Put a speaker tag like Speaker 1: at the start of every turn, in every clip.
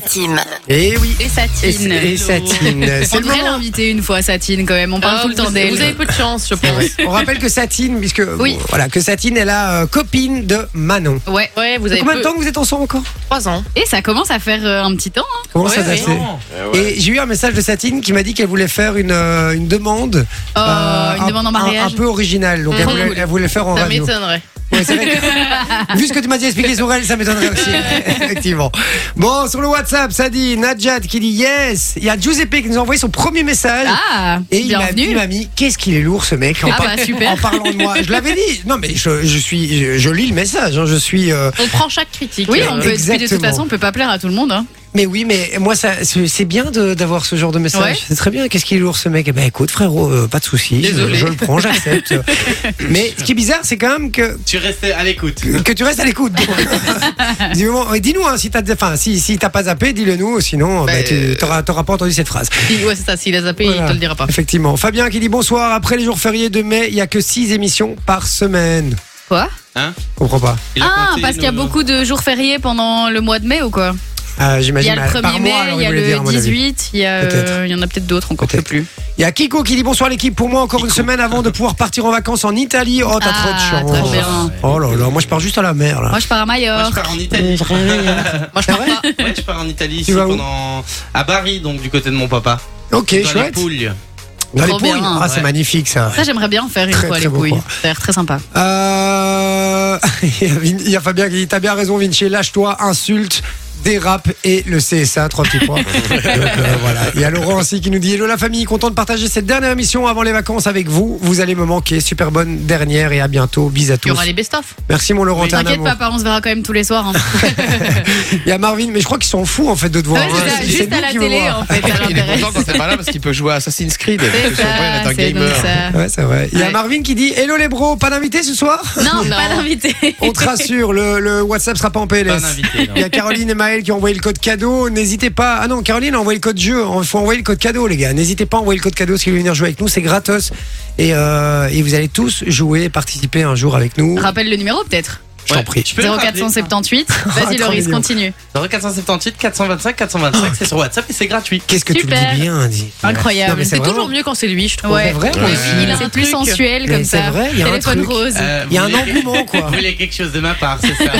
Speaker 1: Team.
Speaker 2: Et Eh oui.
Speaker 3: Et
Speaker 2: Et,
Speaker 3: Satine.
Speaker 2: et Satine. C'est
Speaker 3: On
Speaker 2: le
Speaker 3: devrait
Speaker 2: moment.
Speaker 3: l'inviter une fois, Satine, quand même. On parle
Speaker 4: Ah,
Speaker 3: tout le temps
Speaker 4: vous-
Speaker 3: d'elle.
Speaker 4: Vous avez peu de chance, je pense.
Speaker 2: On rappelle que Satine, puisque
Speaker 3: Oui.
Speaker 2: bon, voilà, que Satine est la euh, copine de Manon.
Speaker 3: Ouais.
Speaker 4: Ouais, vous avez
Speaker 2: Combien
Speaker 4: peu...
Speaker 2: de temps que vous êtes ensemble encore
Speaker 4: 3 ans.
Speaker 3: Et ça commence à faire euh, un petit temps. hein.
Speaker 2: Comment
Speaker 4: Ouais,
Speaker 2: ça
Speaker 4: ouais.
Speaker 2: date Et j'ai eu un message de Satine qui m'a dit qu'elle voulait faire une, euh, une demande.
Speaker 3: Oh,
Speaker 2: euh,
Speaker 3: une
Speaker 2: un-
Speaker 3: demande en
Speaker 2: un-
Speaker 3: mariage.
Speaker 2: Un, peu originale. Donc elle
Speaker 4: Mmh.
Speaker 2: voulait, elle voulait le faire en
Speaker 4: Ça
Speaker 2: radio.
Speaker 4: m'étonnerait.
Speaker 2: Ouais, c'est vrai que- Vu ce que tu m'as dit expliquer sur elle, ça m'étonnerait aussi. Effectivement. Bon, sur le WhatsApp, ça dit Nadjad qui dit yes. Il y a Giuseppe qui nous a envoyé son premier message.
Speaker 3: Ah,
Speaker 2: Et il m'a dit,
Speaker 3: bienvenue.
Speaker 2: mamie, qu'est-ce qu'il est lourd ce mec en,
Speaker 3: Ah
Speaker 2: par-
Speaker 3: bah, super.
Speaker 2: en parlant de moi. Je l'avais dit. Non mais je, je suis, je, je lis le message. hein, je suis. euh,
Speaker 4: On prend chaque critique.
Speaker 3: Oui,
Speaker 4: Euh,
Speaker 3: on peut, puis de toute
Speaker 2: Exactement.
Speaker 3: façon, on peut pas plaire à tout le monde. hein.
Speaker 2: Mais oui, mais moi ça, c'est c'est bien de- d'avoir ce genre de message.
Speaker 3: Ouais.
Speaker 2: C'est très bien. Qu'est-ce qu'il est lourd ce mec Eh ben écoute frérot, euh, pas de souci. Je,
Speaker 4: Désolé.
Speaker 2: je le prends, j'accepte. mais ce qui est bizarre, c'est quand même que
Speaker 5: Tu restais à l'écoute.
Speaker 2: que tu restes à l'écoute. Du moment- ouais, Dis-nous hein, si t'as, enfin si si t'as pas zappé, dis-le nous. Sinon, bah,
Speaker 4: Ben,
Speaker 3: euh,
Speaker 2: tu t'auras, t'auras pas entendu cette phrase.
Speaker 4: si- Ouais, c'est ça. S'il a zappé, il
Speaker 2: Voilà.
Speaker 4: te le
Speaker 3: Ah.
Speaker 4: dira pas.
Speaker 2: Effectivement. Fabien qui dit bonsoir. Après les jours fériés de mai, il y a que 6 émissions par semaine.
Speaker 3: Quoi
Speaker 2: Comprends pas.
Speaker 5: Il a
Speaker 3: Ah,
Speaker 5: compté
Speaker 3: parce
Speaker 5: nos-
Speaker 3: qu'il y a beaucoup de jours fériés pendant le mois de mai ou quoi
Speaker 2: Ah,
Speaker 3: Il y
Speaker 2: j'imagine.
Speaker 3: a le
Speaker 2: à-
Speaker 3: 1er
Speaker 2: par
Speaker 3: mai,
Speaker 2: mois, alors,
Speaker 3: il y a
Speaker 2: voulait
Speaker 3: le
Speaker 2: dire, à mon avis.
Speaker 3: 18, il y, a, euh,
Speaker 2: Peut-être.
Speaker 3: il y en a peut-être d'autres encore, je sais
Speaker 2: Peut-être.
Speaker 3: plus.
Speaker 2: Il y a Kiko qui dit bonsoir l'équipe. Pour moi, encore une semaine avant de pouvoir partir en vacances en Italie. Oh, t'as
Speaker 3: Ah,
Speaker 2: trop de chance.
Speaker 3: trop bien.
Speaker 2: Oh là là, moi je pars juste à la mer là.
Speaker 3: Moi, je pars à
Speaker 5: Moi, je
Speaker 2: euh,
Speaker 3: Mayorque.
Speaker 5: pars en Italie.
Speaker 4: Moi, je
Speaker 2: Ah
Speaker 4: pars
Speaker 2: ouais
Speaker 4: pas.
Speaker 5: Ouais, je pars en Italie ici
Speaker 2: vas où
Speaker 5: pendant à Bari, donc du côté de mon papa.
Speaker 2: Ok,
Speaker 5: dans les
Speaker 2: chouette.
Speaker 5: poules.
Speaker 2: Dans les
Speaker 3: Trop bien,
Speaker 2: pouilles. Ah, c'est
Speaker 5: ouais.
Speaker 2: magnifique ça.
Speaker 3: Ça, j'aimerais bien en faire une
Speaker 2: Très,
Speaker 3: fois,
Speaker 2: très
Speaker 3: les
Speaker 2: beau,
Speaker 3: couilles.
Speaker 2: quoi.
Speaker 3: Ça a l'air très sympa.
Speaker 2: Euh, Il y a Vin- il y a Fabien qui dit T'as bien raison, Vinci, lâche-toi, insulte. Dérape et le CSA, trois petits points. Donc, euh, voilà. Il y a Laurent aussi qui nous dit Hello la famille, content de partager cette dernière mission avant les vacances avec vous. Vous allez me manquer. Super bonne dernière et à bientôt. Bis à
Speaker 4: Il y
Speaker 2: tous.
Speaker 4: aura les best-of.
Speaker 2: Merci mon Laurent, t'es un
Speaker 3: T'inquiète,
Speaker 2: amour.
Speaker 3: papa, on se verra quand même tous les soirs. hein.
Speaker 2: Il y a Marvin, mais je crois qu'ils sont fous en fait de te voir.
Speaker 3: Ouais, c'est ça,
Speaker 2: C'est- c'est
Speaker 3: juste
Speaker 2: nous
Speaker 3: à la
Speaker 2: qui vous
Speaker 3: télé, hein.
Speaker 2: voir.
Speaker 3: en fait, ça
Speaker 6: Il est
Speaker 3: l'intéresse.
Speaker 6: content quand t'es pas là parce qu'il peut jouer à Assassin's Creed.
Speaker 3: C'est
Speaker 6: Parce que son frère
Speaker 3: ça,
Speaker 6: est un
Speaker 3: c'est donc
Speaker 6: gamer.
Speaker 3: ça.
Speaker 2: Ouais, c'est vrai. Il y a
Speaker 4: Ouais.
Speaker 2: Marvin qui dit Hello les bros, pas d'invité ce soir
Speaker 3: Non,
Speaker 4: Non.
Speaker 3: pas d'invité.
Speaker 2: On te rassure, le, le WhatsApp sera pas en
Speaker 5: Pas
Speaker 2: PLS.
Speaker 5: d'invité. hein. non.
Speaker 2: Il y a Caroline et Maël qui ont envoyé le code cadeau. N'hésitez pas. Ah non, Caroline a envoyé le code jeu. Il faut envoyer le code cadeau, les gars. N'hésitez pas à envoyer le code cadeau si vous voulez venir jouer avec nous. C'est gratos. Et, euh, et vous allez tous jouer, participer un jour avec nous.
Speaker 3: Rappelle le numéro peut-être.
Speaker 2: Je t'en
Speaker 5: Ouais.
Speaker 2: prie.
Speaker 5: Je peux le rappeler
Speaker 3: 0478. Vas-y,
Speaker 2: trop
Speaker 3: Loris,
Speaker 2: mignon.
Speaker 3: continue.
Speaker 5: 0478 425 425, c'est sur WhatsApp et c'est gratuit.
Speaker 2: Qu'est-ce que tu
Speaker 3: Super.
Speaker 2: le dis bien, dit. Non,
Speaker 3: Incroyable.
Speaker 2: mais c'est
Speaker 4: C'est
Speaker 2: vraiment-
Speaker 4: toujours mieux quand c'est lui, je trouve.
Speaker 2: C'est
Speaker 3: Ouais.
Speaker 2: vrai,
Speaker 3: Oui,
Speaker 2: mais-
Speaker 3: il a
Speaker 4: C'est
Speaker 3: un plus
Speaker 4: truc.
Speaker 3: sensuel comme
Speaker 2: mais c'est
Speaker 3: ça.
Speaker 2: vrai, il y a un
Speaker 3: Téléphone
Speaker 2: truc. Ah,
Speaker 3: rose.
Speaker 5: Euh,
Speaker 2: Il y a
Speaker 5: vous
Speaker 2: un
Speaker 5: voulez-
Speaker 2: engouement, quoi.
Speaker 5: Vous voulez quelque chose de ma part, c'est ça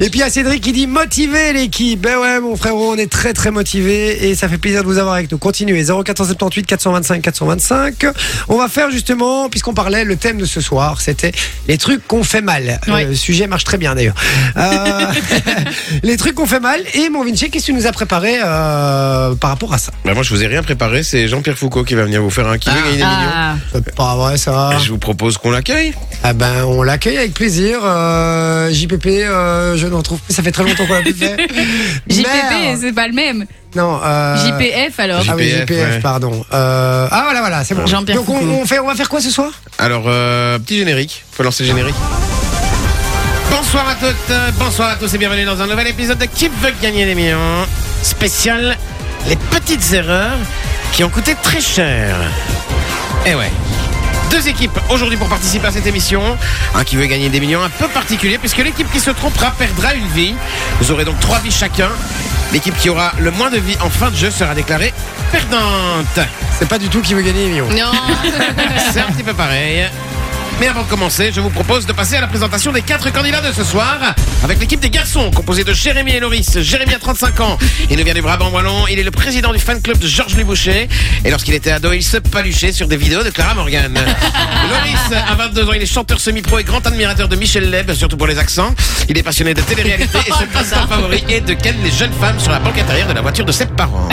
Speaker 2: Et puis il y a Cédric qui dit motiver l'équipe. Ben ouais, mon frérot, on est très très motivé et ça fait plaisir de vous avoir avec nous. Continuez 0478 425 425. On va faire justement, puisqu'on parlait, le thème de ce soir, c'était les trucs qu'on fait mal. Euh,
Speaker 3: Ouais.
Speaker 2: Le sujet marche très bien d'ailleurs. Euh, les trucs qu'on fait mal. Et mon Vinci, qu'est-ce que tu nous as préparé euh, par rapport à ça
Speaker 6: Bah, moi, je vous ai rien préparé. C'est Jean-Pierre Foucault qui va venir vous faire un qui veut gagner des millions.
Speaker 3: Ah,
Speaker 2: C'est Euh, pas vrai ça.
Speaker 6: Ah, Je vous propose qu'on l'accueille.
Speaker 2: Ah ben on l'accueille avec plaisir. Euh, JPP, euh, je ne retrouve plus. Ça fait très longtemps qu'on l'a plus fait.
Speaker 3: JPP,
Speaker 2: Merde.
Speaker 3: c'est pas le même.
Speaker 2: Non. euh,
Speaker 3: JPF alors.
Speaker 2: Ah oui,
Speaker 6: JPF,
Speaker 2: JPF,
Speaker 6: ouais.
Speaker 2: pardon. Euh, ah voilà, voilà, c'est bon.
Speaker 3: Jean-Pierre
Speaker 2: Donc on,
Speaker 3: Foucault.
Speaker 2: on fait, on va faire quoi ce soir
Speaker 6: Alors, euh, petit générique. Faut lancer le générique. Bonsoir à toutes, euh, bonsoir à tous et bienvenue dans un nouvel épisode de Qui veut gagner des millions Spécial Les petites erreurs qui ont coûté très cher. Et ouais. Deux équipes aujourd'hui pour participer à cette émission. Un qui veut gagner des millions un peu particulier puisque l'équipe qui se trompera perdra une vie. Vous aurez donc trois vies chacun. L'équipe qui aura le moins de vies en fin de jeu sera déclarée perdante.
Speaker 2: C'est pas du tout qui veut gagner les millions.
Speaker 4: Non,
Speaker 6: C'est un petit peu pareil. Mais avant de commencer, je vous propose de passer à la présentation des quatre candidats de ce soir avec l'équipe des garçons composée de Jérémy et Loris. Jérémy a 35 ans, il nous vient du Brabant Wallon, il est le président du fan club de Georges Luboucher et lorsqu'il était ado, il se paluchait sur des vidéos de Clara Morgan. Loris a 22 ans, il est chanteur semi-pro et grand admirateur de Michel Leb, surtout pour les accents. Il est passionné de télé-réalité et son passe-temps favori est de ken les jeunes femmes sur la banque intérieure de la voiture de ses parents.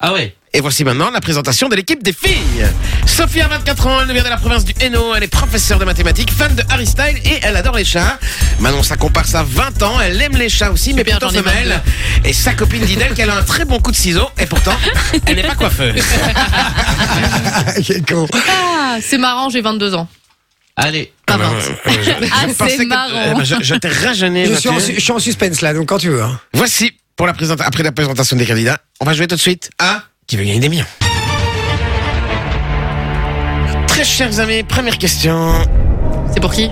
Speaker 5: Ah ouais
Speaker 6: Et voici maintenant la présentation de l'équipe des filles. Sophie a 24 ans, elle nous vient de la province du Hainaut, elle est professeure de mathématiques, fan de Harry Styles et elle adore les chats. Manon, sa comparse a 20 ans, elle aime les chats aussi, mais
Speaker 4: bien,
Speaker 6: plutôt
Speaker 4: j'en ai
Speaker 6: femelle. Et sa copine dit d'elle qu'elle a un très bon coup de ciseau et pourtant, elle n'est pas coiffeuse.
Speaker 2: Quel con.
Speaker 4: Ah, c'est marrant, j'ai 22 ans.
Speaker 5: Allez.
Speaker 4: Pas 20.
Speaker 3: Ah,
Speaker 6: Je pensais
Speaker 3: c'est
Speaker 6: que-
Speaker 3: marrant.
Speaker 6: Eh ben, je- je t'ai rajeuné,
Speaker 2: Je suis,
Speaker 6: Mathieu.
Speaker 2: en, su- je suis en suspense là, donc quand tu veux. hein.
Speaker 6: Voici, pour la présenta- après la présentation des candidats, on va jouer tout de suite à Qui veut gagner des millions Très chers amis, première question
Speaker 4: C'est pour qui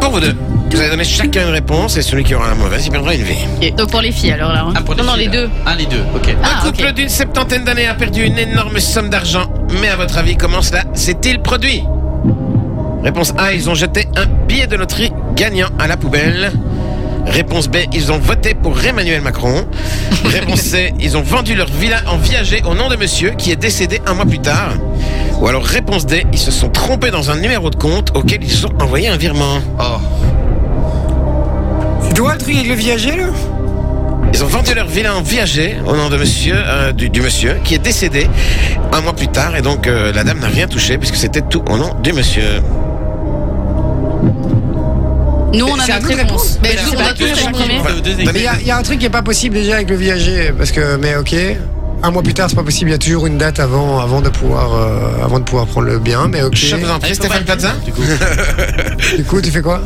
Speaker 6: pour vous deux. Vous allez donner chacun une réponse et celui qui aura la mauvaise, il perdra une vie.
Speaker 4: Ok. Donc pour les filles alors là. hein.
Speaker 5: pour
Speaker 4: non, non, les
Speaker 5: filles, là.
Speaker 4: deux.
Speaker 5: Ah, les deux, ok.
Speaker 4: Ah,
Speaker 6: Un
Speaker 4: ok.
Speaker 6: couple d'une septantaine d'années a perdu une énorme somme d'argent. Mais à votre avis, comment cela s'est-il produit Réponse A, ils ont jeté un billet de loterie gagnant à la poubelle. Réponse B, ils ont voté pour Emmanuel Macron. Réponse C, ils ont vendu leur villa en viager au nom de monsieur qui est décédé un mois plus tard. Ou alors réponse D, ils se sont trompés dans un numéro de compte auquel ils ont envoyé un virement.
Speaker 5: Oh.
Speaker 2: Tu dois le truc avec le viager, là
Speaker 6: Ils ont vendu leur villa en viager au nom de monsieur, euh, du, du monsieur qui est décédé un mois plus tard et donc euh, la dame n'a rien touché puisque c'était tout au nom du monsieur.
Speaker 4: Nous on a
Speaker 2: C'est à
Speaker 4: notre
Speaker 2: nous de
Speaker 4: réponse.
Speaker 2: répondre.
Speaker 4: Ben,
Speaker 5: Mais
Speaker 4: nous,
Speaker 5: c'est
Speaker 4: on
Speaker 5: pas
Speaker 4: a tous
Speaker 5: clair,
Speaker 3: hein.
Speaker 4: notre
Speaker 5: chacun.
Speaker 4: premier.
Speaker 5: Enfin, au deuxième.
Speaker 2: Mais il y a- il y, a un truc qui est pas possible déjà avec le viager, parce que, mais ok, un mois plus tard, c'est pas possible, il y a toujours une date avant, avant, de pouvoir, euh, avant de pouvoir prendre le bien, mais ok.
Speaker 6: Je vous
Speaker 5: Ah,
Speaker 6: en
Speaker 5: il
Speaker 6: prie,
Speaker 5: faut pas
Speaker 6: Stéphane
Speaker 5: le
Speaker 6: Plaza.
Speaker 5: dire, du coup.
Speaker 2: Du coup, tu fais quoi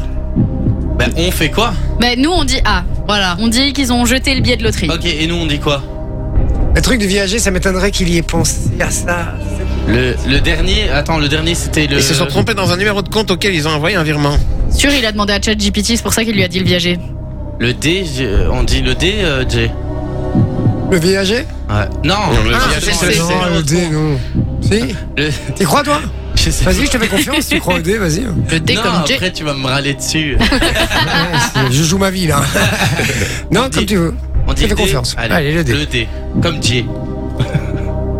Speaker 5: Ben, on fait quoi
Speaker 3: Ben, nous, on dit A. Voilà. On dit qu'ils ont jeté le billet de loterie.
Speaker 5: Ok, et nous, on dit quoi
Speaker 2: Le truc du viager, ça m'étonnerait qu'il y ait pensé à ça.
Speaker 5: le, le dernier, attends, le dernier, c'était le.
Speaker 6: Ils se sont trompés dans un numéro de compte auquel ils ont envoyé un virement.
Speaker 3: Sûr, il a demandé à ChatGPT, c'est pour ça qu'il lui a dit le viager.
Speaker 5: Le D, j'ai- on dit le D, euh, Jay.
Speaker 2: Le viager
Speaker 5: Ouais. Non,
Speaker 6: Non, le Ah.
Speaker 5: ah,
Speaker 6: viager,
Speaker 5: c'est-
Speaker 6: c'est-
Speaker 5: c'est-
Speaker 2: Non, le dé, non. Si
Speaker 5: le-
Speaker 2: Tu crois, toi
Speaker 5: je sais
Speaker 2: Vas-y, je te fais confiance, tu crois au dé, vas-y. hein.
Speaker 4: Le D
Speaker 5: Non,
Speaker 4: comme J.
Speaker 5: après, tu vas me râler dessus.
Speaker 2: Ouais, c'est- je joue ma vie, là. non, comme tu veux.
Speaker 5: On dit
Speaker 2: Je te fais
Speaker 5: D.
Speaker 2: confiance.
Speaker 5: Allez,
Speaker 2: Allez, le D.
Speaker 5: Comme Jay.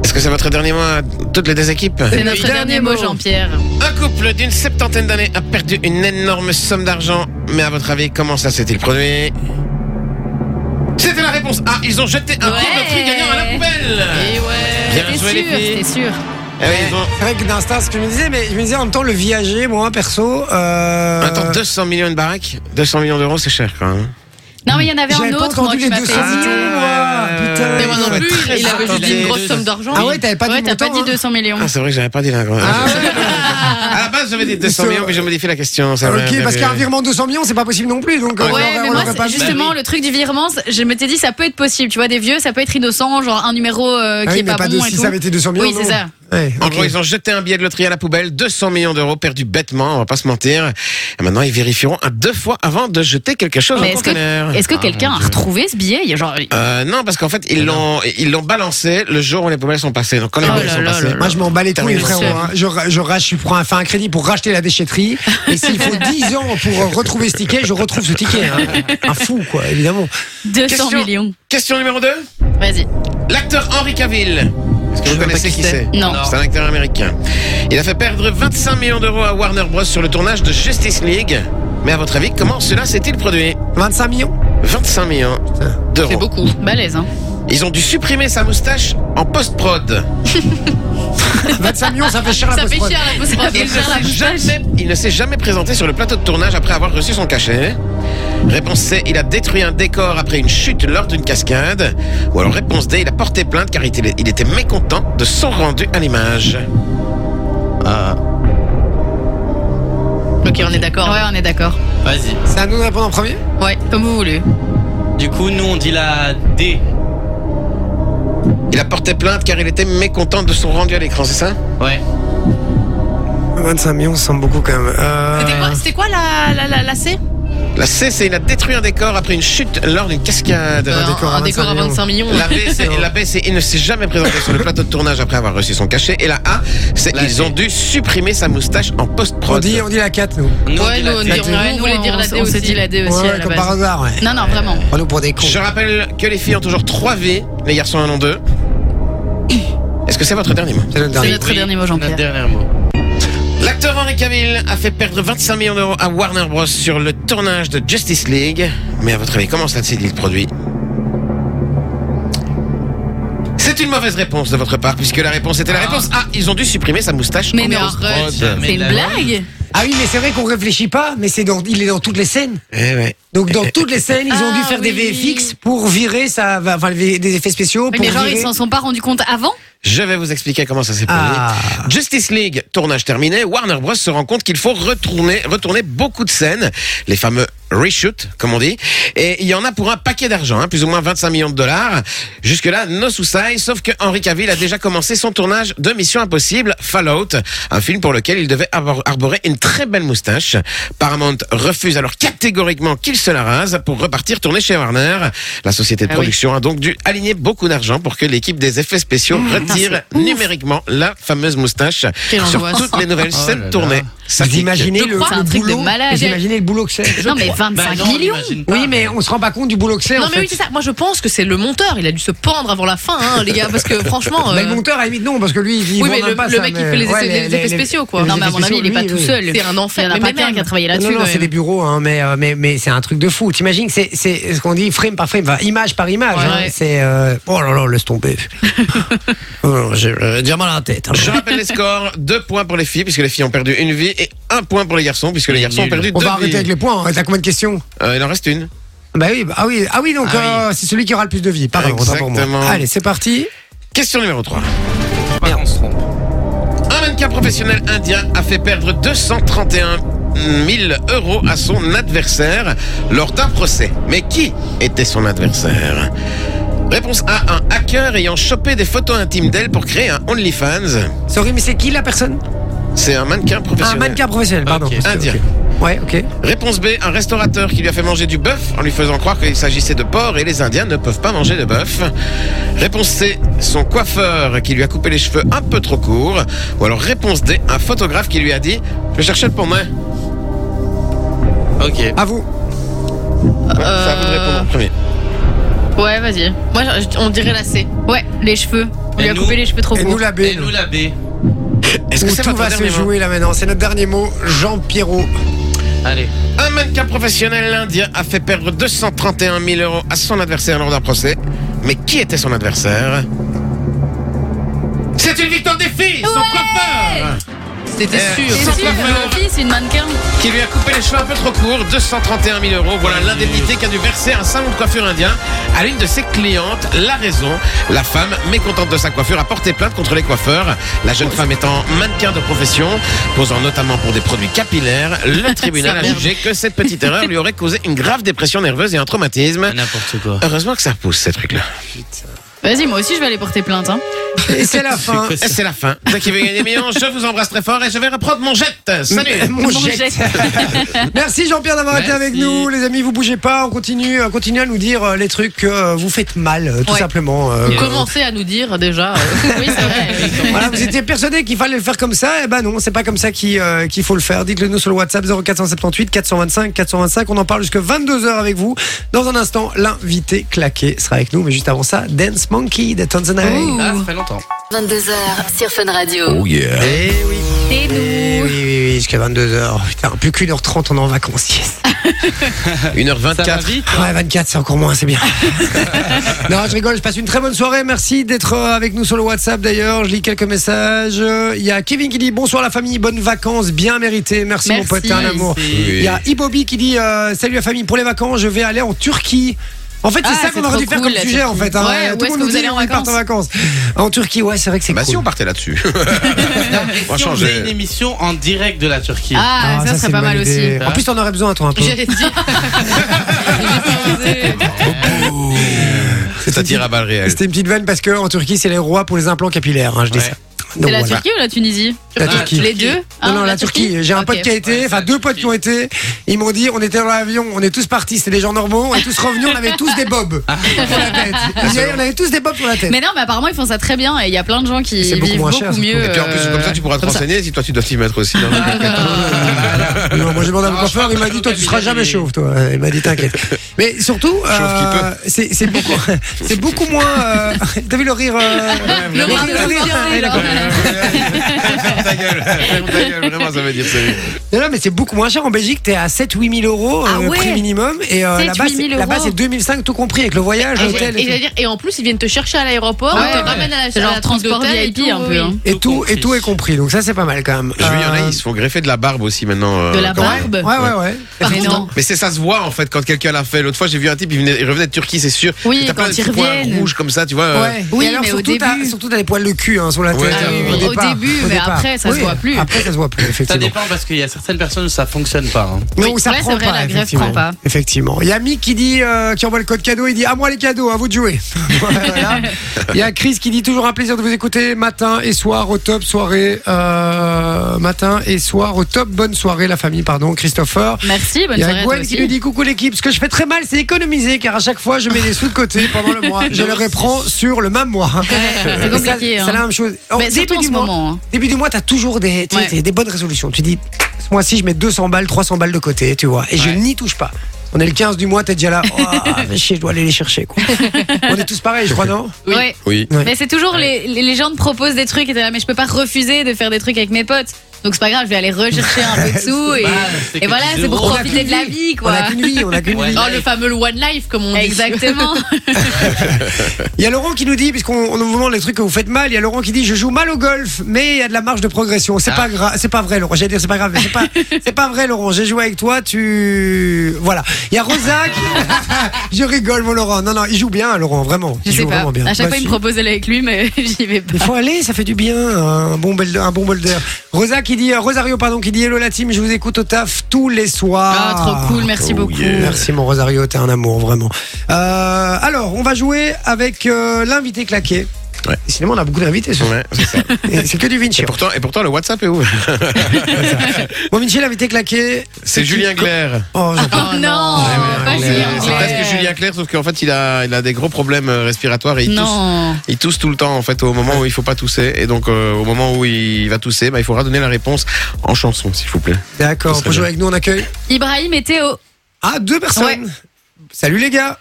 Speaker 6: Est-ce que c'est votre dernier mot à toutes les deux équipes
Speaker 3: C'est notre
Speaker 2: dernier
Speaker 3: dernier
Speaker 2: mot.
Speaker 3: mot, Jean-Pierre.
Speaker 6: Un couple d'une septantaine d'années a perdu une énorme somme d'argent. Mais à votre avis, comment ça s'est-il produit C'était la réponse A. Ils ont jeté un
Speaker 3: Ouais.
Speaker 6: billet de loterie gagnant à la poubelle.
Speaker 4: Et ouais.
Speaker 6: Bien
Speaker 3: T'es
Speaker 6: joué,
Speaker 3: sûr,
Speaker 6: les filles.
Speaker 3: t'es sûr.
Speaker 6: Eh oui, ils ont-
Speaker 2: C'est vrai que d'un instant, ce que je me disais, mais je me disais en même temps, le viager, moi, perso. Euh...
Speaker 6: Attends, 200 millions de baraque 200 millions d'euros, c'est cher quand même.
Speaker 3: Non, mais il y en avait
Speaker 2: J'avais
Speaker 3: un
Speaker 2: pas
Speaker 3: autre, moi,
Speaker 2: entendu
Speaker 3: qui
Speaker 2: les
Speaker 3: m'a fait Euh,
Speaker 2: 200 millions,
Speaker 3: hésiter.
Speaker 2: moi.
Speaker 6: Ah,
Speaker 2: Putain.
Speaker 4: Mais moi non
Speaker 6: Ouais,
Speaker 4: plus,
Speaker 6: très
Speaker 4: il avait juste dit une grosse somme d'argent.
Speaker 2: Ah ouais, t'avais pas
Speaker 3: ouais,
Speaker 2: dit
Speaker 3: t'as
Speaker 2: montant,
Speaker 3: pas dit
Speaker 2: hein.
Speaker 3: 200 millions.
Speaker 6: Ah, c'est vrai que j'avais pas dit la grosse.
Speaker 2: Ah ouais.
Speaker 6: à la base, j'avais dit 200 millions, mais j'ai modifié la question. c'est vrai,
Speaker 2: Ok,
Speaker 6: mais-
Speaker 2: parce qu'un virement de 200 millions, c'est pas possible non plus. Donc, euh, on
Speaker 3: Ouais,
Speaker 2: l'aurait-
Speaker 3: mais
Speaker 2: on
Speaker 3: moi,
Speaker 2: l'aurait
Speaker 3: c'est-
Speaker 2: pas vu.
Speaker 3: justement, le truc du virement, c'est- je m'étais dit, ça peut être possible. Tu vois, des vieux, ça peut être innocent, genre un numéro euh,
Speaker 2: Ah
Speaker 3: qui
Speaker 2: oui,
Speaker 3: est
Speaker 2: mais
Speaker 3: pas,
Speaker 2: pas de
Speaker 3: bon et
Speaker 2: si
Speaker 3: tout.
Speaker 2: ça avait été 200 millions.
Speaker 3: Oui, c'est
Speaker 2: non.
Speaker 3: ça.
Speaker 2: Ouais,
Speaker 6: En
Speaker 2: ok.
Speaker 6: gros, ils ont jeté un billet de loterie à la poubelle, 200 millions d'euros perdus bêtement, on va pas se mentir. Et maintenant, ils vérifieront à deux fois avant de jeter quelque chose
Speaker 3: Mais
Speaker 6: en
Speaker 3: est-ce que-
Speaker 6: conteneur.
Speaker 3: Est-ce que
Speaker 5: Ah,
Speaker 3: quelqu'un
Speaker 5: mon
Speaker 3: a
Speaker 5: Dieu.
Speaker 3: retrouvé ce billet Il y a genre.
Speaker 6: Euh, non, parce qu'en fait, ils l'ont, ils l'ont balancé le jour où les poubelles sont passées. Donc, quand les
Speaker 3: Oh
Speaker 6: poubelles
Speaker 3: là
Speaker 6: sont
Speaker 3: là
Speaker 6: passées.
Speaker 3: là
Speaker 2: Moi, je m'en bats les couilles,
Speaker 6: Terminé.
Speaker 2: frérot. hein. Je, ra- je, rach- je prends un, fais un crédit pour racheter la déchetterie. Et s'il faut 10 ans pour euh, retrouver ce ticket, je retrouve ce ticket. hein. Un fou, quoi, évidemment.
Speaker 3: 200
Speaker 6: Question.
Speaker 3: millions.
Speaker 6: Question numéro 2.
Speaker 3: Vas-y.
Speaker 6: L'acteur Henry Cavill. Est-ce que
Speaker 5: Je
Speaker 6: vous
Speaker 5: vois
Speaker 6: connaissez
Speaker 5: pas qui
Speaker 6: qui
Speaker 5: c'est.
Speaker 6: c'est
Speaker 3: Non.
Speaker 5: Non.
Speaker 6: C'est un acteur américain. Il a fait perdre 25 millions d'euros à Warner Bros. sur le tournage de Justice League. Mais à votre avis, comment cela s'est-il produit
Speaker 2: 25 millions
Speaker 6: 25 millions
Speaker 4: C'est
Speaker 6: d'euros.
Speaker 4: beaucoup.
Speaker 3: Balèze, hein.
Speaker 6: Ils ont dû supprimer sa moustache en post-prod.
Speaker 2: 25 millions, ça fait cher la
Speaker 4: Ça fait
Speaker 2: post-prod.
Speaker 4: cher la post-prod.
Speaker 6: Il ne
Speaker 4: Faire la
Speaker 6: s'est jamais- il ne s'est jamais présenté sur le plateau de tournage après avoir reçu son cachet. Réponse C, il a détruit un décor après une chute lors d'une cascade. Ou alors réponse D, il a porté plainte car il était, il était mécontent de son rendu à l'image.
Speaker 4: Ok, on est d'accord.
Speaker 3: Ouais, on est d'accord.
Speaker 5: Vas-y.
Speaker 2: C'est à nous de répondre en premier
Speaker 4: Ouais, comme vous voulez.
Speaker 5: Du coup, nous, on dit la D.
Speaker 6: Il a porté plainte car il était mécontent de son rendu à l'écran, c'est ça
Speaker 5: Ouais.
Speaker 2: 25 millions, ça semble beaucoup quand même. Euh,
Speaker 4: C'était quoi, c'était quoi la, la, la, la C
Speaker 6: La C, c'est il a détruit un décor après une chute lors d'une cascade.
Speaker 4: Euh,
Speaker 2: décor à
Speaker 4: Un décor à 25 millions.
Speaker 6: La B, c'est la B, c'est il ne s'est jamais présenté sur le plateau de tournage après avoir reçu son cachet. Et la A, c'est
Speaker 5: La
Speaker 6: ils
Speaker 5: D.
Speaker 6: ont dû supprimer sa moustache en
Speaker 2: on,
Speaker 6: post-prod.
Speaker 2: dit, on dit la 4, nous.
Speaker 5: Nous, on
Speaker 4: Ouais,
Speaker 5: dit
Speaker 4: nous,
Speaker 5: la
Speaker 4: on dit-
Speaker 5: D.
Speaker 4: ouais,
Speaker 3: nous,
Speaker 4: nous, on voulait dire la
Speaker 3: on-
Speaker 4: D
Speaker 3: on s'est
Speaker 4: aussi.
Speaker 3: dit la D aussi
Speaker 2: Ouais,
Speaker 3: à la
Speaker 2: comme
Speaker 3: base.
Speaker 2: par hasard, ouais.
Speaker 3: Non, non, vraiment.
Speaker 2: Prenons pour des cons.
Speaker 6: Je rappelle que les filles ont toujours trois vies, les garçons en ont deux. Est-ce que c'est votre dernier mot
Speaker 2: C'est le
Speaker 3: C'est
Speaker 2: dernier.
Speaker 3: notre dernier mot,
Speaker 5: Notre
Speaker 3: Jean-Pierre.
Speaker 5: dernier mot.
Speaker 6: L'acteur Henry Cavill a fait perdre 25 millions d'euros à Warner Bros. sur le tournage de Justice League. Mais à votre avis, comment cela s'est-il produit C'est une mauvaise réponse de votre part, puisque la réponse était la réponse A. Ils ont dû supprimer sa moustache
Speaker 4: Ah. Mais
Speaker 6: en
Speaker 4: non,
Speaker 6: post-prod.
Speaker 5: arrête.
Speaker 4: C'est
Speaker 5: Mais
Speaker 4: une
Speaker 5: la-
Speaker 4: blague
Speaker 2: Ah oui, mais c'est vrai qu'on réfléchit pas, mais c'est dans, il est dans toutes les scènes.
Speaker 6: Eh ouais.
Speaker 2: Donc dans toutes les scènes, ils ont
Speaker 4: Ah
Speaker 2: dû faire des
Speaker 4: oui.
Speaker 2: VFX pour virer ça, enfin les- des effets spéciaux
Speaker 3: Oui,
Speaker 2: pour
Speaker 3: mais genre,
Speaker 2: virer.
Speaker 3: ils s'en sont pas rendus compte avant
Speaker 6: Je vais vous expliquer comment ça s'est produit.
Speaker 2: Ah.
Speaker 6: Justice League, tournage terminé. Warner Bros se rend compte qu'il faut retourner, retourner beaucoup de scènes, les fameux reshoots, comme on dit. Et il y en a pour un paquet d'argent, hein, plus ou moins 25 millions de dollars. Jusque-là, no souci, sauf que Henry Cavill a déjà commencé son tournage de Mission Impossible Fallout, un film pour lequel il devait arbor- arborer une très belle moustache. Paramount refuse alors catégoriquement qu'il se la rase pour repartir tourner chez Warner. La société de
Speaker 4: Ah oui.
Speaker 6: production a donc dû aligner beaucoup d'argent pour que l'équipe des effets spéciaux retire numériquement la fameuse moustache
Speaker 4: Quelle
Speaker 6: sur
Speaker 4: angoisse.
Speaker 6: toutes les nouvelles
Speaker 5: Oh
Speaker 6: scènes
Speaker 5: là là.
Speaker 6: tournées. Ça
Speaker 2: Vous
Speaker 6: pique.
Speaker 2: imaginez
Speaker 3: Je
Speaker 2: le,
Speaker 3: crois, c'est un truc de
Speaker 2: boulot,
Speaker 3: malade.
Speaker 2: vous imaginez le boulot que c'est
Speaker 3: Non, mais 25
Speaker 5: Bah non, on
Speaker 3: millions.
Speaker 5: l'imagine pas.
Speaker 2: Oui, mais on se rend pas compte du boulot que c'est.
Speaker 4: Non
Speaker 2: en
Speaker 4: mais
Speaker 2: fait.
Speaker 4: oui c'est ça. Moi je pense que c'est le monteur. Il a dû se pendre avant la fin, hein, les gars, parce que franchement.
Speaker 2: Bah,
Speaker 4: euh,
Speaker 2: le monteur, à la limite, non, parce que lui, il
Speaker 4: Oui,
Speaker 2: vend
Speaker 4: mais
Speaker 2: même
Speaker 4: le,
Speaker 2: pas
Speaker 4: le
Speaker 2: ça,
Speaker 4: mec qui
Speaker 2: hein, mais-
Speaker 4: fait les effets,
Speaker 2: ouais,
Speaker 4: les effets spéciaux, quoi.
Speaker 2: les
Speaker 4: Non,
Speaker 3: mais à
Speaker 2: effets
Speaker 3: mon avis,
Speaker 2: spéciaux,
Speaker 3: il est pas
Speaker 2: lui,
Speaker 3: tout
Speaker 2: oui.
Speaker 3: seul.
Speaker 4: C'est un enfer.
Speaker 3: Il n'y en a
Speaker 4: Mais
Speaker 3: pas
Speaker 4: même-
Speaker 3: qu'un qui a travaillé
Speaker 2: Non,
Speaker 3: là-dessus.
Speaker 2: non, non,
Speaker 3: quand
Speaker 2: c'est
Speaker 3: même.
Speaker 2: des bureaux, hein, mais, euh, mais, mais c'est un truc de fou. T'imagines, c'est, c'est ce qu'on dit frame par frame, enfin, image par image.
Speaker 4: Ouais,
Speaker 2: hein,
Speaker 4: ouais.
Speaker 2: c'est. euh, Oh là là, laisse tomber. Oh, J'ai euh, déjà mal à la tête. hein.
Speaker 6: Je rappelle les scores, deux points pour les filles, puisque les filles ont perdu une vie, et un point pour les garçons, puisque les garçons ont
Speaker 5: Nul.
Speaker 6: perdu
Speaker 2: On
Speaker 6: deux
Speaker 2: va arrêter
Speaker 6: vies.
Speaker 2: avec les points. hein. T'as combien de questions
Speaker 6: Euh, il en reste une.
Speaker 2: bah oui, bah- ah oui, ah oui, donc
Speaker 5: Ah oui.
Speaker 2: euh, c'est celui qui aura le plus de vie. Pareil, autant pour moi.
Speaker 6: Exactement.
Speaker 2: Allez, c'est parti.
Speaker 6: Question numéro 3.
Speaker 5: Merde, on se trompe.
Speaker 6: Un mannequin professionnel indien a fait perdre 231 000 euros à son adversaire lors d'un procès. Mais qui était son adversaire Réponse A, un hacker ayant chopé des photos intimes d'elle pour créer un OnlyFans.
Speaker 2: Sorry, mais c'est qui la personne
Speaker 6: C'est un mannequin
Speaker 2: Un
Speaker 6: professionnel.
Speaker 2: mannequin professionnel, pardon.
Speaker 5: Ok,
Speaker 2: Parce que-
Speaker 6: indien.
Speaker 2: ok. Ouais, ok.
Speaker 6: Réponse B, un restaurateur qui lui a fait manger du bœuf en lui faisant croire qu'il s'agissait de porc et les Indiens ne peuvent pas manger de bœuf. Réponse C, son coiffeur qui lui a coupé les cheveux un peu trop courts. Ou alors réponse D, un photographe qui lui a dit Je cherchais le pont-main.
Speaker 5: Ok.
Speaker 2: À vous.
Speaker 6: Ouais, C'est à vous de répondre en premier.
Speaker 3: Ouais, vas-y.
Speaker 4: Moi je- on dirait la C.
Speaker 3: Ouais, les cheveux. On
Speaker 5: Et
Speaker 3: lui a
Speaker 5: nous
Speaker 3: coupé les cheveux trop
Speaker 2: Et nous
Speaker 3: courts.
Speaker 2: la B.
Speaker 5: Et nous la B.
Speaker 6: Est-ce
Speaker 2: Où
Speaker 6: que c'est
Speaker 2: tout
Speaker 6: votre
Speaker 2: va se
Speaker 6: dernier mot
Speaker 2: jouer là maintenant. C'est notre dernier mot, Jean Pierrot.
Speaker 5: Allez.
Speaker 6: Un mannequin professionnel indien a fait perdre 231 000 euros à son adversaire lors d'un procès. Mais qui était son adversaire C'est une victoire des filles Son coiffeur
Speaker 4: C'était
Speaker 6: Euh,
Speaker 4: sûr.
Speaker 3: C'est
Speaker 6: Sans
Speaker 3: sûr,
Speaker 6: coiffeur.
Speaker 3: une fille, c'est une mannequin.
Speaker 6: qui lui a coupé les cheveux un peu trop courts, 231 000 euros. Voilà l'indemnité qu'a dû verser un salon de coiffure indien à l'une de ses clientes. La raison, la femme, mécontente de sa coiffure, a porté plainte contre les coiffeurs. La jeune femme étant mannequin de profession, posant notamment pour des produits capillaires, le tribunal a
Speaker 4: merde.
Speaker 6: jugé que cette petite erreur lui aurait causé une grave dépression nerveuse et un
Speaker 5: Ah
Speaker 6: traumatisme.
Speaker 5: N'importe quoi.
Speaker 6: Heureusement que ça pousse ces trucs-là.
Speaker 3: Vas-y, moi aussi, je vais aller porter plainte. Hein.
Speaker 2: Et c'est la fin.
Speaker 6: Et C'est la fin. Ceux qui veulent gagner des millions, je vous embrasse très fort et je vais reprendre mon jet. Salut
Speaker 2: Mon
Speaker 3: Mon
Speaker 2: jet.
Speaker 3: jet.
Speaker 2: Merci Jean-Pierre d'avoir été
Speaker 5: Merci.
Speaker 2: avec nous, les amis. Vous bougez pas, on continue, euh, continuez à nous dire euh, les trucs que euh, vous faites mal, euh, tout
Speaker 4: Ouais.
Speaker 2: simplement. euh,
Speaker 5: Et-
Speaker 4: Commencez à nous dire déjà. euh,
Speaker 3: Oui, c'est vrai.
Speaker 2: voilà, vous étiez persuadé qu'il fallait le faire comme ça, et ben non, c'est pas comme ça qu'il euh, qu'il faut le faire. Dites-le nous sur le WhatsApp 0478 425 425. On en parle jusque 22h avec vous. Dans un instant, l'invité claqué sera avec nous, mais juste avant ça, Dance Monkey de Tanzania.
Speaker 3: Ouh.
Speaker 5: Ah, ça fait longtemps.
Speaker 1: 22h sur Fun Radio.
Speaker 5: Oh
Speaker 2: Eh oui.
Speaker 3: Et
Speaker 2: Eh
Speaker 3: nous.
Speaker 2: oui, oui, oui, jusqu'à 22h. Putain, plus qu'une heure 30, on est en vacances. Yes.
Speaker 6: 1h24.
Speaker 5: Ça va vite.
Speaker 2: Ouais, 24, c'est encore moins, c'est bien. non, je rigole, je passe une très bonne soirée. Merci d'être euh, avec nous sur le WhatsApp d'ailleurs. Je lis quelques messages. Euh, Il y a Kevin qui dit bonsoir la famille, bonnes vacances, bien méritées. Merci, mon
Speaker 3: Merci.
Speaker 2: pote, t'es un
Speaker 5: Oh,
Speaker 2: amour. Il y a Ibobi qui dit euh, salut la famille, pour les vacances, je vais aller en Turquie. En fait, c'est
Speaker 3: Ah,
Speaker 2: ça qu'on
Speaker 3: c'est
Speaker 2: aurait
Speaker 3: trop
Speaker 2: dû faire
Speaker 3: cool,
Speaker 2: comme
Speaker 3: la
Speaker 2: sujet en
Speaker 3: Turquie.
Speaker 2: fait. hein.
Speaker 3: Ouais,
Speaker 2: Tout
Speaker 3: où
Speaker 2: le
Speaker 3: est-ce
Speaker 2: monde
Speaker 3: que
Speaker 2: nous
Speaker 3: vous
Speaker 2: dit,
Speaker 3: allez en
Speaker 2: on part en vacances. En Turquie, ouais, c'est vrai que c'est
Speaker 6: Bah
Speaker 2: cool.
Speaker 6: si on partait là-dessus. On va
Speaker 5: Si on
Speaker 6: changer.
Speaker 5: faisait une émission en direct de la Turquie.
Speaker 3: Ah, ça,
Speaker 2: c'est
Speaker 3: serait
Speaker 2: une
Speaker 3: pas
Speaker 2: bonne
Speaker 3: mal aussi.
Speaker 2: idée. En plus, t'en aurais besoin, toi, un peu.
Speaker 3: J'allais dire. J'ai pas osé.
Speaker 6: Oh, Ça tire à balles réelles.
Speaker 2: C'était une petite vanne parce que en Turquie, c'est les rois pour les implants capillaires. hein, je dis
Speaker 5: Ouais.
Speaker 2: ça.
Speaker 3: C'est
Speaker 2: Donc,
Speaker 3: la
Speaker 2: voilà.
Speaker 3: Turquie ou la Tunisie
Speaker 2: La
Speaker 5: Ah,
Speaker 2: Turquie.
Speaker 3: Les deux
Speaker 2: Non,
Speaker 3: Hein,
Speaker 2: non, la, Turquie. J'ai un
Speaker 3: Ok.
Speaker 2: pote qui a été,
Speaker 5: Ouais,
Speaker 2: enfin
Speaker 5: c'est la
Speaker 2: deux potes qui ont été. Ils m'ont dit, on était dans l'avion, on est tous partis, c'était des gens normaux, on est tous revenus, on avait tous des bobs pour la tête. Ils disaient, on avait tous des bobs pour la tête.
Speaker 3: Mais non, mais apparemment, ils font ça très bien et il y a plein de gens qui
Speaker 2: Et c'est
Speaker 3: vivent
Speaker 2: beaucoup
Speaker 3: beaucoup,
Speaker 2: moins cher, surtout.
Speaker 3: mieux.
Speaker 6: Et puis en plus,
Speaker 3: euh,
Speaker 6: comme ça, tu pourras te renseigner si toi tu dois t'y mettre aussi. dans le-
Speaker 2: Non, moi j'ai demandé à mon
Speaker 5: Non, je
Speaker 2: coiffeur,
Speaker 5: crois
Speaker 2: il m'a
Speaker 5: que
Speaker 2: dit
Speaker 5: le
Speaker 2: toi tu seras
Speaker 5: capillaire,
Speaker 2: jamais
Speaker 5: il est-
Speaker 2: chauve toi. Il m'a dit t'inquiète. Mais surtout, euh, c'est c'est beaucoup, c'est beaucoup moins. euh, T'as vu le rire, euh,
Speaker 3: Le
Speaker 2: le
Speaker 3: rire de
Speaker 2: rire,
Speaker 3: Jean-Pierre,
Speaker 2: Ah,
Speaker 3: il est
Speaker 2: d'accord.
Speaker 3: là.
Speaker 6: Ferme ta gueule. Ferme ta gueule. Vraiment, ça veut dire ça.
Speaker 2: Non, non, mais c'est beaucoup moins cher. En Belgique, t'es à 7-8 000 euros
Speaker 3: Ah
Speaker 2: euh,
Speaker 3: ouais.
Speaker 2: prix minimum. Et euh,
Speaker 3: 7
Speaker 2: là-bas,
Speaker 3: 8 000
Speaker 2: c'est-
Speaker 3: euros.
Speaker 2: là-bas, c'est 2005 tout compris avec le voyage,
Speaker 4: Et,
Speaker 2: l'hôtel.
Speaker 4: et j'allais dire, et en plus, ils viennent te chercher à l'aéroport,
Speaker 3: Ouais,
Speaker 4: ils te
Speaker 3: ouais.
Speaker 4: ramènent à la,
Speaker 3: C'est
Speaker 4: à la
Speaker 3: genre
Speaker 4: truc
Speaker 3: transport
Speaker 4: d'hôtel et
Speaker 3: VIP
Speaker 4: tout,
Speaker 3: un peu,
Speaker 4: oui.
Speaker 3: hein.
Speaker 2: Et
Speaker 5: Tout
Speaker 2: tout, et
Speaker 5: compris.
Speaker 2: tout est compris. Donc ça, c'est pas mal quand même.
Speaker 6: Je veux, il y en a,
Speaker 2: Euh,
Speaker 6: ils se font greffer de la barbe aussi maintenant. euh,
Speaker 4: De la
Speaker 6: quand même.
Speaker 4: barbe.
Speaker 2: Ouais, ouais, ouais.
Speaker 4: Par contre,
Speaker 3: non.
Speaker 6: Mais c'est ça se voit en fait quand quelqu'un l'a fait. L'autre fois j'ai vu un type, il, venait- il revenait de Turquie, c'est sûr.
Speaker 3: Oui,
Speaker 6: Et t'as
Speaker 3: quand
Speaker 6: plein de
Speaker 3: ils
Speaker 6: petits points
Speaker 3: reviennent.
Speaker 6: rouges comme ça, tu vois. euh,
Speaker 2: Oui,
Speaker 3: Oui,
Speaker 2: alors
Speaker 3: mais au
Speaker 2: surtout, t'as,
Speaker 3: début-
Speaker 2: surtout t'as les poils de cul hein, sur la tête.
Speaker 6: Ouais.
Speaker 2: euh,
Speaker 6: Ah oui,
Speaker 2: au,
Speaker 6: oui.
Speaker 3: Au
Speaker 2: départ.
Speaker 3: début, mais
Speaker 2: départ.
Speaker 3: après, ça se
Speaker 2: Oui,
Speaker 3: voit plus.
Speaker 2: Après, ça se voit plus,
Speaker 5: Ça
Speaker 2: effectivement.
Speaker 5: dépend parce qu'il y a certaines personnes, ça fonctionne pas. hein.
Speaker 2: Non,
Speaker 3: Oui,
Speaker 2: ça
Speaker 3: ouais, c'est
Speaker 2: prend
Speaker 3: vrai,
Speaker 2: pas,
Speaker 3: la grève
Speaker 2: effectivement.
Speaker 3: prend pas.
Speaker 2: Effectivement. Il y a Mick qui dit, euh, qui envoie le code cadeau, il dit à moi les cadeaux, à vous de jouer. Voilà. Il y a Chris qui dit toujours un plaisir de vous écouter matin et soir au top, soirée, euh, matin et soir au top, bonne soirée la famille, pardon, Christopher.
Speaker 3: Merci, bonne
Speaker 2: Il y
Speaker 3: soirée
Speaker 2: a
Speaker 3: à toi
Speaker 2: Gwen qui nous
Speaker 3: aussi.
Speaker 2: dit coucou l'équipe. Ce que je fais très mal, c'est économiser car à chaque fois je mets des sous de côté pendant le mois. Je le reprends sur le même mois.
Speaker 3: c'est
Speaker 2: Mais ça,
Speaker 3: compliqué,
Speaker 2: C'est
Speaker 3: hein.
Speaker 2: la même chose. Au
Speaker 3: Mais surtout en ce
Speaker 2: mois,
Speaker 3: moment. hein.
Speaker 2: début du mois, t'as toujours des, tu sais,
Speaker 3: Ouais.
Speaker 2: t'as des bonnes résolutions. Tu dis, ce mois-ci, je mets 200 balles, 300 balles de côté, tu vois, et je n'y touche pas. On est le 15 du mois, t'es déjà là. Oh, fais chier, je dois aller les chercher. Quoi. On est tous pareils, je crois, non
Speaker 3: Ouais.
Speaker 6: Oui.
Speaker 2: Ouais.
Speaker 3: Mais c'est toujours les, les- les gens te proposent des trucs et t'es là, mais je peux pas refuser de faire des trucs avec mes potes. Donc c'est pas grave, je vais aller rechercher un peu de sous et,
Speaker 5: mal, c'est
Speaker 3: et
Speaker 5: que
Speaker 3: voilà,
Speaker 5: 10
Speaker 3: c'est pour
Speaker 5: euros.
Speaker 3: profiter de la vie
Speaker 2: On
Speaker 3: quoi.
Speaker 2: a qu'une vie, on a qu'une
Speaker 5: Ouais.
Speaker 2: vie.
Speaker 4: Oh, le fameux One Life, comme on dit.
Speaker 3: Exactement.
Speaker 2: Il y a Laurent qui nous dit, puisqu'on on nous demande les trucs que vous faites mal, il y a Laurent qui dit je joue mal au golf, mais il y a de la marge de progression.
Speaker 3: Ah.
Speaker 2: C'est pas grave, c'est pas vrai Laurent. J'allais dire c'est pas grave, mais c'est pas, c'est pas vrai Laurent. J'ai joué avec toi, tu voilà. Il y a Rosac. je rigole mon Laurent. Non non, il joue bien Laurent, vraiment.
Speaker 3: Je
Speaker 2: il
Speaker 3: sais
Speaker 2: joue
Speaker 3: pas.
Speaker 2: vraiment bien.
Speaker 3: À chaque
Speaker 2: Bah,
Speaker 3: fois, il
Speaker 2: si.
Speaker 3: me propose d'aller avec lui, mais j'y vais pas.
Speaker 2: Il faut aller, ça fait du bien, un bon bel, un bon bol d'air. Rosa qui dit, euh, Rosario pardon, qui dit Hello la team, je vous écoute au taf tous les soirs.
Speaker 3: Ah, trop cool, merci
Speaker 6: Oh,
Speaker 3: beaucoup.
Speaker 6: yeah.
Speaker 2: Merci mon Rosario, t'es un amour vraiment. Euh, alors, on va jouer avec euh, l'invité claqué.
Speaker 6: Ouais.
Speaker 2: Sinon, on a beaucoup d'invités. ce soir.
Speaker 6: Ouais, c'est ça.
Speaker 2: Et C'est que du Vinci.
Speaker 6: Et pourtant, et pourtant, le WhatsApp est où
Speaker 2: Bon Vinci, l'invité claqué.
Speaker 6: C'est Julien Clerc.
Speaker 2: Oh, j'en peux.
Speaker 3: Oh non, pas
Speaker 6: C'est
Speaker 3: Julien
Speaker 6: c'est
Speaker 3: Clerc.
Speaker 6: presque Julien Clerc, sauf qu'en fait, il a, il a des gros problèmes euh, respiratoires et il tousse.
Speaker 3: Non.
Speaker 6: Il tousse tout le temps en fait au moment où il faut pas tousser et donc euh, au moment où il va tousser, bah, il faudra donner la réponse en chanson s'il vous plaît.
Speaker 2: D'accord.
Speaker 6: Ça serait
Speaker 2: Pour jouer
Speaker 6: bien.
Speaker 2: avec nous, on accueille.
Speaker 3: Ibrahim et Théo.
Speaker 2: Ah, deux personnes.
Speaker 3: Ouais.
Speaker 2: Salut les gars.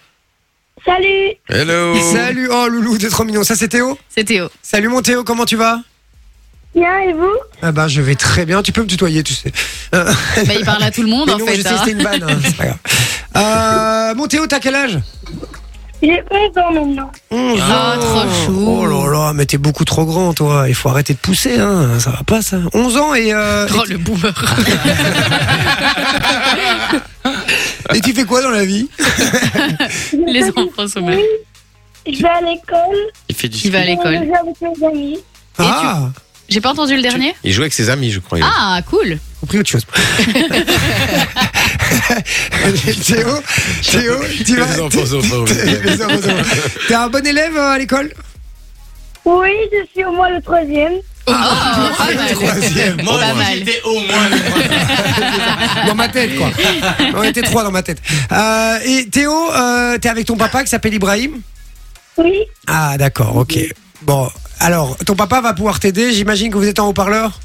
Speaker 7: Salut,
Speaker 6: Hello.
Speaker 2: Salut. Oh Loulou, t'es trop mignon. Ça c'est Théo.
Speaker 3: C'est Théo.
Speaker 2: Salut mon Théo, comment tu vas
Speaker 7: bien et vous
Speaker 2: Ah bah je vais très bien. Tu peux me tutoyer, tu sais. Euh,
Speaker 3: Bah, il parle à tout le monde
Speaker 2: Mais
Speaker 3: en
Speaker 2: non,
Speaker 3: fait.
Speaker 2: je sais
Speaker 3: hein.
Speaker 2: c'était une vanne. hein, c'est pas grave. Euh, mon Théo, t'as quel âge
Speaker 7: J'ai 11 ans maintenant.
Speaker 2: 11
Speaker 3: Ah, trop chou.
Speaker 2: Oh là là, mais t'es beaucoup trop grand, toi. Il faut arrêter de pousser, hein. Ça va pas, ça. 11 ans et, euh,
Speaker 4: Oh, le boomer.
Speaker 2: et tu fais quoi dans la vie
Speaker 7: Je
Speaker 4: Les
Speaker 7: fais du
Speaker 4: enfants sont mal.
Speaker 7: ski, Je vais à l'école.
Speaker 5: Il fait du
Speaker 4: Il va à
Speaker 7: et Je
Speaker 4: l'école.
Speaker 7: joue avec mes amis.
Speaker 3: tu-
Speaker 2: Ah,
Speaker 3: J'ai pas entendu le dernier
Speaker 6: Il joue avec ses amis, je crois. il a dit.
Speaker 3: Ah, cool.
Speaker 2: compris autre chose. Théo, Théo, tu vas. Les enfants sont pauvres. T'es un bon élève euh, à l'école
Speaker 7: Oui, je suis au moins le troisième.
Speaker 3: Ah, pas mal.
Speaker 2: Troisième.
Speaker 5: Moi,
Speaker 3: Pas mal.
Speaker 5: j'étais au moins. le moins.
Speaker 2: Dans ma tête, quoi. On était trois dans ma tête. Euh, et Théo, euh, t'es avec ton papa qui s'appelle Ibrahim
Speaker 7: Oui,
Speaker 2: Ah, d'accord, ok. Bon, alors, ton papa va pouvoir t'aider. J'imagine que vous êtes en haut-parleur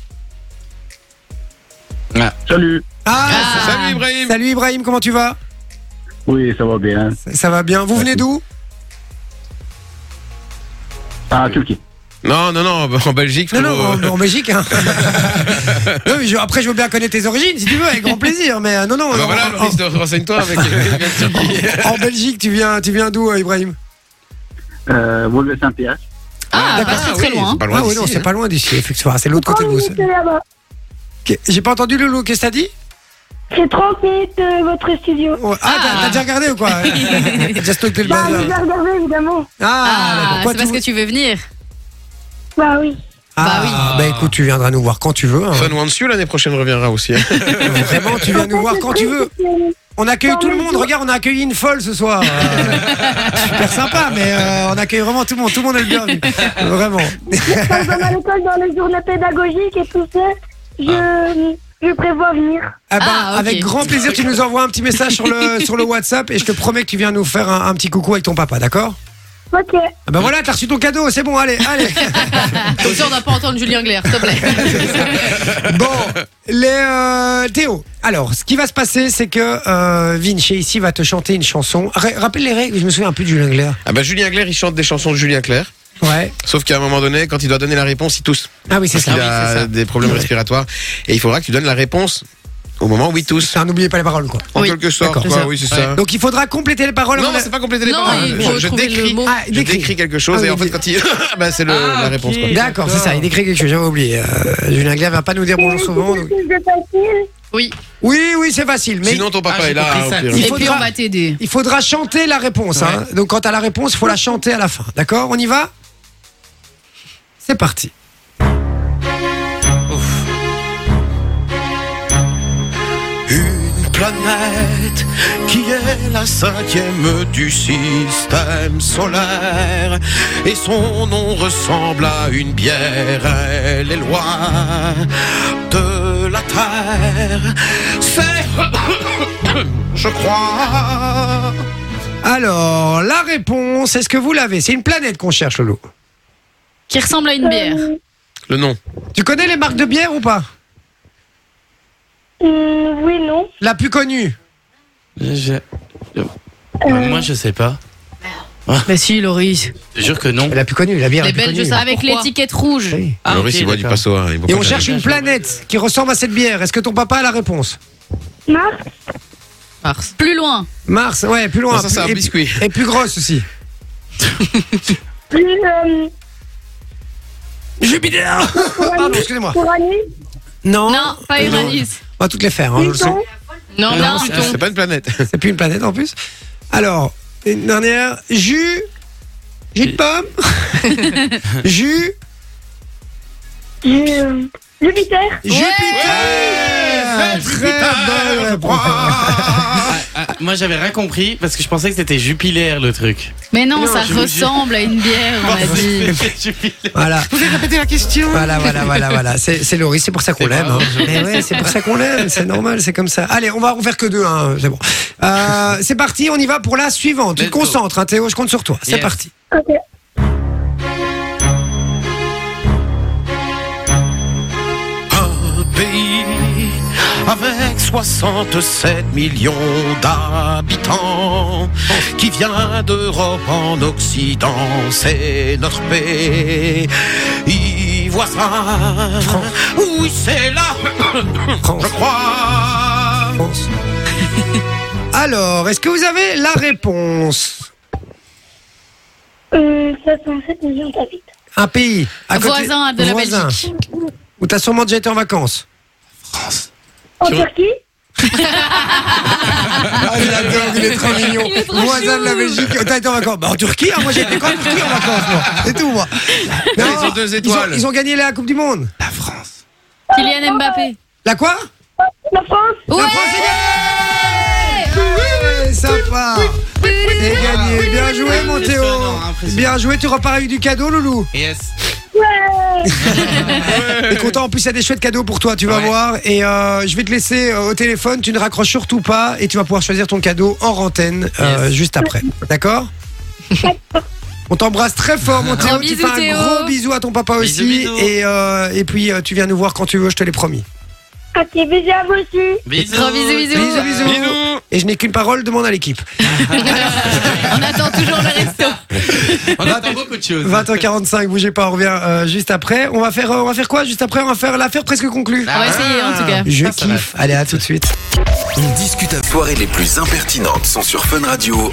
Speaker 8: Salut.
Speaker 2: Ah,
Speaker 6: Salut Ibrahim.
Speaker 2: Salut Ibrahim, comment tu vas
Speaker 8: Oui, ça va bien.
Speaker 2: ça, ça va bien. Vous venez d'où
Speaker 8: Ah, Turquie.
Speaker 6: Non non non en Belgique.
Speaker 2: Non, non,
Speaker 6: frérot. Ah, bah
Speaker 2: en, en Belgique. hein. non, mais je- après, je veux bien connaître tes origines, si tu veux, avec grand plaisir. Mais euh, non, non,
Speaker 6: Ah bah
Speaker 2: en,
Speaker 6: voilà,
Speaker 2: en-
Speaker 6: Loris, renseigne-toi avec
Speaker 2: en Belgique, tu viens, tu viens d'où, euh, Ibrahim
Speaker 8: Euh, Volvo Saint-Pierre.
Speaker 3: Ah, pas très, très loin.
Speaker 6: Pas loin
Speaker 2: Ah ouais,
Speaker 6: d'ici,
Speaker 2: non, c'est
Speaker 6: hein.
Speaker 2: pas loin d'ici, effectivement. C'est l'autre
Speaker 7: 30
Speaker 2: côté de vous.
Speaker 7: minutes de là-bas.
Speaker 2: Ok, J'ai pas entendu Loulou, qu'est-ce que t'as dit
Speaker 7: C'est 30 minutes de votre studio.
Speaker 2: Ouais, Ah, t'as- t'as déjà regardé ou quoi Just look to the
Speaker 7: Bah, mais
Speaker 2: buzzer.
Speaker 7: je vais regarder évidemment.
Speaker 2: hein. Ah,
Speaker 3: Ah,
Speaker 2: d'accord.
Speaker 3: c'est parce
Speaker 2: Quoi,
Speaker 3: que
Speaker 2: tu-
Speaker 3: tu veux venir.
Speaker 7: Bah oui.
Speaker 2: Ah, bah écoute, tu viendras nous voir quand tu veux. hein.
Speaker 6: Fun Wants You l'année prochaine reviendra aussi. hein.
Speaker 2: Vraiment, tu viens nous voir quand tu veux. On accueille tout le monde. Regarde, on a accueilli une folle ce soir. Euh, super sympa, mais euh, on accueille vraiment tout le monde. Tout le monde est le bienvenu. Vraiment.
Speaker 7: Quand je vais à l'école dans les journées pédagogiques et tout ça, je, je prévois venir.
Speaker 2: Ah bah,
Speaker 3: Ah, ok.
Speaker 2: Avec grand plaisir, tu nous envoies un petit message sur le, sur le WhatsApp et je te promets que tu viens nous faire un, un petit coucou avec ton papa, d'accord
Speaker 7: Ok.
Speaker 2: ah Bah voilà, t'as reçu ton cadeau, c'est bon, allez, allez.
Speaker 4: Comme ça, on n'a pas entendu Julien Clerc, s'il te plaît.
Speaker 2: Bon, les, euh, Théo, alors, ce qui va se passer, c'est que euh, Vinci ici va te chanter une chanson. Ra- rappelle les règles, je me souviens un peu du Lingler.
Speaker 6: Ah bah Julien Clerc, il chante des chansons de Julien Clerc.
Speaker 2: Ouais.
Speaker 6: Sauf qu'à un moment donné, quand il doit donner la réponse, il tousse.
Speaker 2: Ah oui, c'est
Speaker 6: Parce
Speaker 2: ça.
Speaker 6: qu'il
Speaker 5: Ah oui,
Speaker 6: a
Speaker 5: c'est ça.
Speaker 6: des problèmes respiratoires. Et il faudra que tu donnes la réponse au moment où il tousse.
Speaker 2: Ah, N'oubliez pas les paroles, quoi.
Speaker 6: En
Speaker 4: Oui.
Speaker 6: quelque sorte,
Speaker 2: D'accord.
Speaker 6: quoi.
Speaker 2: C'est ça.
Speaker 6: Oui, c'est ça.
Speaker 2: Donc il faudra compléter les paroles.
Speaker 6: Hein. Non,
Speaker 2: avant la-
Speaker 6: c'est pas compléter les
Speaker 4: Non,
Speaker 6: paroles.
Speaker 4: il
Speaker 6: Je-
Speaker 4: faut
Speaker 6: Je
Speaker 4: trouver le
Speaker 6: décris.
Speaker 4: mot.
Speaker 2: Ah, il
Speaker 6: Je
Speaker 2: décrit.
Speaker 6: décris quelque chose
Speaker 2: Ah
Speaker 6: et
Speaker 2: oui,
Speaker 6: en fait
Speaker 2: il
Speaker 6: quand il... bah, c'est le-
Speaker 5: Ah,
Speaker 6: la réponse.
Speaker 5: ok.
Speaker 6: quoi.
Speaker 2: D'accord, c'est ça. Il décrit quelque chose. J'avais oublié. Euh, Julien Clerc va pas nous dire bonjour souvent. donc-
Speaker 7: de facile.
Speaker 2: Oui, oui, c'est facile. Mais
Speaker 6: Sinon ton papa
Speaker 5: Ah, j'ai
Speaker 6: est là.
Speaker 5: compris
Speaker 6: au
Speaker 5: ça.
Speaker 6: pire.
Speaker 2: Il
Speaker 3: Et
Speaker 2: faudra-
Speaker 3: puis on va t'aider.
Speaker 2: il faudra chanter la réponse. hein. Donc quand t'as la réponse, il faut la chanter à la fin. D'accord On y va C'est parti.
Speaker 6: Une planète qui est la cinquième du système solaire et son nom ressemble à une bière. Elle est loin de la Terre. C'est, je crois,
Speaker 2: Alors, la réponse, est-ce que vous l'avez C'est une planète qu'on cherche, Lolo.
Speaker 3: Qui ressemble à une bière.
Speaker 6: le nom.
Speaker 2: Tu connais les marques de bière ou pas
Speaker 7: Hum, oui, non.
Speaker 2: La plus connue
Speaker 5: euh, Moi, je sais pas.
Speaker 4: Euh. Bah si, Loris.
Speaker 5: Je jure que non.
Speaker 2: La plus connue, la bière.
Speaker 4: Les
Speaker 2: la plus
Speaker 4: Belges,
Speaker 2: connue.
Speaker 4: ça va.
Speaker 3: Avec
Speaker 4: Pourquoi
Speaker 3: l'étiquette rouge.
Speaker 2: Oui.
Speaker 5: Ah,
Speaker 6: Loris,
Speaker 5: ok,
Speaker 6: il boit du
Speaker 5: d'accord.
Speaker 6: Paso, hein, il boit
Speaker 2: Et
Speaker 6: pas
Speaker 2: on
Speaker 6: de-
Speaker 2: cherche une planète qui ressemble à cette bière. Est-ce que ton papa a la réponse
Speaker 7: Mars,
Speaker 4: Mars.
Speaker 3: Plus loin.
Speaker 2: Mars, ouais, plus loin.
Speaker 6: Non, Ah, ça, c'est un
Speaker 2: plus- et-
Speaker 6: biscuit.
Speaker 2: Et plus grosse aussi.
Speaker 7: plus euh,
Speaker 2: Jupiter Pardon, excusez-moi.
Speaker 7: Uranus,
Speaker 2: Non,
Speaker 3: Non, pas Uranus.
Speaker 2: on va toutes les faire. hein, je le
Speaker 7: Pluton.
Speaker 2: sens.
Speaker 4: Non,
Speaker 5: Non,
Speaker 4: non,
Speaker 5: c'est-
Speaker 4: Pluton.
Speaker 6: C'est pas une planète.
Speaker 2: C'est plus une planète en plus. Alors, une dernière. Jus. Jus de pomme. Jus.
Speaker 7: euh, Jupiter,
Speaker 2: Jupiter
Speaker 6: Ouais, c'est
Speaker 2: Très bonne réponse.
Speaker 5: Ah, moi, j'avais rien compris parce que je pensais que c'était Jupiler le truc.
Speaker 3: Mais non, ça
Speaker 5: je vous jure.
Speaker 3: ressemble à une bière, on a dit.
Speaker 5: Jupiler.
Speaker 2: Voilà.
Speaker 6: Vous avez répété la question
Speaker 2: Voilà, voilà, voilà, voilà. C'est c'est Laurie, c'est pour ça qu'on
Speaker 5: C'est
Speaker 2: l'aime.
Speaker 5: marrant,
Speaker 2: hein. Mais ouais, c'est pour ça qu'on l'aime, c'est normal, c'est comme ça. Allez, on va en faire que deux, hein, c'est bon. Euh, c'est parti, on y va pour la suivante. Tu te
Speaker 5: Let's go.
Speaker 2: concentres, hein, Théo, je compte sur toi. C'est
Speaker 5: Yes.
Speaker 2: parti.
Speaker 7: Ok.
Speaker 6: un pays avec 67 millions d'habitants qui vient d'Europe en Occident, c'est notre pays. Voisin, oui c'est là,
Speaker 2: France.
Speaker 6: je crois.
Speaker 2: Pense. Alors, est-ce que vous avez la réponse
Speaker 7: Hum, 67 millions d'habitants.
Speaker 2: Un pays à côté-
Speaker 3: Voisin de la
Speaker 2: voisin,
Speaker 3: Belgique.
Speaker 2: Où t'as sûrement déjà été en vacances.
Speaker 7: En Turquie,
Speaker 2: Ah, il adore, il est très mignon.
Speaker 3: Il est trop
Speaker 2: voisin de la
Speaker 3: chou.
Speaker 2: Belgique. T'as été en vacances Bah, En Turquie, hein, moi j'ai été qu'en Turquie en vacances, moi. C'est tout, moi. Non,
Speaker 6: Ils ont deux étoiles.
Speaker 2: ils ont gagné la Coupe du Monde.
Speaker 3: Kylian Mbappé.
Speaker 2: La quoi
Speaker 7: la France,
Speaker 2: La
Speaker 3: Ouais
Speaker 2: France est gagnée Ouais, Sympa C'est gagné Bien joué mon Théo
Speaker 5: Impressionnant, impressionnant.
Speaker 2: Bien joué, tu repars avec du cadeau Loulou
Speaker 5: Yes.
Speaker 2: T'es content, en plus il y a des chouettes cadeaux pour toi, tu vas
Speaker 5: Ouais.
Speaker 2: voir. Et euh, je vais te laisser euh, au téléphone, tu ne raccroches surtout pas et tu vas pouvoir choisir ton cadeau en antenne euh,
Speaker 5: Yes.
Speaker 2: juste après. D'accord on t'embrasse très fort, mon Théo. Tu
Speaker 3: bisous,
Speaker 2: fais un
Speaker 3: Théo.
Speaker 2: gros bisou à ton papa
Speaker 5: Bisous,
Speaker 2: aussi.
Speaker 5: bisous.
Speaker 2: Et, euh, et puis, euh, tu viens nous voir quand tu veux, je te l'ai promis.
Speaker 7: ok, bisous à vous aussi.
Speaker 5: Bisous.
Speaker 3: Gros bisous, bisous.
Speaker 2: Bisous, bisous. Et je n'ai qu'une parole, demande à l'équipe.
Speaker 3: On attend toujours le resto.
Speaker 5: On attend beaucoup de choses.
Speaker 2: 20h45, bougez pas, on revient euh, juste après. On va faire, euh, on va faire quoi juste après On va faire l'affaire presque conclue.
Speaker 3: On va essayer en tout cas.
Speaker 2: Je
Speaker 5: Bah, ça va.
Speaker 2: kiffe. Allez, à tout de suite.
Speaker 9: On discute à soirées les plus impertinentes sont sur Fun Radio.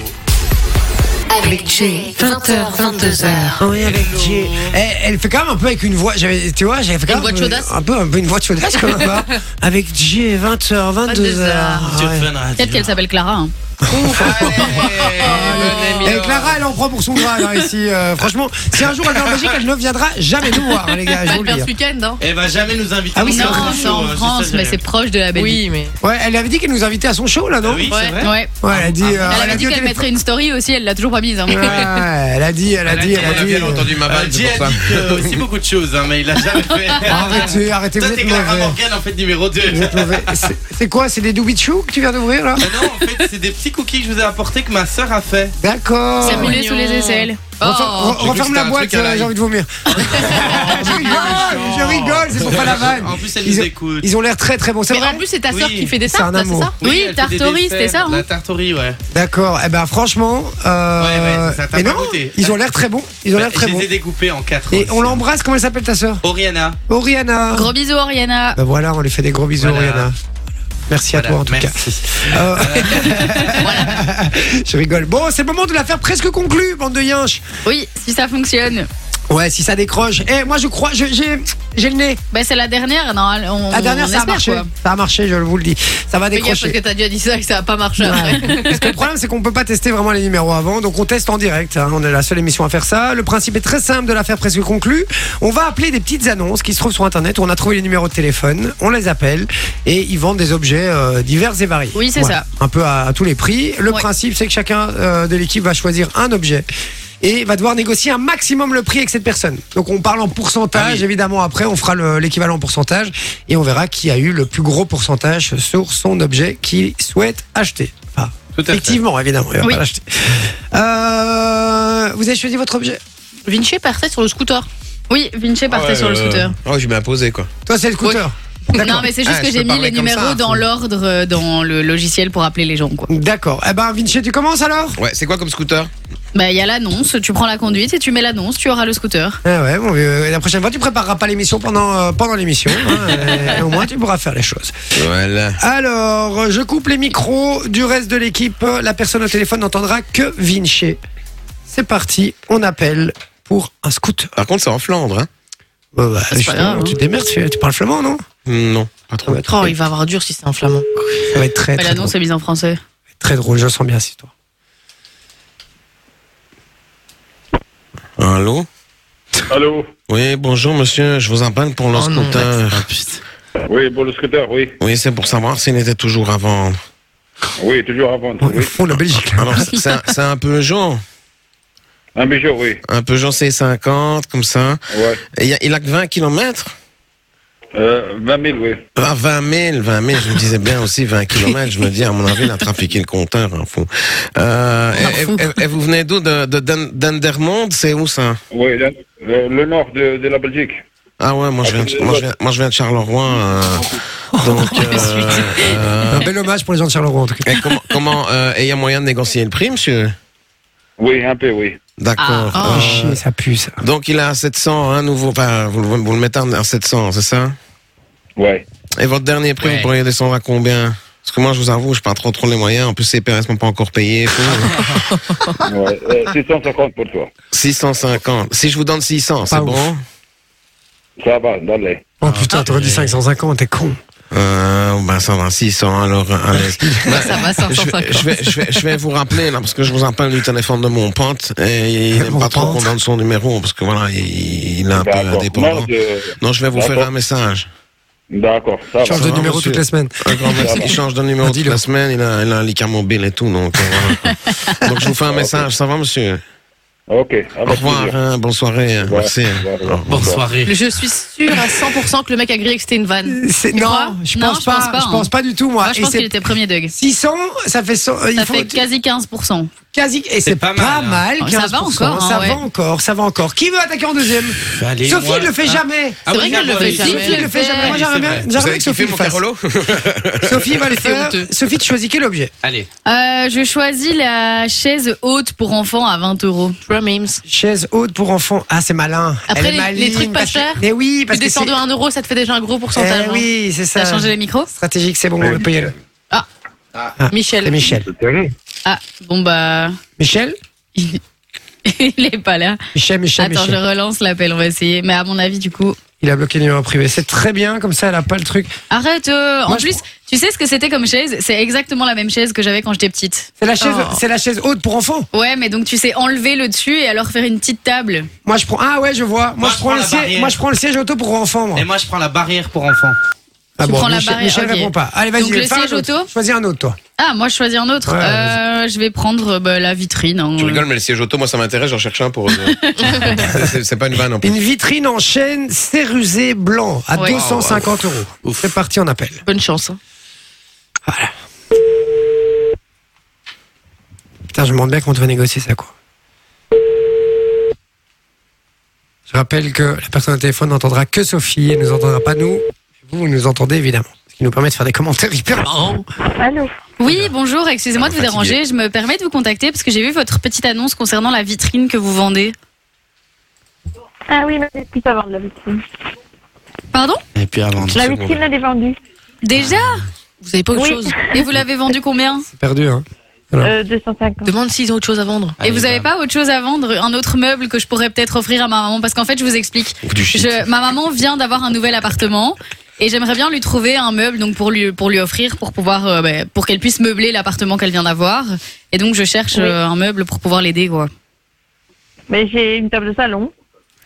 Speaker 1: Avec Jay, 20h, 22h.
Speaker 2: Ah Oui, avec Jay. Elle, elle fait quand même un peu avec une voix. j'avais- Tu vois, j'avais fait quand
Speaker 4: Une
Speaker 2: même euh,
Speaker 4: voix de chaudasse
Speaker 2: un peu, un peu une voix de chaudasse quand même. hein. Avec Jay, 20h, 22h.
Speaker 5: Sur
Speaker 2: Ouais.
Speaker 5: Fun Radio.
Speaker 3: Peut-être qu'elle s'appelle Clara. hein.
Speaker 6: Ah,
Speaker 2: Ah Et Clara, elle en prend pour son grade hein, ici. euh, franchement, si un jour elle vient en Belgique, elle ne viendra jamais nous voir, hein, les gars. Je
Speaker 4: Pas
Speaker 2: vous
Speaker 4: le
Speaker 2: le dis.
Speaker 4: faire ce week-end, hein.
Speaker 5: Elle va jamais nous inviter.
Speaker 2: Ah oui,
Speaker 5: au
Speaker 2: c'est
Speaker 5: Fun
Speaker 2: vrai.
Speaker 3: Non,
Speaker 5: Radio,
Speaker 3: c'est
Speaker 5: euh,
Speaker 3: en
Speaker 5: je sais
Speaker 3: France,
Speaker 5: ça,
Speaker 3: mais
Speaker 5: j'ai-
Speaker 3: c'est proche de la Belgique.
Speaker 4: Oui, mais.
Speaker 2: Ouais, elle avait dit qu'elle nous invitait à son show là, non
Speaker 5: Ah Oui, c'est
Speaker 4: Ouais.
Speaker 5: vrai.
Speaker 3: Ouais.
Speaker 2: Ouais, elle a dit. euh,
Speaker 3: Elle
Speaker 2: a
Speaker 3: avait dit
Speaker 2: au
Speaker 3: qu'elle
Speaker 2: téléphone-
Speaker 3: mettrait une story aussi, elle l'a toujours pas mise. hein.
Speaker 2: Ouais, elle a dit, elle a dit, elle a dit. euh,
Speaker 6: ma
Speaker 5: Euh, Jay a dit que aussi beaucoup de choses, hein, mais il a jamais fait.
Speaker 2: euh, Arrêtez, arrêtez,
Speaker 5: Toi,
Speaker 2: vous
Speaker 5: t'es
Speaker 2: êtes
Speaker 5: Clara
Speaker 2: mauvais.
Speaker 5: Morgan en fait numéro 2.
Speaker 2: Vous êtes mauvais. C'est- C'est quoi C'est des doobie que tu viens d'ouvrir là
Speaker 5: Ah non, en fait, c'est des petits petit cookie que je vous ai apporté que ma sœur a fait.
Speaker 2: D'accord.
Speaker 3: Ça mouillé sous les aisselles. Oh.
Speaker 2: Refer- re-
Speaker 6: J'ai cru que
Speaker 2: Referme
Speaker 6: c'était
Speaker 2: la
Speaker 6: un
Speaker 2: boîte,
Speaker 6: truc à la
Speaker 2: euh, j'ai
Speaker 6: Live.
Speaker 2: envie de vomir. je rigole, je rigole, c'est pour pas la vanne.
Speaker 5: En plus, elle
Speaker 2: Ils
Speaker 5: nous
Speaker 2: ont-
Speaker 5: écoute.
Speaker 2: Ils ont l'air très très bons, c'est
Speaker 4: Mais en
Speaker 2: vrai
Speaker 4: plus, c'est ta sœur
Speaker 5: Oui.
Speaker 4: qui fait des
Speaker 2: C'est un
Speaker 4: tartes, là, c'est
Speaker 2: amour.
Speaker 4: ça
Speaker 3: Oui,
Speaker 5: elle fait des
Speaker 3: Tartori,
Speaker 5: desserts,
Speaker 3: c'était ça, hein
Speaker 5: La tartorie, ouais.
Speaker 2: D'accord, eh ben franchement, euh,
Speaker 5: Ouais, ouais, ça t'a
Speaker 2: mais
Speaker 5: pas
Speaker 2: non,
Speaker 5: goûté. Bah,
Speaker 2: ils ont l'air très bons, ils ont l'air
Speaker 5: je
Speaker 2: très bons.
Speaker 5: les ai découpés en quatre.
Speaker 2: Et on
Speaker 5: aussi.
Speaker 2: l'embrasse, comment elle s'appelle ta sœur
Speaker 5: Oriana.
Speaker 2: Oriana.
Speaker 3: Gros bisous, Oriana.
Speaker 2: Ben voilà, on lui fait des gros bisous,
Speaker 5: Voilà.
Speaker 2: Oriana. Merci à
Speaker 5: Voilà,
Speaker 2: toi en tout cas.
Speaker 5: merci.
Speaker 2: Euh, je rigole. Bon, c'est le moment de la faire presque conclue, bande de yinches.
Speaker 3: Oui, si ça fonctionne.
Speaker 2: Ouais, si ça décroche. Eh, moi je crois, je- j'ai j'ai le nez.
Speaker 3: Bah, c'est la dernière, non on,
Speaker 2: La dernière,
Speaker 3: on
Speaker 2: ça a
Speaker 3: espère,
Speaker 2: marché.
Speaker 3: quoi.
Speaker 2: Ça a marché, je vous le dis. Ça va
Speaker 4: Fais gaffe parce
Speaker 2: décrocher.
Speaker 4: que t'as déjà dit ça et que ça a pas marché après.
Speaker 2: Parce que le problème, c'est qu'on peut pas tester vraiment les numéros avant, donc on teste en direct. hein. On est la seule émission à faire ça. Le principe est très simple de l'affaire presque conclue. On va appeler des petites annonces qui se trouvent sur Internet. On a trouvé les numéros de téléphone, on les appelle et ils vendent des objets euh, divers et variés.
Speaker 4: Oui, c'est
Speaker 2: Voilà. Un peu à, à tous les prix. Le
Speaker 4: Ouais.
Speaker 2: principe, c'est que chacun euh, de l'équipe va choisir un objet. Et va devoir négocier un maximum le prix avec cette personne. Donc on parle en pourcentage,
Speaker 4: Ah
Speaker 2: évidemment. Après, on fera le- l'équivalent en pourcentage et on verra qui a eu le plus gros pourcentage sur son objet qu'il souhaite acheter. Ah.
Speaker 5: Tout à fait.
Speaker 2: Effectivement, évidemment. il va
Speaker 4: Oui.
Speaker 2: pas l'acheter. Euh, vous avez choisi votre objet
Speaker 4: Vinci partait sur le scooter.
Speaker 3: Oui, Vinci partait sur le scooter.
Speaker 6: Oh, je m'imposais quoi.
Speaker 2: Toi, c'est le scooter.
Speaker 3: Non, mais c'est juste
Speaker 6: Ah,
Speaker 3: que
Speaker 6: je
Speaker 3: j'ai
Speaker 6: peux
Speaker 3: mis
Speaker 6: parler
Speaker 3: les
Speaker 6: comme ça,
Speaker 3: numéros
Speaker 6: hein.
Speaker 3: dans l'ordre euh, dans le logiciel pour appeler les gens, quoi.
Speaker 2: D'accord. Eh ben, Vinci, tu commences alors
Speaker 6: Ouais, c'est quoi comme scooter
Speaker 3: Bah, il y a l'annonce, tu prends la conduite et tu mets l'annonce, tu auras le scooter.
Speaker 2: Ah ouais, bon, euh, la prochaine fois, tu prépareras pas l'émission pendant, euh, pendant l'émission. hein, et au moins, tu pourras faire les choses.
Speaker 6: Voilà.
Speaker 2: Alors, euh, je coupe les micros du reste de l'équipe. La personne au téléphone n'entendra que Vinci. C'est parti, on appelle pour un scooter.
Speaker 6: Par contre, c'est en Flandre, hein
Speaker 2: Bah, bah,
Speaker 4: pas
Speaker 2: justement,
Speaker 4: grave, hein.
Speaker 2: tu te démerdes, tu tu parles flamand, non
Speaker 6: Non, pas trop.
Speaker 2: va être,
Speaker 4: Oh, il va avoir dur si c'est un flamand.
Speaker 2: ça va être très,
Speaker 3: Bah,
Speaker 2: très, drôle,
Speaker 3: l'annonce est mise en français.
Speaker 2: très drôle. Je sens bien cette histoire.
Speaker 6: Allô
Speaker 10: Allô
Speaker 6: Oui, bonjour monsieur, je vous appelle pour le
Speaker 4: Oh non,
Speaker 6: scooter.
Speaker 10: Oui, bon, le scooter, oui.
Speaker 6: Oui, c'est pour savoir s'il était toujours à vendre.
Speaker 10: Oui, toujours à vendre,
Speaker 2: On est au
Speaker 10: oui.
Speaker 2: fond de la Belgique. là.
Speaker 6: Alors, c'est- c'est un- c'est un Peugeot,
Speaker 10: Un bijou, oui.
Speaker 6: un Peugeot C50, comme ça.
Speaker 10: Ouais.
Speaker 6: Et il y a- il a que 20 km
Speaker 10: Euh, 20 000, oui.
Speaker 6: Ah, 20 000, 20 000, je me disais bien aussi 20 km, je me dis, à mon avis, il a trafiqué le compteur, un fou. Euh, et, et- et vous venez d'où De, de Dan- d'Andermonde C'est où ça
Speaker 10: Oui, le, le- le nord de, de la Belgique.
Speaker 6: Ah ouais, moi je viens de, moi, je viens, moi, je viens de Charleroi. euh,
Speaker 4: Oh,
Speaker 6: donc, euh, euh,
Speaker 2: Un bel hommage pour les gens de Charleroi, en tout cas.
Speaker 6: et comment, comment euh, et il y a moyen de négocier le prix, monsieur
Speaker 10: Oui, un peu, oui.
Speaker 6: D'accord.
Speaker 4: Ah,
Speaker 2: Ah,
Speaker 6: Euh,
Speaker 2: chier, ça pue ça.
Speaker 6: donc il a un 700, un nouveau, enfin, vous, le- vous le mettez à 700, c'est ça
Speaker 10: Ouais.
Speaker 6: Et votre dernier prix,
Speaker 5: Ouais.
Speaker 6: vous pourriez descendre à combien Parce que moi, je vous avoue, je pas trop trop les moyens. En plus, ces PRS m'ont pas encore payé. et tout.
Speaker 10: ouais. Euh, 650 pour toi.
Speaker 6: 650. Si je vous donne 600, c'est
Speaker 2: Pas
Speaker 6: bon
Speaker 10: Ça va, allez.
Speaker 2: Oh putain, t'aurais dit 550, t'es con.
Speaker 6: euh, ben, Ça va, 600, alors... euh, allez. Ben,
Speaker 4: Ça va,
Speaker 6: je,
Speaker 4: 550.
Speaker 6: vais, je, vais, je, vais, je vais vous rappeler, là, parce que je vous appelle du téléphone de mon pote, et il n'aime
Speaker 2: Mon
Speaker 6: pas trop
Speaker 2: pote.
Speaker 6: qu'on donne son numéro, parce que voilà, il, il est un peu indépendant.
Speaker 10: Non, je-
Speaker 6: Non, je vais vous faire
Speaker 10: D'accord.
Speaker 6: un message.
Speaker 10: D'accord, Ah, ça
Speaker 2: Change
Speaker 10: va.
Speaker 2: de
Speaker 6: va,
Speaker 2: numéro
Speaker 6: monsieur.
Speaker 2: toutes les semaines.
Speaker 6: Un grand merci. Il change de numéro
Speaker 2: Ah, dis-le.
Speaker 6: toute la semaine, il a, il a un liqueur mobile et tout, donc... euh, voilà. donc je vous fais un message, ça va, monsieur
Speaker 10: Ok, avec
Speaker 6: Au revoir,
Speaker 10: plaisir.
Speaker 6: hein, bonne soirée, hein,
Speaker 10: Ouais,
Speaker 6: merci.
Speaker 10: ouais, ouais.
Speaker 6: Alors,
Speaker 5: Bonne soirée.
Speaker 4: Je suis sûre à 100% que le mec a grillé que c'était une vanne.
Speaker 2: C'est-
Speaker 4: Tu crois
Speaker 2: Non, je
Speaker 3: Non,
Speaker 2: pense
Speaker 3: je
Speaker 2: pas.
Speaker 3: pense pas,
Speaker 2: je
Speaker 3: hein.
Speaker 2: pense pas du tout, moi.
Speaker 3: Moi, je
Speaker 2: Et
Speaker 3: pense
Speaker 2: c'est
Speaker 3: qu'il était premier, Doug.
Speaker 2: 600, ça fait 100. euh, il
Speaker 3: Ça
Speaker 2: faut-
Speaker 3: fait quasi 15%.
Speaker 2: quasi. Et c'est pas,
Speaker 5: pas
Speaker 2: mal.
Speaker 5: mal,
Speaker 4: Ah,
Speaker 3: hein. Ça va
Speaker 2: 15%,
Speaker 3: encore, hein,
Speaker 2: ça
Speaker 3: ouais.
Speaker 2: va encore, ça va encore. Qui veut attaquer en deuxième
Speaker 5: Allez,
Speaker 2: Sophie,
Speaker 5: moi.
Speaker 2: elle le fait
Speaker 5: Ah.
Speaker 2: jamais.
Speaker 5: Ah
Speaker 4: C'est
Speaker 5: oui,
Speaker 4: vrai qu'elle le
Speaker 5: j'avoue,
Speaker 4: fait
Speaker 5: oui.
Speaker 4: jamais.
Speaker 2: Sophie, elle le fait
Speaker 3: fait.
Speaker 2: jamais. Moi,
Speaker 5: Oui,
Speaker 2: j'aimerais
Speaker 5: c'est
Speaker 2: bien,
Speaker 5: vrai.
Speaker 6: Vous
Speaker 2: j'aimerais
Speaker 6: avez
Speaker 2: que Sophie
Speaker 6: kiffé
Speaker 2: le
Speaker 6: mon
Speaker 2: fasse.
Speaker 6: Carolo
Speaker 2: Sophie va le
Speaker 4: C'est
Speaker 2: faire.
Speaker 4: honteux.
Speaker 2: Sophie, tu choisis quel objet
Speaker 5: Allez.
Speaker 3: Euh, je choisis la chaise haute pour enfants à 20 euros.
Speaker 4: Drum Ames.
Speaker 2: Chaise haute pour enfants. Ah, c'est malin.
Speaker 4: Après,
Speaker 2: Elle est
Speaker 4: les- les
Speaker 2: maligne,
Speaker 4: trucs pas
Speaker 2: parce que-
Speaker 4: chers,
Speaker 2: Mais oui,
Speaker 4: Tu
Speaker 2: parce que
Speaker 4: descends de
Speaker 2: c'est.
Speaker 4: 1 euro, ça te fait déjà un gros pourcentage.
Speaker 2: Eh
Speaker 4: hein.
Speaker 2: oui, c'est
Speaker 3: T'as
Speaker 2: ça.
Speaker 3: changé les micros
Speaker 2: Stratégique, c'est bon, on va payer. le- C'est
Speaker 4: Michel.
Speaker 2: Michel.
Speaker 3: Ah, bon bah,
Speaker 2: Michel
Speaker 3: il est pas là.
Speaker 2: Michel, Michel,
Speaker 3: Attends,
Speaker 2: Michel.
Speaker 3: je relance l'appel, on va essayer. Mais à mon avis, du coup,
Speaker 2: Il a bloqué le numéro privé. C'est très bien, comme ça, elle a pas le truc.
Speaker 3: arrête. euh, en
Speaker 2: Moi, je
Speaker 3: plus, tu sais ce que c'était comme chaise C'est exactement la même chaise que j'avais quand j'étais petite.
Speaker 2: C'est la chaise,
Speaker 4: Oh.
Speaker 2: c'est la chaise haute pour enfants.
Speaker 3: Ouais, mais donc tu sais enlever le dessus et alors faire une petite table.
Speaker 2: Moi, je prends. Ah ouais, je vois. Moi,
Speaker 5: Moi,
Speaker 2: je prends, le
Speaker 5: la
Speaker 2: siège.
Speaker 5: barrière.
Speaker 2: Moi, je prends le siège auto pour enfants. moi.
Speaker 5: Et moi, je prends la barrière pour enfants.
Speaker 2: Ah
Speaker 3: Tu prends la
Speaker 2: Michel,
Speaker 3: barrière,
Speaker 2: Michel
Speaker 3: ok.
Speaker 2: répond pas. Allez, vas-y.
Speaker 3: Donc, le
Speaker 2: fais un
Speaker 3: siège
Speaker 2: autre.
Speaker 3: auto
Speaker 2: Choisis un autre, toi.
Speaker 3: Ah, moi, je choisis un autre.
Speaker 2: Ouais,
Speaker 3: Euh, je vais prendre euh, bah, la vitrine. hein.
Speaker 6: Tu rigoles, mais le siège auto, moi ça m'intéresse, j'en cherche un pour. eux deux. C'est- c'est- c'est pas une vanne hein. en plus.
Speaker 2: Une vitrine en chêne cérusé blanc à
Speaker 3: Ouais.
Speaker 2: 250 euros.
Speaker 4: hein.
Speaker 2: C'est parti, on appelle.
Speaker 4: Bonne chance. hein.
Speaker 2: Putain, je me demande bien comment tu vas négocier ça, quoi. Je rappelle que la personne au téléphone n'entendra que Sophie et ne nous entendra pas nous. Vous, vous nous entendez évidemment. Ce qui nous permet de faire des commentaires hyper marrants.
Speaker 7: Allô
Speaker 3: Oui, bonjour,
Speaker 6: Ah,
Speaker 3: excusez-moi de vous déranger. Je me permets de vous contacter parce que j'ai vu votre petite annonce concernant la vitrine que vous vendez.
Speaker 7: Ah oui, mais depuis avant de la vitrine.
Speaker 3: Pardon
Speaker 5: Et puis avant de
Speaker 7: La vitrine, elle est vendue.
Speaker 3: Déjà
Speaker 6: Ah.
Speaker 4: Vous avez pas autre
Speaker 7: Oui.
Speaker 4: chose
Speaker 3: Et vous l'avez vendu combien
Speaker 2: C'est perdu, hein. Alors.
Speaker 7: Euh, 250.
Speaker 4: Demande s'ils ont autre chose à vendre.
Speaker 3: Et vous avez pas autre chose à vendre Un autre meuble que je pourrais peut-être offrir à ma maman Parce qu'en fait, je vous explique.
Speaker 6: Ou du shit.
Speaker 3: Je- ma maman vient d'avoir un nouvel appartement et j'aimerais bien lui trouver un meuble donc pour lui pour lui offrir pour pouvoir euh, bah, pour qu'elle puisse meubler l'appartement qu'elle vient d'avoir et donc je cherche
Speaker 7: Oui.
Speaker 3: euh, un meuble pour pouvoir l'aider quoi.
Speaker 7: Mais j'ai une table de salon,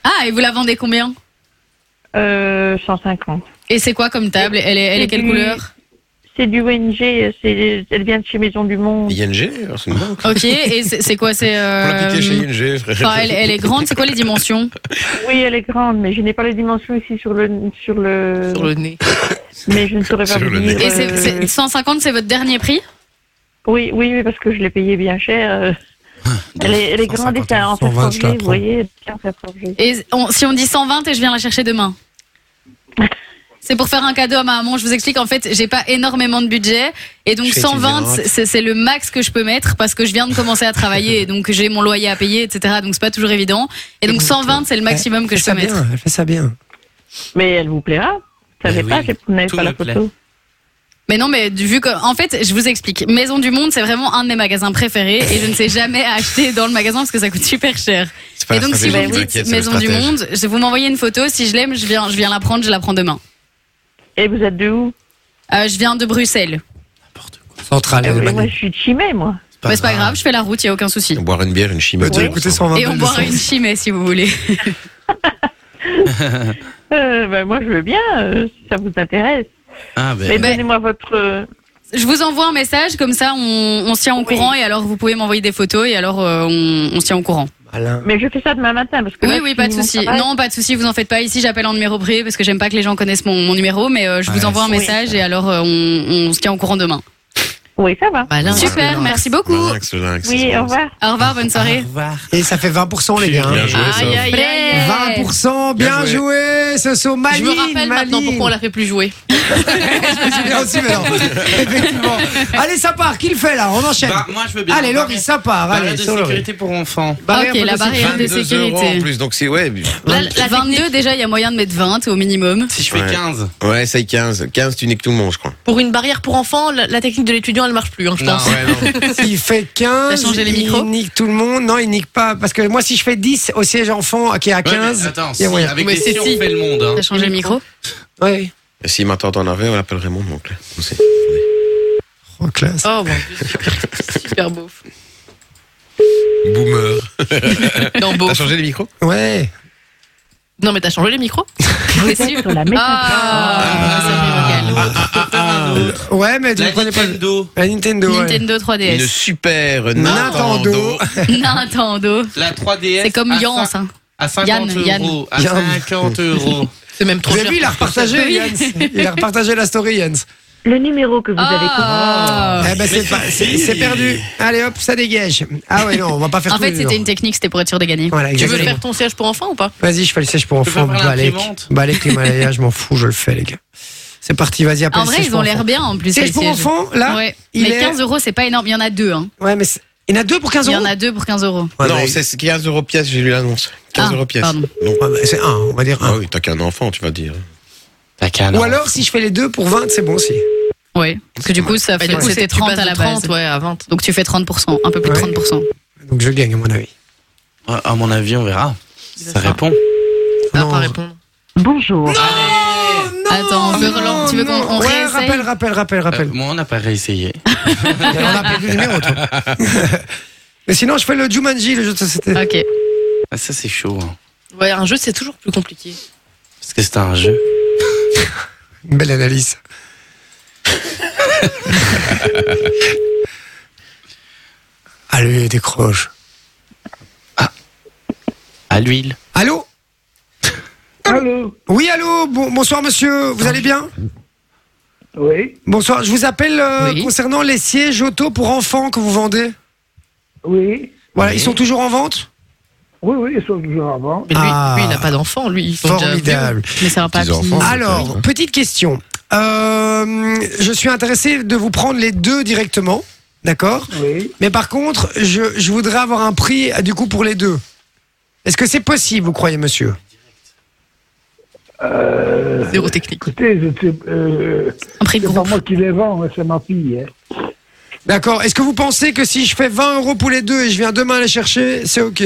Speaker 3: Ah et vous la vendez combien
Speaker 7: euh, 150.
Speaker 3: Et c'est quoi comme table Elle est elle est quelle
Speaker 7: Oui.
Speaker 3: couleur
Speaker 7: C'est du ONG, c'est, elle vient de chez Maison du Monde.
Speaker 6: ING, alors c'est une banque.
Speaker 3: Ok et c'est c'est quoi c'est
Speaker 6: Pour l'appliquer chez
Speaker 3: euh,
Speaker 6: ING,
Speaker 3: enfin,
Speaker 6: frère.
Speaker 3: elle, elle est grande c'est quoi les dimensions
Speaker 7: Oui, elle est grande, mais je n'ai pas les dimensions ici sur le, sur le,
Speaker 4: Sur le nez.
Speaker 7: mais je ne saurais pas
Speaker 6: Sur
Speaker 7: vous
Speaker 6: le
Speaker 7: dire.
Speaker 3: Et c'est
Speaker 7: euh,
Speaker 3: c'est- 150 c'est votre dernier prix
Speaker 7: Oui, oui, oui, parce que je l'ai payée bien cher. euh. Elle est, elle est grande et c'est en fer
Speaker 2: 120, je la
Speaker 7: forgé, vous
Speaker 2: prends.
Speaker 7: voyez, bien fer forgé.
Speaker 3: Et on- si on dit 120 et je viens la chercher demain C'est pour faire un cadeau à ma maman. Je vous explique, en fait, j'ai pas énormément de budget. Et donc,
Speaker 6: Je suis
Speaker 3: 120,
Speaker 6: itinérante.
Speaker 3: c'est c'est le max que je peux mettre parce que je viens de commencer à travailler et donc j'ai mon loyer à payer, etc. Donc, c'est pas toujours évident. Et donc, 120, c'est le maximum que
Speaker 2: Fais
Speaker 3: je peux
Speaker 2: ça
Speaker 3: mettre.
Speaker 2: bien, elle fait ça bien.
Speaker 7: Mais elle vous plaira. Vous savez
Speaker 5: Mais
Speaker 7: pas,
Speaker 5: oui,
Speaker 7: j'ai- vous n'avez
Speaker 5: tout
Speaker 7: pas la
Speaker 5: me plaît.
Speaker 7: photo.
Speaker 3: Mais non, mais du- vu que, en fait, je vous explique. Maison du Monde, c'est vraiment un de mes magasins préférés et je ne sais jamais acheter dans le magasin parce que ça coûte super cher.
Speaker 6: C'est pas
Speaker 3: Et
Speaker 6: la
Speaker 3: donc, si vous
Speaker 6: stratégie,
Speaker 3: me
Speaker 6: vous
Speaker 3: dites
Speaker 6: inquiétez, c'est le
Speaker 3: Maison du
Speaker 6: stratège.
Speaker 3: Monde, je vous m'envoyez une photo. Si je l'aime, je viens, je viens la prendre, je la prends demain.
Speaker 7: Et vous êtes de où
Speaker 3: Euh, je viens de Bruxelles.
Speaker 2: Centrale.
Speaker 3: Ah
Speaker 7: Eh
Speaker 2: elle est
Speaker 7: oui, Moi,
Speaker 2: magnifique.
Speaker 7: je suis de Chimay, moi.
Speaker 3: Ouais, c'est pas grave, je fais la route, il n'y a aucun souci.
Speaker 6: Boire une bière, une chimie.
Speaker 2: Peux-tu
Speaker 7: Ouais.
Speaker 2: écouter 120
Speaker 3: Et on
Speaker 2: balles de
Speaker 3: boira
Speaker 2: son-
Speaker 3: une chimée si vous voulez.
Speaker 7: Euh, ben, moi, je veux bien, euh, si ça vous intéresse.
Speaker 5: Ah,
Speaker 7: Mais
Speaker 5: ben.
Speaker 3: ben-
Speaker 7: donnez-moi votre... euh,
Speaker 3: Je vous envoie un message, comme ça on, on se tient au courant et alors vous pouvez m'envoyer des photos et alors euh, on, on se tient au courant.
Speaker 2: Malin.
Speaker 7: Mais je fais ça demain matin, parce que...
Speaker 3: Oui,
Speaker 7: là,
Speaker 3: oui,
Speaker 7: je
Speaker 3: pas de
Speaker 7: finis mon
Speaker 3: souci.
Speaker 7: travail.
Speaker 3: Non, pas de souci, vous en faites pas ici, j'appelle en numéro privé parce que j'aime pas que les gens connaissent mon, mon numéro, mais euh, je vous
Speaker 5: Ouais,
Speaker 3: envoie un message et alors euh, on, on se tient au courant demain.
Speaker 7: Oui, ça va.
Speaker 4: Malin.
Speaker 3: Super, merci beaucoup.
Speaker 6: Lynx, lynx.
Speaker 7: Oui, au revoir.
Speaker 3: Au revoir, bonne soirée.
Speaker 2: Et ça fait 20% les gars. hein.
Speaker 6: Bien joué,
Speaker 4: Aïe,
Speaker 6: ça.
Speaker 4: aïe, aïe.
Speaker 3: Bref.
Speaker 2: 20% bien
Speaker 6: Bien
Speaker 2: joué, ce sont
Speaker 4: Je
Speaker 2: Maline.
Speaker 4: me rappelle maintenant pourquoi on la fait plus jouer.
Speaker 2: Maline. Bien aussi, mais non. Effectivement. Allez, ça part. Qui le fait là On enchaîne.
Speaker 5: Bah, moi, je veux bien.
Speaker 2: allez, Laurie, ça part.
Speaker 5: Barrière
Speaker 2: Allez,
Speaker 5: de
Speaker 2: solo.
Speaker 5: sécurité pour enfants.
Speaker 2: Barrière
Speaker 3: Ok,
Speaker 2: de
Speaker 3: la
Speaker 2: sécurité.
Speaker 3: barrière de
Speaker 6: 22 euros en
Speaker 3: sécurité.
Speaker 6: plus, donc c'est ouais,
Speaker 4: Là, la
Speaker 3: 22 déjà, il y a moyen de mettre 20 au minimum.
Speaker 5: Si je fais
Speaker 6: Ouais.
Speaker 5: 15.
Speaker 6: ouais, c'est 15. 15, tu niques tout le monde, je crois.
Speaker 4: Pour une barrière pour enfants, la, la technique de l'étudiant, elle marche plus, hein, je
Speaker 5: Non,
Speaker 4: pense.
Speaker 5: ouais, non.
Speaker 2: Il fait 15.
Speaker 4: T'as changé les micros
Speaker 2: Il nique tout le monde. Non, il nique pas. Parce que moi, si je fais 10 au siège enfant qui est à
Speaker 5: Ouais, mais
Speaker 2: 15.
Speaker 5: attends,
Speaker 2: il y
Speaker 5: si,
Speaker 2: a moyen.
Speaker 5: avec
Speaker 4: Mais
Speaker 5: les
Speaker 4: c'est
Speaker 5: si, on
Speaker 4: si.
Speaker 5: fait le monde. hein.
Speaker 3: T'as changé le micro
Speaker 2: Ouais.
Speaker 6: Et s'il m'entend en arrêt, on appellerait mon oncle. On sait.
Speaker 2: Oh, classe.
Speaker 4: Oh, bon, super, super beau.
Speaker 6: Boomer.
Speaker 4: Non, beau.
Speaker 6: T'as changé les micros
Speaker 2: Ouais.
Speaker 4: Non, mais t'as changé les micros
Speaker 7: Sur la méthode.
Speaker 3: Ah, message vocal.
Speaker 5: ah,
Speaker 2: Ouais, mais tu
Speaker 5: La
Speaker 2: ne connais pas.
Speaker 5: Nintendo,
Speaker 2: La Nintendo. ouais.
Speaker 3: Nintendo
Speaker 6: Une
Speaker 3: 3DS.
Speaker 6: super
Speaker 2: Nintendo.
Speaker 6: Nintendo.
Speaker 3: Nintendo.
Speaker 5: la 3DS.
Speaker 3: C'est comme
Speaker 5: à
Speaker 3: Yans,
Speaker 5: cin-
Speaker 3: hein.
Speaker 5: À 50
Speaker 3: Yann, Yann.
Speaker 5: euros. À
Speaker 2: Yann.
Speaker 5: 50 euros.
Speaker 4: C'est même trop
Speaker 2: Vous
Speaker 4: cher.
Speaker 2: avez vu, il a repartagé,
Speaker 3: Oui.
Speaker 2: Jens. Il a repartagé la story, Jens.
Speaker 7: Le numéro que vous
Speaker 3: Ah.
Speaker 2: Eh ben, c'est pas- c'est c'est perdu. Allez, hop, ça dégage. Ah ouais, non, on va pas faire
Speaker 3: En
Speaker 2: tout,
Speaker 3: fait,
Speaker 2: les hein.
Speaker 3: c'était
Speaker 2: gens.
Speaker 3: une technique, c'était pour être sûr de gagner.
Speaker 2: Voilà,
Speaker 4: Tu veux
Speaker 2: exactement.
Speaker 4: faire ton siège pour enfants ou pas
Speaker 2: Vas-y, je fais le siège pour
Speaker 5: peux
Speaker 2: enfants.
Speaker 5: pas faire
Speaker 2: Balèque,
Speaker 5: l'imprimante
Speaker 2: balèque l'Himalaya, je m'en fous, je le fais, les gars. Bah, C'est parti, vas-y, appelle
Speaker 3: En
Speaker 2: le
Speaker 3: vrai,
Speaker 2: siège
Speaker 3: ils
Speaker 2: pour
Speaker 3: ont l'air
Speaker 2: enfants.
Speaker 3: bien en plus.
Speaker 2: Siège
Speaker 3: les
Speaker 2: pour
Speaker 3: sièges.
Speaker 2: enfants, là
Speaker 3: Ouais.
Speaker 2: il
Speaker 3: Mais
Speaker 2: est-
Speaker 3: 15 euros, c'est pas énorme. Il y en a deux. Hein.
Speaker 2: Ouais, mais c'est- il y en a deux pour 15
Speaker 3: Il y
Speaker 2: euros.
Speaker 3: en a deux pour 15 euros.
Speaker 2: Ouais,
Speaker 6: Non,
Speaker 2: mais-
Speaker 6: c'est 15 euros pièce, j'ai lu l'annonce. 15
Speaker 3: Ah,
Speaker 6: euros pièce.
Speaker 3: pardon.
Speaker 6: Donc,
Speaker 2: Ouais, mais c'est un, on va dire
Speaker 6: ah
Speaker 2: un.
Speaker 6: oui, t'as qu'un enfant, tu vas dire.
Speaker 5: T'as qu'à
Speaker 6: Ah,
Speaker 2: Ou alors, si je fais les deux pour 20, c'est bon aussi.
Speaker 3: Ouais. Parce que du coup, ça
Speaker 4: Bah,
Speaker 3: fait-
Speaker 4: du coup,
Speaker 3: c'était
Speaker 4: c'est- tu
Speaker 3: 30
Speaker 4: passes
Speaker 3: à la
Speaker 4: de 30,
Speaker 3: base.
Speaker 4: ouais, à 20.
Speaker 3: Donc tu fais 30%, un peu plus de
Speaker 2: Ouais.
Speaker 3: 30%.
Speaker 2: Donc je gagne, à mon avis.
Speaker 5: À mon avis, on verra. Ça répond.
Speaker 4: Ça va
Speaker 2: Non.
Speaker 4: pas répondre.
Speaker 2: Oh,
Speaker 7: Bonjour.
Speaker 2: non,
Speaker 3: Attends, on veut
Speaker 2: non,
Speaker 3: relan- tu veux qu'on-
Speaker 2: non.
Speaker 3: on
Speaker 2: Ouais,
Speaker 3: réessaye
Speaker 2: rappelle, rappelle, rappelle,
Speaker 5: Euh,
Speaker 2: rappelle.
Speaker 5: moi, on n'a pas réessayé.
Speaker 2: On a plus le numéro, toi. Mais sinon, je fais le Jumanji, le jeu de société.
Speaker 3: Ok.
Speaker 5: Ah, ça, c'est chaud. hein.
Speaker 4: Ouais, un jeu, c'est toujours plus compliqué.
Speaker 5: Parce que c'était un jeu.
Speaker 2: Une belle analyse. Allez, décroche.
Speaker 5: À l'huile.
Speaker 2: Allô
Speaker 10: Allô
Speaker 2: Oui, allô bon- Bonsoir, monsieur. Vous allez bien
Speaker 10: Oui
Speaker 2: Bonsoir. Je vous appelle euh,
Speaker 4: Oui.
Speaker 2: concernant les sièges auto pour enfants que vous vendez.
Speaker 10: Oui.
Speaker 2: Voilà, ils sont toujours en vente
Speaker 10: Oui, oui, ils sont toujours en vente.
Speaker 4: Mais lui,
Speaker 2: Ah.
Speaker 4: lui, il n'a pas d'enfant, lui. Ils sont déjà
Speaker 2: Formidable.
Speaker 4: vieux. Mais ça va pas.
Speaker 6: Petits enfants.
Speaker 4: finir.
Speaker 2: Alors, petite question. Euh, je suis intéressé de vous prendre les deux directement, d'accord
Speaker 10: Oui.
Speaker 2: Mais par contre, je, je voudrais avoir un prix euh, du coup pour les deux. Est-ce que c'est possible, vous croyez, monsieur
Speaker 10: Euh,
Speaker 4: Zéro technique.
Speaker 10: écoutez, je sais- euh,
Speaker 4: Un prix de
Speaker 10: c'est pas
Speaker 4: groupe.
Speaker 10: moi qui les vends, c'est ma fille. hein.
Speaker 2: D'accord. Est-ce que vous pensez que si je fais 20 euros pour les deux et je viens demain les chercher, c'est ok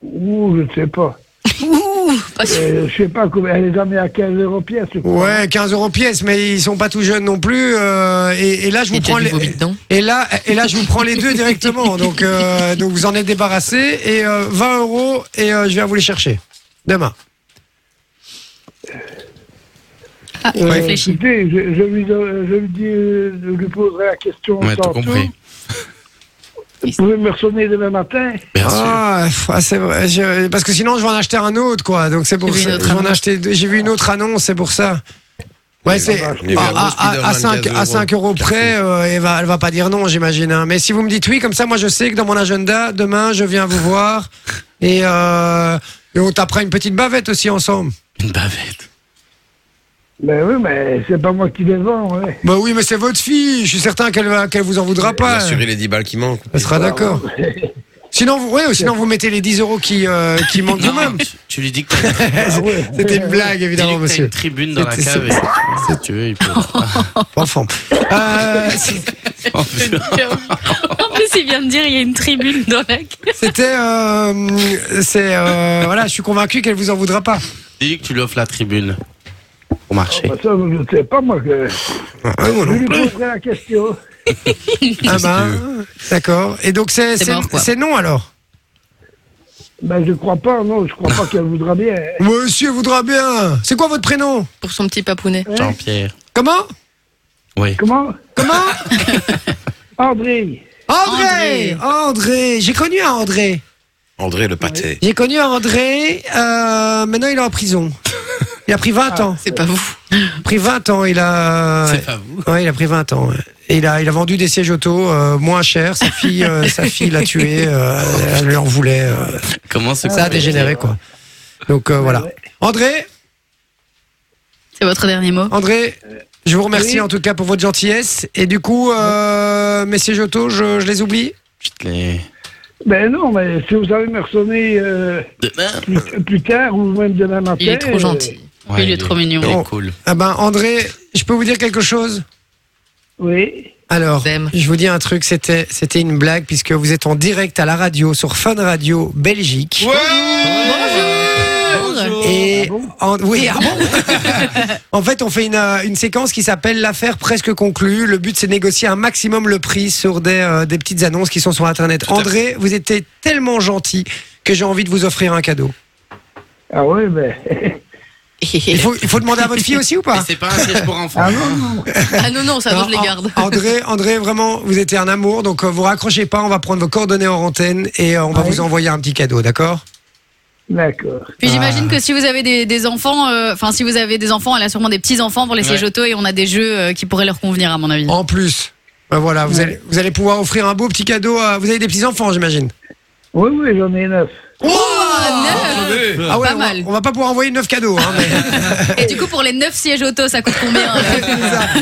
Speaker 10: Ouh, je ne sais pas.
Speaker 4: Ouh, pas sûr.
Speaker 10: Euh, je sais pas combien. Elle est jamais à 15 euros pièce. je crois.
Speaker 2: Ouais, 15 euros pièce, mais ils sont pas tout jeunes non plus. euh, et, et là, je
Speaker 4: Il y
Speaker 2: vous
Speaker 4: a
Speaker 2: prends
Speaker 4: déjà du
Speaker 2: les.
Speaker 4: vomi dedans.
Speaker 2: Et là, et là, je vous prends les deux directement. Donc, euh, donc vous en êtes débarrassé. Et euh, 20 euros, et euh, je viens vous les chercher. Demain.
Speaker 3: Ah,
Speaker 10: Euh,
Speaker 3: réfléchis.
Speaker 10: écoutez, je, je lui, don- je lui dis, euh, je lui poserai la question.
Speaker 5: On a tout
Speaker 10: tantôt.
Speaker 5: compris.
Speaker 10: Vous pouvez me ressonner demain matin
Speaker 5: Bien sûr.
Speaker 2: Ah, pff, ah, c'est vrai. je- parce que sinon, je vais en acheter un autre, quoi. Donc c'est pour
Speaker 4: J'ai vu une
Speaker 2: ça.
Speaker 4: autre
Speaker 2: Je vais en
Speaker 4: annonce.
Speaker 2: acheter deux. J'ai vu une autre annonce, c'est pour ça. Ouais, c'est
Speaker 5: ah, bah,
Speaker 10: va-
Speaker 2: à, à, à, 5, à 5 euros près, euh, elle, va, elle va pas dire non, j'imagine. hein. Mais si vous me dites oui, comme ça, moi je sais que dans mon agenda, demain, je viens vous voir et, euh, et on tapera une petite bavette aussi ensemble.
Speaker 5: Une bavette.
Speaker 10: Ben oui, mais c'est pas moi qui hein. les vends. Ouais.
Speaker 2: Bah oui, mais c'est votre fille, je suis certain qu'elle va- qu'elle vous en voudra Ah, pas.
Speaker 6: Assurer les 10 balles qui manquent.
Speaker 2: Elle sera d'accord. Sinon, vous, ouais, ou sinon, vous mettez les 10 euros qui, euh, qui manquent
Speaker 5: Non,
Speaker 2: vous-même.
Speaker 5: tu- Tu lui dis que t'as
Speaker 10: Ah ouais.
Speaker 2: C'était une blague,
Speaker 5: dis-lui
Speaker 2: évidemment,
Speaker 5: que t'as
Speaker 2: monsieur.
Speaker 5: une tribune dans la
Speaker 2: C'est-
Speaker 5: cave. et- Si tu veux, il peut.
Speaker 2: Enfant. Euh, c'est-
Speaker 5: Oh, putain.
Speaker 3: En plus, il vient de dire il y a une tribune dans la
Speaker 2: C'était. euh, c'est. euh, voilà, je suis convaincu qu'elle vous en voudra pas. Ah
Speaker 5: Dis-lui que tu lui offres la tribune pour marcher.
Speaker 10: Ben ça, je ne sais pas moi. Que... Je lui poserai la question.
Speaker 2: Ah ben, d'accord. Et donc c'est
Speaker 4: C'est
Speaker 2: c'est-
Speaker 4: mort, quoi.
Speaker 2: c'est non alors.
Speaker 10: Ben je crois pas, non, je crois pas qu'elle voudra bien. hein.
Speaker 2: Monsieur voudra bien. C'est quoi votre prénom
Speaker 4: Pour son petit papounet.
Speaker 5: Jean-Pierre.
Speaker 2: Comment
Speaker 5: Oui.
Speaker 10: Comment
Speaker 2: Comment
Speaker 10: André
Speaker 2: André André,
Speaker 3: André.
Speaker 2: J'ai connu un André.
Speaker 6: André le pâté.
Speaker 4: Ah
Speaker 2: J'ai connu un André. euh, maintenant il est en prison. Il a pris 20 ans.
Speaker 4: Ah, C'est pas vous.
Speaker 2: Il a pris 20 ans. Il a.
Speaker 5: C'est pas vous.
Speaker 2: Ouais, il a pris 20 ans. ouais. Et il a, il a vendu des sièges auto euh, moins chers. Sa fille, euh, sa fille l'a tué. euh, elle lui en voulait. euh.
Speaker 5: Comment se
Speaker 2: ça a dégénéré quoi. Donc euh, voilà. André,
Speaker 3: C'est votre dernier mot.
Speaker 2: André, je vous remercie en tout cas pour votre gentillesse. Et du coup, euh, messieurs Giotto, je, je les oublie.
Speaker 5: Les-
Speaker 10: Ben non, mais si vous avez me ressonner euh,
Speaker 5: Demain.
Speaker 10: plus, plus tard ou même demain matin.
Speaker 4: Il est trop
Speaker 10: euh,
Speaker 4: gentil.
Speaker 5: Ouais,
Speaker 3: il est trop mignon.
Speaker 5: Il est
Speaker 2: Oh.
Speaker 5: cool.
Speaker 2: Ah ben André, je peux vous dire quelque chose
Speaker 10: Oui.
Speaker 2: Alors,
Speaker 4: J'aime.
Speaker 2: je vous dis un truc, c'était c'était une blague puisque vous êtes en direct à la radio sur Fun Radio Belgique.
Speaker 4: Bonjour.
Speaker 2: Et
Speaker 10: Ah bon
Speaker 2: en- oui, ah bon en fait, on fait une, euh, une séquence qui s'appelle l'affaire presque conclue. Le but, c'est de négocier un maximum le prix sur des, euh, des petites annonces qui sont sur Internet.
Speaker 5: à
Speaker 2: André, vous étiez tellement gentil que j'ai envie de vous offrir un cadeau.
Speaker 10: Ah oui, ben.
Speaker 2: Il faut, il faut demander à votre fille aussi ou
Speaker 5: Mais
Speaker 2: pas
Speaker 5: c'est pas un siège pour enfants.
Speaker 10: Ah non, non.
Speaker 4: Ah non, non, ça, non, je les
Speaker 2: Non,
Speaker 4: garde.
Speaker 2: An- André, André, vraiment, vous étiez un amour, donc euh, vous raccrochez pas, on va prendre vos coordonnées hors antenne et euh, on va
Speaker 10: Ouais.
Speaker 2: vous envoyer un petit cadeau, d'accord
Speaker 10: D'accord.
Speaker 2: Ah.
Speaker 3: Puis j'imagine que si vous avez des, des enfants, euh, enfin si vous avez des enfants, elle a sûrement des petits enfants pour les sièges auto et on a des jeux euh, qui pourraient leur convenir à mon avis.
Speaker 2: En plus, ben voilà, vous,
Speaker 10: Ouais.
Speaker 2: allez, vous allez pouvoir offrir un beau petit cadeau à... Vous avez des petits-enfants, j'imagine
Speaker 10: Oui, oui, j'en ai neuf.
Speaker 3: Ah, Oh, neuf
Speaker 2: Ah ouais,
Speaker 3: Pas
Speaker 2: on, va,
Speaker 3: mal.
Speaker 2: on va pas pouvoir envoyer neuf cadeaux. Hein, mais...
Speaker 3: Et du coup pour les 9 sièges auto, ça coûte combien euh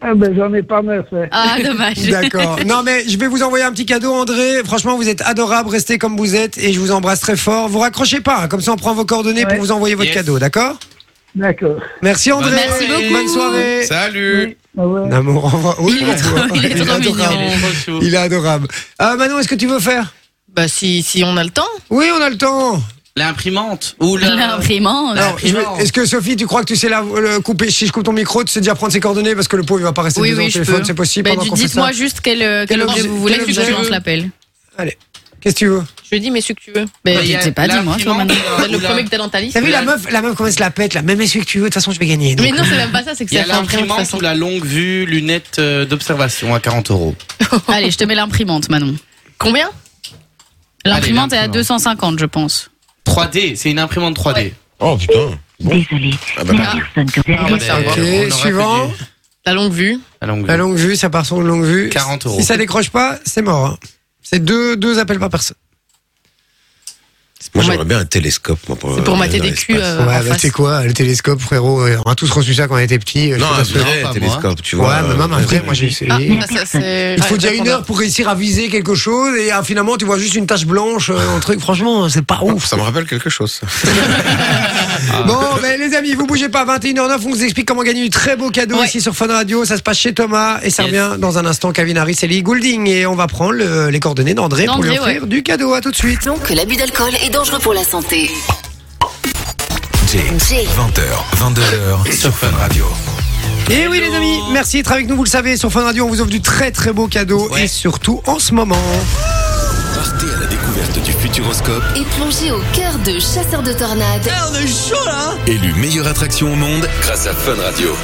Speaker 10: Ah ben j'en ai pas neuf. hein.
Speaker 3: Ah dommage.
Speaker 2: D'accord. Non, mais je vais vous envoyer un petit cadeau, André. Franchement, vous êtes adorable. Restez comme vous êtes et je vous embrasse très fort. Vous raccrochez pas. hein, Comme ça, on prend vos coordonnées
Speaker 10: Ouais.
Speaker 2: pour vous envoyer votre
Speaker 5: Yes.
Speaker 2: cadeau, d'accord
Speaker 10: D'accord.
Speaker 2: Merci, André.
Speaker 3: Merci beaucoup.
Speaker 2: Bonne soirée.
Speaker 6: Salut.
Speaker 10: Ah ouais.
Speaker 2: Un amour, au revoir. Oui,
Speaker 4: Il est trop-
Speaker 2: beaucoup.
Speaker 4: il est trop
Speaker 2: adorable.
Speaker 4: mignon.
Speaker 2: Il est adorable. Euh, Manon, est-ce que tu veux faire
Speaker 4: Bah, si, si on a le temps.
Speaker 2: Oui, on a le temps.
Speaker 5: L'imprimante. Ou la.
Speaker 3: L'imprimante.
Speaker 2: Alors, je vais-
Speaker 5: Non.
Speaker 2: Est-ce que Sophie, tu crois que tu sais la, le couper Si je coupe ton micro, tu sais déjà prendre ses coordonnées parce que le pot, il va pas rester
Speaker 3: Oui
Speaker 2: deux ans au
Speaker 3: oui je
Speaker 2: téléphone.
Speaker 3: peux.
Speaker 2: C'est possible
Speaker 3: Bah,
Speaker 2: pendant
Speaker 3: dites-
Speaker 2: qu'on fait ça
Speaker 3: Dites-moi juste quel, euh, quel
Speaker 2: Quel
Speaker 3: objet
Speaker 2: objet-
Speaker 3: vous voulez
Speaker 2: quel
Speaker 3: que je
Speaker 2: objet
Speaker 3: lance l'appel.
Speaker 2: Qu'est-ce que tu veux
Speaker 4: Je dis, mais celui que tu veux.
Speaker 3: Ben
Speaker 5: Bah, y
Speaker 3: je
Speaker 5: a
Speaker 3: sais pas, dis-moi. je vois
Speaker 5: l'imprimante,
Speaker 3: maintenant.
Speaker 5: euh,
Speaker 4: Bah, Le
Speaker 5: ou la-
Speaker 4: premier que t'as dans ta liste.
Speaker 2: T'as vu la meuf, la meuf comment elle se la pète là Même celui que tu veux, de toute façon je vais gagner. donc.
Speaker 4: Mais non, c'est même pas ça, c'est que
Speaker 5: Il y
Speaker 4: ça
Speaker 5: a
Speaker 4: fait un prix de toute
Speaker 5: l'imprimante
Speaker 4: façon.
Speaker 5: ou la longue vue, lunettes euh, d'observation à 40 euros.
Speaker 3: Allez, je te mets l'imprimante Manon.
Speaker 4: Combien
Speaker 3: L'imprimante est à
Speaker 5: l'imprimante.
Speaker 3: 250 je pense.
Speaker 5: 3D, c'est une imprimante 3D.
Speaker 6: Oh putain.
Speaker 1: Désolé.
Speaker 6: Ah bah,
Speaker 1: La personne que vous
Speaker 4: Ah,
Speaker 1: avez
Speaker 4: bah, ça va.
Speaker 2: Ok,
Speaker 5: ben, on aura
Speaker 2: suivant.
Speaker 5: que des-
Speaker 4: La longue vue.
Speaker 5: La longue
Speaker 2: La
Speaker 5: vue.
Speaker 2: longue vue, ça part sur une longue vue.
Speaker 5: 40 euros.
Speaker 2: Si ça décroche pas, c'est mort. hein. C'est deux, deux appels par personne.
Speaker 6: Moi,
Speaker 4: pour
Speaker 6: j'aimerais bien un télescope. Moi, pour,
Speaker 4: C'est pour
Speaker 6: euh,
Speaker 4: mater
Speaker 6: dans
Speaker 4: des culs.
Speaker 6: l'espace.
Speaker 2: ouais,
Speaker 4: euh, en
Speaker 2: bah,
Speaker 4: face.
Speaker 2: tu sais quoi, le télescope, frérot, euh, on a tous reçu ça quand on était euh, petit.
Speaker 6: Non, un vrai télescope, tu vois.
Speaker 2: Ouais, mais même un
Speaker 6: euh,
Speaker 2: vrai, moi j'ai essayé.
Speaker 4: Ah, bah, ça, c'est-
Speaker 2: Il faut
Speaker 4: Ouais,
Speaker 2: déjà
Speaker 4: ouais,
Speaker 2: une heure pour réussir à viser quelque chose et ah, finalement tu vois juste une tache blanche, euh, un truc, franchement, c'est pas ouf.
Speaker 6: Ça me rappelle quelque chose. ça. Ah.
Speaker 2: Bon, ben les amis, vous bougez pas. 21h09, on vous explique comment gagner du très beau cadeau
Speaker 4: Ouais.
Speaker 2: ici sur Fun Radio. Ça se passe chez Thomas et ça
Speaker 5: Yes.
Speaker 2: revient dans un instant. Kevin Harris et Lee Goulding. Et on va prendre le- les coordonnées d'André pour lui
Speaker 3: D'André,
Speaker 2: offrir du cadeau. À tout de suite.
Speaker 1: Donc l'abus d'alcool est dangereux pour la santé.
Speaker 10: Jay,
Speaker 1: Jay.
Speaker 10: 20h, 22h sur Fun Radio.
Speaker 2: Et Eh oui, les amis, merci d'être avec nous. Vous le savez, sur Fun Radio, on vous offre du très très beau cadeau
Speaker 10: Ouais.
Speaker 2: et surtout en ce moment.
Speaker 10: Partez à la découverte du Futuroscope,
Speaker 1: Et plongé au cœur de chasseurs de tornades.
Speaker 10: élu meilleure attraction au monde grâce à Fun Radio.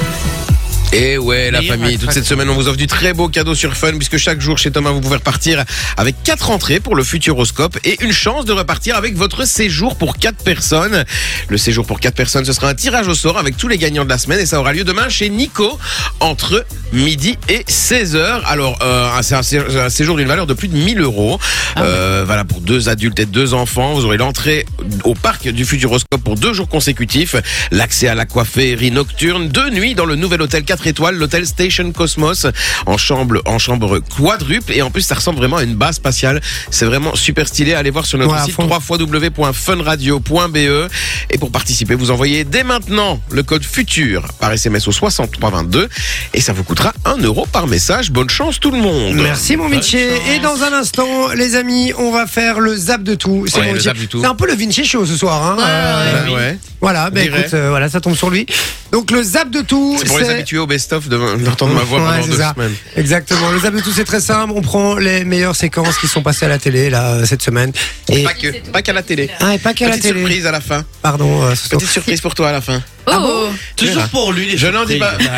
Speaker 6: Et Eh ouais, la
Speaker 5: Meilleure
Speaker 6: famille, toute cette semaine, on vous offre du très beau cadeau sur Fun, puisque chaque jour chez Thomas, vous pouvez repartir avec quatre entrées pour le Futuroscope et une chance de repartir avec votre séjour pour quatre personnes. Le séjour pour quatre personnes, ce sera un tirage au sort avec tous les gagnants de la semaine et ça aura lieu demain chez Nico entre midi et 16h. Alors, euh, c'est un sé- un séjour d'une valeur de plus de 1000 euros.
Speaker 2: Ah
Speaker 6: Euh, Voilà, pour deux adultes et deux enfants, vous aurez l'entrée au parc du Futuroscope pour deux jours consécutifs, l'accès à la coifferie nocturne, deux nuits dans le nouvel hôtel 4 étoiles, l'hôtel Station Cosmos, en chambre, en chambre quadruple, et en plus ça ressemble vraiment à une base spatiale. C'est vraiment super stylé. Allez voir sur notre
Speaker 2: Ouais, à
Speaker 6: site
Speaker 2: fond.
Speaker 6: www.funradio.be E. et pour participer, vous envoyez dès maintenant le code FUTUR par SMS au 6322 et ça vous coûtera 1 euro par message. Bonne chance tout le monde.
Speaker 2: Merci mon Vinci. Et dans un instant, les amis, on va faire le zap de tout. C'est
Speaker 6: Ouais,
Speaker 2: mon
Speaker 6: le
Speaker 2: Vinci.
Speaker 6: zap du tout.
Speaker 2: C'est un peu le Vinci show ce soir. Hein. Euh,
Speaker 6: Ben ouais.
Speaker 2: Voilà, ben
Speaker 6: Dirait.
Speaker 2: écoute, euh, voilà, ça tombe sur lui. Donc le zap de tout,
Speaker 6: C'est pour les habitués au best-of de- d'entendre ma voix
Speaker 2: Ouais,
Speaker 6: pendant
Speaker 2: c'est
Speaker 6: deux
Speaker 2: ça.
Speaker 6: semaines.
Speaker 2: Exactement. Le zap de tout, c'est très simple. On prend les meilleures séquences qui sont passées à la télé là euh, cette semaine. Et
Speaker 6: Pas que, pas qu'à la télé.
Speaker 2: ah, et pas qu'à la
Speaker 6: Petite
Speaker 2: télé.
Speaker 6: surprise à la fin.
Speaker 2: Pardon. euh, ce soir.
Speaker 6: Petite surprise pour toi à la fin.
Speaker 4: Oh,
Speaker 2: Ah
Speaker 5: Toujours pour lui, les
Speaker 6: Je n'en dis pas.
Speaker 5: surprises.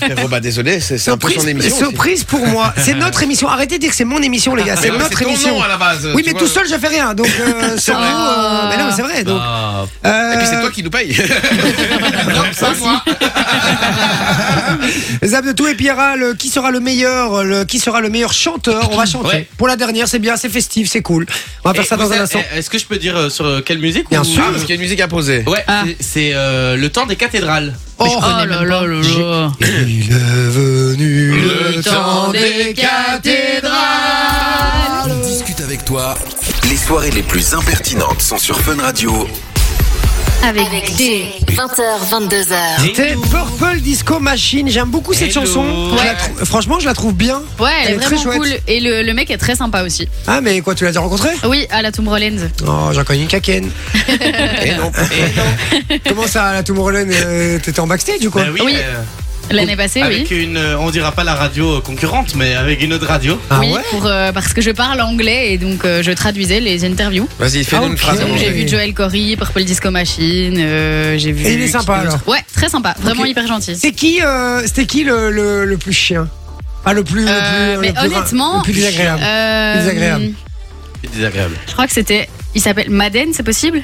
Speaker 6: Bah, frérot, bah, désolé, c'est c'est un peu son émission. aussi. Ah,
Speaker 2: surprise pour moi. C'est notre émission. Arrêtez de dire que c'est mon émission, les gars. C'est
Speaker 6: Mais non,
Speaker 2: notre
Speaker 6: ton
Speaker 2: émission.
Speaker 6: nom à la base.
Speaker 2: oui,
Speaker 6: tu
Speaker 2: mais
Speaker 6: vois.
Speaker 2: tout seul, je fais rien. Donc, euh, sans vous, euh, mais non, mais c'est vrai. Donc,
Speaker 5: Ah,
Speaker 6: Et puis c'est
Speaker 2: euh,
Speaker 6: toi qui nous paye. Non, ça, moi.
Speaker 2: Zap euh, de tout et puis il y aura le qui sera le meilleur, euh, le qui sera le meilleur chanteur. On va chanter.
Speaker 5: Ouais.
Speaker 2: Pour la dernière, c'est bien, c'est festif, c'est cool. On va faire
Speaker 5: Et
Speaker 2: ça dans
Speaker 5: vous
Speaker 2: un
Speaker 5: êtes-
Speaker 2: instant.
Speaker 5: Est-ce que je peux dire euh, sur euh, quelle musique
Speaker 2: Bien
Speaker 5: ou-
Speaker 2: sûr.
Speaker 6: Ah, parce qu'il y a une musique imposée.
Speaker 5: Ouais,
Speaker 4: Ah.
Speaker 5: c'est- c'est euh, le temps des cathédrales.
Speaker 2: Oh,
Speaker 4: Oh là là là là.
Speaker 6: eh.
Speaker 2: il est venu le temps des cathédrales.
Speaker 10: On discute avec toi. Les soirées les plus impertinentes sont sur Fun Radio.
Speaker 1: Avec, Jay. 20h, 22h.
Speaker 2: C'était Purple Disco Machine. J'aime beaucoup cette
Speaker 5: Hello.
Speaker 2: chanson. Je la trou- Franchement, je la trouve bien.
Speaker 3: Ouais, elle,
Speaker 2: Elle
Speaker 3: est
Speaker 2: est très
Speaker 3: vraiment cool.
Speaker 2: chouette.
Speaker 3: Et le, le mec est très sympa aussi.
Speaker 2: Ah, mais quoi, tu l'as déjà rencontré
Speaker 3: Oui, à la Tomorrowland.
Speaker 2: Oh, j'en connais une caquenne.
Speaker 6: Et non.
Speaker 2: Comment ça, la Tomorrowland euh, T'étais en backstage ou quoi
Speaker 5: Bah oui,
Speaker 3: Oui.
Speaker 5: euh,
Speaker 2: Oh,
Speaker 3: L'année passée,
Speaker 5: avec
Speaker 3: oui.
Speaker 5: une, euh, on dira pas la radio euh, concurrente, mais avec une autre radio.
Speaker 2: Ah
Speaker 3: oui,
Speaker 2: ouais
Speaker 3: pour, euh, parce que je parle anglais et donc euh, je traduisais les interviews.
Speaker 6: Vas-y, fais-nous
Speaker 2: Ah,
Speaker 6: une
Speaker 2: ok.
Speaker 6: phrase.
Speaker 2: Ah
Speaker 3: Donc,
Speaker 6: avant.
Speaker 2: bon,
Speaker 3: j'ai
Speaker 2: oui.
Speaker 3: vu Joel Corey, Purple Disco Machine, euh, j'ai vu.
Speaker 2: Et il est sympa,
Speaker 3: qui d'autre
Speaker 2: alors
Speaker 3: Ouais, très sympa, vraiment
Speaker 2: Ok.
Speaker 3: hyper gentil.
Speaker 2: C'est qui, euh, c'était qui le, le, le plus chien Ah, le plus. le
Speaker 3: Euh,
Speaker 2: plus- le
Speaker 3: mais
Speaker 2: plus rin-
Speaker 3: honnêtement,
Speaker 2: Le plus désagréable.
Speaker 3: Euh,
Speaker 2: Désagréable.
Speaker 5: C'est désagréable.
Speaker 3: Je crois que c'était. Il s'appelle Madden, c'est possible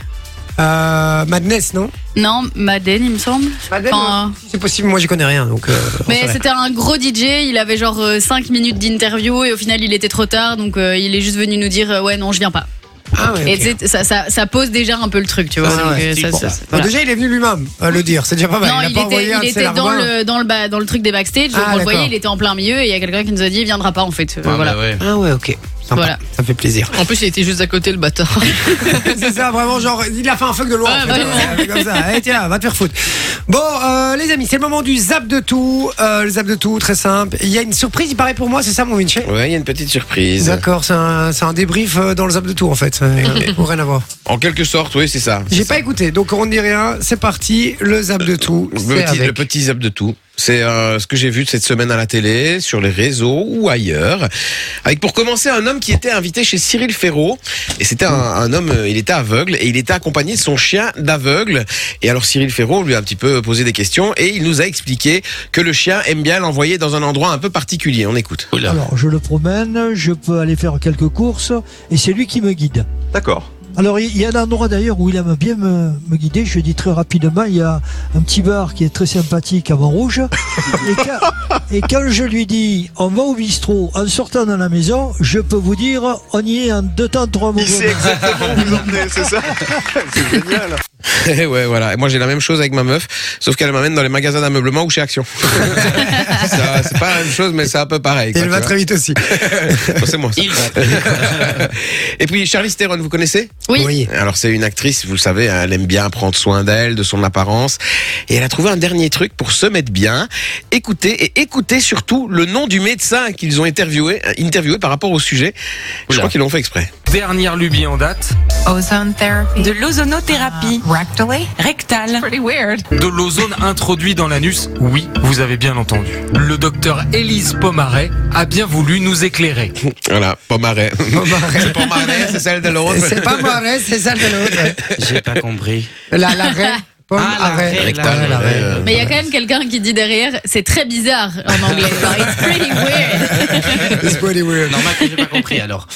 Speaker 2: Euh, Madness, non
Speaker 3: Non, Madden, il me semble.
Speaker 2: Madden
Speaker 3: Enfin,
Speaker 2: Si c'est possible, moi j'y connais rien. Donc, euh,
Speaker 3: Mais
Speaker 2: on saurait.
Speaker 3: c'était un gros DJ, il avait genre 5 minutes d'interview et au final il était trop tard donc euh, il est juste venu nous dire euh, ouais non je viens pas.
Speaker 2: Ah ouais,
Speaker 3: Et
Speaker 2: ok.
Speaker 3: tu sais, ça, ça, ça pose déjà un peu le truc, tu vois.
Speaker 2: Ah
Speaker 3: donc,
Speaker 2: ouais,
Speaker 3: euh, ça-
Speaker 2: Bon,
Speaker 3: ça-
Speaker 2: bah,
Speaker 3: ça- voilà.
Speaker 2: Déjà, il est venu lui-même euh, le dire. C'est déjà pas mal.
Speaker 3: Non,
Speaker 2: il a
Speaker 3: il,
Speaker 2: pas envoyé
Speaker 3: était,
Speaker 2: un
Speaker 3: il
Speaker 2: de ses
Speaker 3: était dans,
Speaker 2: larbins.
Speaker 3: le, dans, le, ba- dans le truc des backstage, donc
Speaker 2: Ah,
Speaker 3: on le
Speaker 2: d'accord.
Speaker 3: voyait, il était en plein milieu et il y a quelqu'un qui nous a dit il viendra pas en fait. Euh,
Speaker 5: Ah,
Speaker 3: voilà.
Speaker 5: bah ouais.
Speaker 2: Ah ouais, ok. Sympa.
Speaker 3: Voilà.
Speaker 2: Ça fait plaisir.
Speaker 4: En plus, il était juste à côté, le bâtard.
Speaker 2: c'est ça, vraiment, genre, il a fait un fuck de loin. en
Speaker 4: Ouais,
Speaker 2: fait.
Speaker 4: vraiment.
Speaker 2: Ouais, comme ça. Eh, tiens, va te faire foutre. Bon, euh, les amis, c'est le moment du zap de tout. Euh, le zap de tout, très simple. Il y a une surprise, il paraît pour moi, c'est ça, mon Vinci
Speaker 6: Ouais, il y a une petite surprise.
Speaker 2: D'accord, c'est un, c'est un débrief euh, dans le zap de tout, en fait. Euh, Pour rien à voir.
Speaker 6: En quelque sorte, oui, c'est ça.
Speaker 2: J'ai pas écouté, donc on dit rien. C'est parti, le zap de tout.
Speaker 6: Le
Speaker 2: C'est
Speaker 6: petit, le
Speaker 2: avec.
Speaker 6: petit zap de tout. C'est euh, ce que j'ai vu cette semaine à la télé, sur les réseaux ou ailleurs. Avec pour commencer un homme qui était invité chez Cyril Ferraud. Et c'était un, un homme, euh, il était aveugle et il était accompagné de son chien d'aveugle. Et alors Cyril Ferraud lui a un petit peu posé des questions et il nous a expliqué que le chien aime bien l'envoyer dans un endroit un peu particulier. On écoute.
Speaker 5: Oula.
Speaker 11: Alors, je le promène, je peux aller faire quelques courses, et c'est lui qui me guide.
Speaker 6: D'accord.
Speaker 12: Alors, il y a un endroit d'ailleurs où il aime bien me, me guider. Je dis très rapidement, il y a un petit bar qui est très sympathique à Montrouge. Et quand, et quand je lui dis, on va au bistrot, en sortant de la maison, je peux vous dire, on y est en deux temps, trois mouvements.
Speaker 6: C'est exactement où vous emmenez, c'est ça C'est génial. Eh ouais, voilà. Et moi, j'ai la même chose avec ma meuf, sauf qu'elle m'amène dans les magasins d'ameublement ou chez Action. Ça, c'est pas la même chose, mais c'est un peu pareil. quoi,
Speaker 2: Elle
Speaker 6: tu
Speaker 2: va
Speaker 6: vois.
Speaker 2: très vite aussi.
Speaker 6: Bon, Bah, c'est moi. ça. Et puis Charlize Theron, vous connaissez
Speaker 3: Oui.
Speaker 6: Alors c'est une actrice, vous le savez, hein, elle aime bien prendre soin d'elle, de son apparence, et elle a trouvé un dernier truc pour se mettre bien. Écoutez et écoutez surtout le nom du médecin qu'ils ont interviewé, euh, interviewé par rapport au sujet. Je crois qu'ils l'ont fait exprès.
Speaker 13: Dernière lubie en date,
Speaker 14: Ozone therapy. De l'ozonothérapie.
Speaker 2: Uh,
Speaker 14: rectally. Rectal. pretty weird.
Speaker 13: de l'ozone introduit dans l'anus. Oui, vous avez bien entendu. Le docteur Élise Pomaret a bien voulu nous éclairer.
Speaker 6: Voilà, Pomaret.
Speaker 2: Pomaret.
Speaker 6: C'est Pomaret, c'est celle de l'autre.
Speaker 2: C'est pas marrant, c'est ça de l'autre.
Speaker 5: J'ai pas compris.
Speaker 2: La, la
Speaker 14: Ah,
Speaker 2: raie, pomme, arrêt.
Speaker 6: Rectal,
Speaker 2: Ouais, la raie.
Speaker 6: euh,
Speaker 3: Mais il y a quand même quelqu'un qui dit derrière, c'est très bizarre en anglais. Genre, It's pretty
Speaker 2: Ah,
Speaker 3: weird.
Speaker 2: It's pretty weird.
Speaker 5: Normal que j'ai pas compris alors.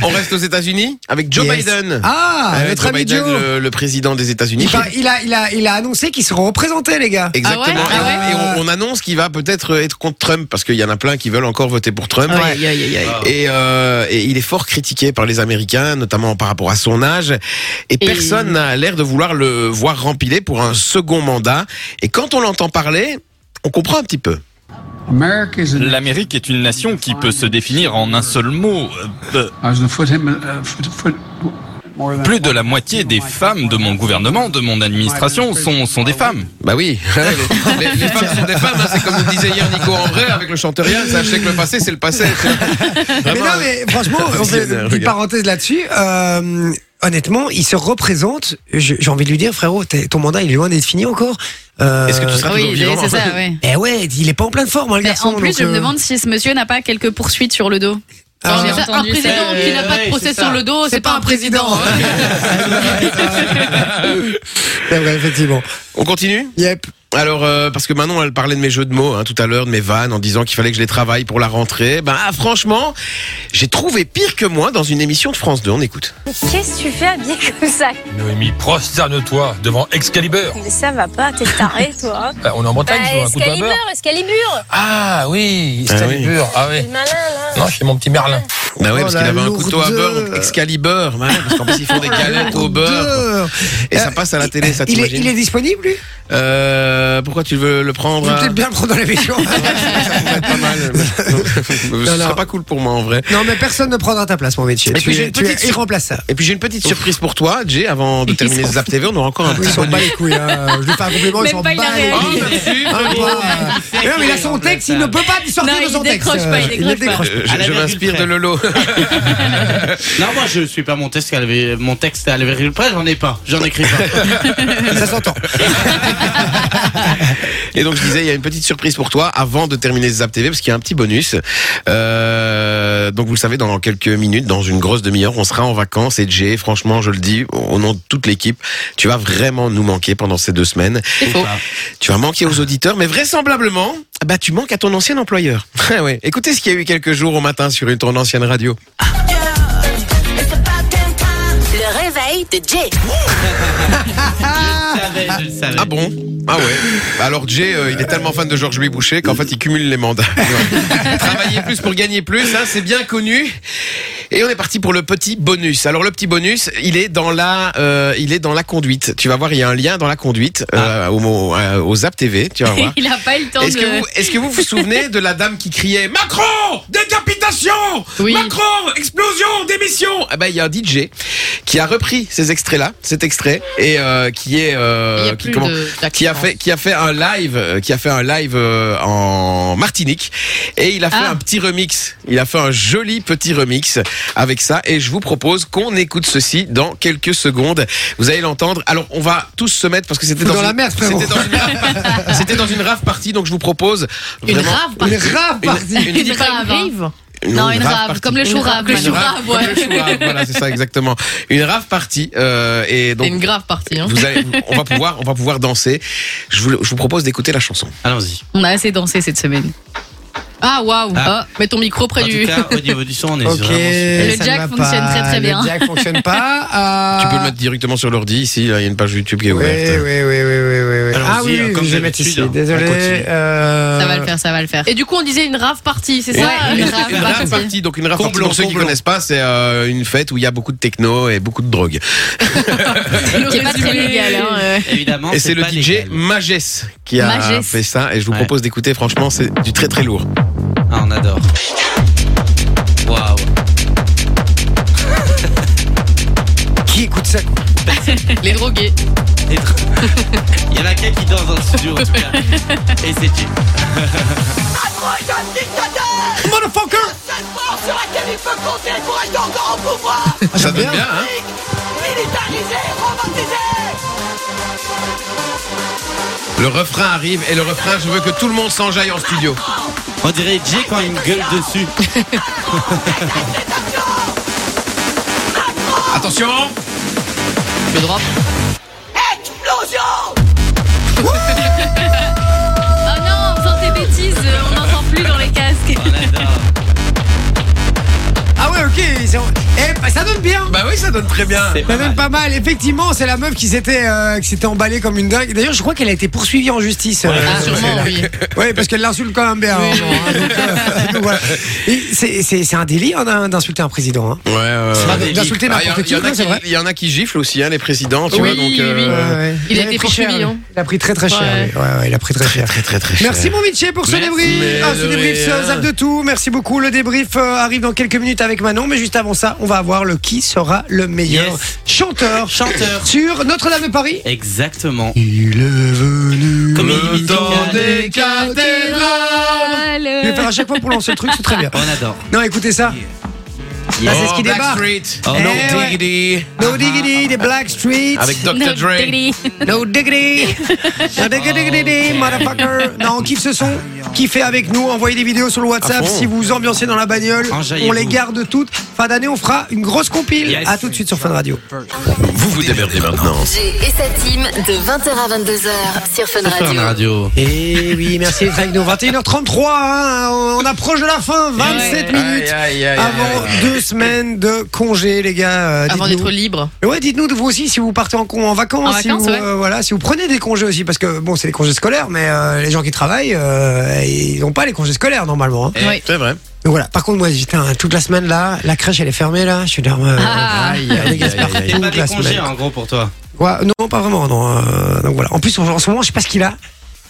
Speaker 6: On reste aux États-Unis avec Joe
Speaker 2: Yes.
Speaker 6: Biden.
Speaker 2: Ah,
Speaker 6: Euh,
Speaker 2: notre
Speaker 6: Joe
Speaker 2: ami
Speaker 6: Biden,
Speaker 2: Joe.
Speaker 6: Le, le président des États-Unis.
Speaker 2: Il, par- il a, il, a, il a annoncé qu'ils seront représentés, les gars.
Speaker 6: Exactement.
Speaker 3: Ah ouais
Speaker 6: Et on- et on, on annonce qu'il va peut-être être contre Trump parce qu'il y en a plein qui veulent encore voter pour Trump.
Speaker 4: Aïe, aïe, aïe, aïe.
Speaker 6: Et, euh, et il est fort critiqué par les Américains, notamment par rapport à son âge. Et, personne n'a l'air de vouloir le voir rempiler pour un second mandat. Et quand on l'entend parler, on comprend un petit peu.
Speaker 10: L'Amérique est une nation qui peut se définir en un seul mot. Euh, euh, Plus de la moitié des femmes de mon gouvernement, de mon administration, sont, sont des femmes.
Speaker 6: Bah oui. les, les femmes sont des femmes, hein. c'est comme le disait hier Nico en vrai avec le chanteur Yann, ça, je sais que le passé c'est le passé.
Speaker 2: Mais non, mais franchement, on fait
Speaker 6: Regarde,
Speaker 2: une
Speaker 6: regarde.
Speaker 2: petite parenthèse là-dessus. Euh, honnêtement, il se représente. J'ai j'ai envie de lui dire, frérot, t'es- ton mandat, il est loin d'être fini encore. Euh,
Speaker 6: Est-ce que tu seras
Speaker 3: Oui,
Speaker 6: toujours vivant
Speaker 3: c'est ça, ouais.
Speaker 2: Eh ouais, il est pas en pleine forme, hein, le
Speaker 3: Mais
Speaker 2: garçon.
Speaker 3: en plus,
Speaker 2: donc,
Speaker 3: je me
Speaker 2: euh,
Speaker 3: demande si ce monsieur n'a pas quelques poursuites sur le dos.
Speaker 2: Ah.
Speaker 3: J'ai
Speaker 4: Ça, un
Speaker 3: entendu ça.
Speaker 4: président qui n'a pas de procès sur le dos, c'est pas un président.
Speaker 3: hein.
Speaker 2: C'est vrai, effectivement.
Speaker 6: On continue
Speaker 2: Yep.
Speaker 6: Alors, euh, parce que Manon, elle parlait de mes jeux de mots hein, tout à l'heure, de mes vannes, en disant qu'il fallait que je les travaille pour la rentrée. Ben, ah, franchement, j'ai trouvé pire que moi dans une émission de France 2. On écoute.
Speaker 15: Qu'est-ce que tu fais habillé comme ça
Speaker 10: Noémie, prosterne-toi devant Excalibur.
Speaker 15: Mais ça va pas, t'es taré toi. hein.
Speaker 10: Ah, on est en Bretagne,
Speaker 15: Bah,
Speaker 10: ils ont un coup de
Speaker 15: Excalibur,
Speaker 10: vapeur.
Speaker 15: Excalibur
Speaker 10: Ah oui, Excalibur. Ah oui.
Speaker 15: C'est malin là
Speaker 10: Non, c'est mon petit Merlin.
Speaker 6: Bah ouais,
Speaker 2: Oh,
Speaker 6: parce
Speaker 2: la
Speaker 6: qu'il avait un couteau à
Speaker 2: lourdeur.
Speaker 6: beurre, donc Excalibur. ouais, parce qu'en plus, ils font des galettes au beurre.
Speaker 2: Deux. Euh,
Speaker 6: Et ça passe à la télé, ça
Speaker 2: Oh, Il est, il est
Speaker 6: t'imagines
Speaker 2: disponible, lui
Speaker 6: euh, Pourquoi tu veux le prendre hein
Speaker 2: Il
Speaker 6: à-
Speaker 2: peut-être bien le prendre dans l'émission.
Speaker 6: Ça pourrait être pas mal. mais- Ce
Speaker 2: non.
Speaker 6: serait pas cool pour moi en vrai.
Speaker 2: non, mais personne ne prendra ta place, mon métier.
Speaker 6: Et puis, j'ai une
Speaker 2: tu
Speaker 6: petite
Speaker 2: es
Speaker 6: sur-
Speaker 2: irremplaçable.
Speaker 6: Et puis j'ai une petite surprise pour toi, Jay, avant de terminer ce Zap TV, on aura encore un
Speaker 2: Ils
Speaker 6: petit
Speaker 2: s'en
Speaker 6: bonus.
Speaker 2: bat les couilles. Hein. Je lui fais un compliment, ils
Speaker 3: Même
Speaker 2: s'en
Speaker 3: pas, il a
Speaker 2: bat les
Speaker 3: réagi.
Speaker 2: couilles.
Speaker 6: Euh,
Speaker 2: Ah, bah. Mais non, mais il a son texte, il ne peut pas sortir
Speaker 3: Non,
Speaker 2: de
Speaker 3: il
Speaker 2: son texte.
Speaker 3: décroche pas, il
Speaker 2: Euh,
Speaker 3: décroche pas.
Speaker 6: Euh,
Speaker 5: À la
Speaker 6: Je, je
Speaker 5: virgule
Speaker 6: m'inspire
Speaker 5: près.
Speaker 6: de Lolo.
Speaker 5: Non, moi je suis pas mon texte à la vé- mon texte à la virgule près, j'en ai pas, j'en écris pas.
Speaker 2: Ça s'entend.
Speaker 6: Et donc je disais, il y a une petite surprise pour toi avant de terminer ce Zap TV, parce qu'il y a un petit bonus. Euh, donc vous le savez, dans quelques minutes, dans une grosse demi-heure, on sera en vacances. Et Jay, franchement, je le dis au nom de toute l'équipe, tu vas vraiment nous manquer pendant ces deux semaines.
Speaker 4: C'est faux.
Speaker 6: Tu vas manquer aux auditeurs, mais vraisemblablement, bah tu manques à ton ancien employeur. Ah ouais. Écoutez ce qu'il y a eu quelques jours au matin sur une ton ancienne radio.
Speaker 1: Le réveil de Jay.
Speaker 5: Je le savais, je le savais.
Speaker 6: Ah bon Ah ouais. Alors Jay, euh, il est tellement fan de Georges Louis Boucher qu'en fait il cumule les mandats. Ouais. Travailler plus pour gagner plus, hein, c'est bien connu. Et on est parti pour le petit bonus. Alors le petit bonus, il est dans la, euh, il est dans la conduite. Tu vas voir, il y a un lien dans la conduite euh, au, mot- euh, au Zap TV. Tu vas voir.
Speaker 3: Il a pas eu le temps
Speaker 6: hein. Est-ce que,
Speaker 3: de.
Speaker 6: vous, est-ce que vous vous souvenez de la dame qui criait Macron Décapitation
Speaker 3: Oui.
Speaker 6: Macron Explosion Démission Ah ben il y a un DJ qui a repris ces extraits-là, cet extrait, et euh, qui est euh,
Speaker 4: Il y a
Speaker 6: qui,
Speaker 4: plus
Speaker 6: comment-
Speaker 4: de- d'accident.
Speaker 6: qui a fait qui a fait un live, euh, qui a fait un live euh, en Martinique, et il a fait
Speaker 3: Ah.
Speaker 6: un petit remix. Il a fait un joli petit remix avec ça, et je vous propose qu'on écoute ceci dans quelques secondes. Vous allez l'entendre. Alors on va tous se mettre parce que c'était
Speaker 2: Fous
Speaker 6: dans,
Speaker 2: dans
Speaker 6: une-
Speaker 2: la merde, frérot.
Speaker 6: C'était dans une rave- c'était dans une rave partie, donc je vous propose
Speaker 4: Une
Speaker 6: vraiment-
Speaker 4: rave
Speaker 2: Une rave partie.
Speaker 6: Une-
Speaker 4: Il dit pas
Speaker 3: rave,
Speaker 4: une
Speaker 3: hein.
Speaker 4: rive.
Speaker 3: Non, une rave,
Speaker 6: partie.
Speaker 3: comme le chou
Speaker 4: Une
Speaker 3: rave.
Speaker 4: rave, le
Speaker 6: Une
Speaker 4: chou
Speaker 3: Manon.
Speaker 6: rave,
Speaker 4: rave, ouais.
Speaker 6: comme le chou rave, voilà, c'est ça exactement. Une rave partie euh, et
Speaker 4: C'est
Speaker 6: donc
Speaker 4: une grave partie. Hein.
Speaker 6: vous allez, on va pouvoir, on va pouvoir danser. Je vous, je vous propose d'écouter la chanson.
Speaker 5: Allons-y.
Speaker 3: On a assez dansé cette semaine.
Speaker 4: Ah waouh
Speaker 5: Ah.
Speaker 4: Ah, Mets ton micro près
Speaker 5: En
Speaker 4: du.
Speaker 5: tout cas, au niveau du son, on est
Speaker 2: Ok,
Speaker 5: vraiment
Speaker 2: ça
Speaker 4: Le
Speaker 2: ne
Speaker 4: jack
Speaker 2: va
Speaker 4: fonctionne
Speaker 2: pas.
Speaker 4: très, très bien.
Speaker 2: Le jack fonctionne pas. euh,
Speaker 6: Tu peux le mettre directement sur l'ordi ici, là il y a une page YouTube qui est
Speaker 2: Oui, oui,
Speaker 6: ouverte.
Speaker 2: oui, oui, oui, oui, oui. Ah oui, oui, je vais mettre ici.
Speaker 6: hein.
Speaker 2: Désolé. euh,
Speaker 3: Ça va le faire, ça va le faire.
Speaker 4: Et du coup, on disait une rave party, c'est ça
Speaker 6: Et-
Speaker 4: Une
Speaker 6: et-
Speaker 4: rave
Speaker 6: une
Speaker 4: party.
Speaker 6: rave party. Donc une rave
Speaker 5: Complot,
Speaker 6: party, pour ceux qui
Speaker 5: complot.
Speaker 6: connaissent pas, c'est euh, une fête où il y a beaucoup de techno et beaucoup de drogue.
Speaker 4: Qui est pas très légal. hein, euh.
Speaker 5: Évidemment,
Speaker 6: et c'est le
Speaker 5: pas
Speaker 6: DJ
Speaker 5: légal.
Speaker 6: Magès qui a
Speaker 4: Magès.
Speaker 6: fait ça. Et je vous
Speaker 5: Ouais.
Speaker 6: propose d'écouter, franchement, c'est du très très lourd.
Speaker 5: Ah, on adore. Waouh.
Speaker 2: Qui écoute ça quoi
Speaker 4: Les drogués.
Speaker 5: Et tr- Il y en a qu'un qui danse dans le studio, en tout cas. Et c'est qui
Speaker 2: Motherfucker Ah,
Speaker 6: Ça
Speaker 2: j'aime
Speaker 6: donne bien, hein Le refrain arrive et le refrain, je veux que tout le monde s'enjaille en studio.
Speaker 5: On dirait Jay quand il me gueule dessus.
Speaker 6: Attention
Speaker 4: Le drop. Oh non, sans tes bêtises, on n'entend plus dans les casques.
Speaker 5: On adore.
Speaker 2: Ah ouais, ok. c'est- Eh, bah, ça donne bien.
Speaker 6: Bah oui, ça donne très bien.
Speaker 5: C'est pas
Speaker 2: Ça donne
Speaker 5: mal.
Speaker 2: pas mal. Effectivement, c'est la meuf qui s'était euh, qui s'était emballée comme une dingue. D'ailleurs, je crois qu'elle a été poursuivie en justice. euh,
Speaker 4: Ah,
Speaker 2: sur
Speaker 4: sûrement, oui.
Speaker 2: celle-là. Ouais, parce qu'elle l'insulte quand même bien. hein, bon, hein, donc, euh, donc voilà. Et c'est- C'est c'est un délit hein, d'in- d'insulter un président. hein.
Speaker 6: Ouais, ouais, ouais.
Speaker 5: Ah,
Speaker 6: Ouais.
Speaker 2: D'insulter
Speaker 6: Ah, il y en-
Speaker 2: n'importe
Speaker 6: il y
Speaker 2: qui,
Speaker 6: en a
Speaker 2: ouais, c'est
Speaker 6: qui-
Speaker 2: vrai.
Speaker 6: il y en a qui giflent aussi, hein, les présidents, tu
Speaker 4: Oui,
Speaker 6: vois. Donc,
Speaker 4: oui.
Speaker 6: euh,
Speaker 2: Ouais, ouais.
Speaker 4: Il a
Speaker 2: avait
Speaker 4: été
Speaker 2: pris cher,
Speaker 4: poursuivi,
Speaker 2: lui.
Speaker 4: hein.
Speaker 2: Il a pris très très cher.
Speaker 4: Ouais.
Speaker 2: lui. Ouais, ouais, il a pris très cher.
Speaker 6: très, très, très cher.
Speaker 2: Merci mon Vinci pour ce
Speaker 5: Merci,
Speaker 2: débrief.
Speaker 6: mais
Speaker 2: Ah, ce
Speaker 6: de
Speaker 2: débrief, c'est
Speaker 6: rien.
Speaker 2: aux âmes de tout. Merci beaucoup. Le débrief euh, arrive dans quelques minutes avec Manon, mais juste avant ça, on va avoir le qui sera le meilleur
Speaker 5: Yes.
Speaker 2: chanteur
Speaker 5: Chanteur.
Speaker 2: sur Notre-Dame de Paris.
Speaker 5: Exactement.
Speaker 2: Il est venu.
Speaker 5: Comédie musicale.
Speaker 2: cathédrales. Je vais faire à chaque fois pour lancer le truc, c'est très bien.
Speaker 5: On adore.
Speaker 2: Non, écoutez ça. Là, c'est ce qui
Speaker 6: Oh,
Speaker 2: débarque.
Speaker 6: Backstreet.
Speaker 5: Oh,
Speaker 2: Eh
Speaker 6: No
Speaker 2: ouais.
Speaker 6: diggity.
Speaker 2: No diggity, des Black Streets.
Speaker 6: Avec Dr. Dre.
Speaker 2: No diggity. No diggity, motherfucker. Non, on kiffe ce son. Kiffez avec nous. Envoyez des vidéos sur le WhatsApp
Speaker 6: À fond.
Speaker 2: si vous vous ambiancez dans la bagnole.
Speaker 5: Enjaillez-vous.
Speaker 2: On les garde toutes. Fin d'année, on fera une grosse compile.
Speaker 5: Yes.
Speaker 2: À tout de suite sur Fun Radio.
Speaker 6: Vous vous démerdez maintenant.
Speaker 1: Jay et sa team de 20h à 22h sur Fun Radio.
Speaker 5: radio. Eh
Speaker 2: Et oui, merci d'être avec nous. 21h33, hein, on approche de la fin. 27 minutes
Speaker 6: Aïe, aïe, aïe,
Speaker 2: avant
Speaker 6: aïe.
Speaker 2: deux semaines de congé, les gars. Euh,
Speaker 4: Avant
Speaker 2: dites-nous-
Speaker 4: d'être libre.
Speaker 2: Mais Ouais, dites-nous de vous aussi si vous partez en, con- en vacances,
Speaker 4: En
Speaker 2: si,
Speaker 4: vacances,
Speaker 2: vous, euh,
Speaker 4: ouais.
Speaker 2: voilà, si vous prenez des congés aussi, parce que bon, c'est des congés scolaires, mais euh, les gens qui travaillent, euh, ils n'ont pas les congés scolaires normalement. hein.
Speaker 6: Eh,
Speaker 4: Oui.
Speaker 6: C'est vrai.
Speaker 2: Donc voilà. Par contre, moi, j'étais hein, toute la semaine là, la crèche elle est fermée là, je suis là. euh,
Speaker 4: Ah.
Speaker 2: aïe, aïe, les gars, c'est
Speaker 6: Aïe, aïe,
Speaker 2: parti
Speaker 6: aïe.
Speaker 5: C'est pas
Speaker 2: toute
Speaker 5: des
Speaker 2: la
Speaker 5: congés hein.
Speaker 2: semaine.
Speaker 5: en gros pour toi.
Speaker 2: Ouais, non, pas vraiment. Non. euh, donc voilà. En plus, en, en ce moment, je sais pas ce qu'il a.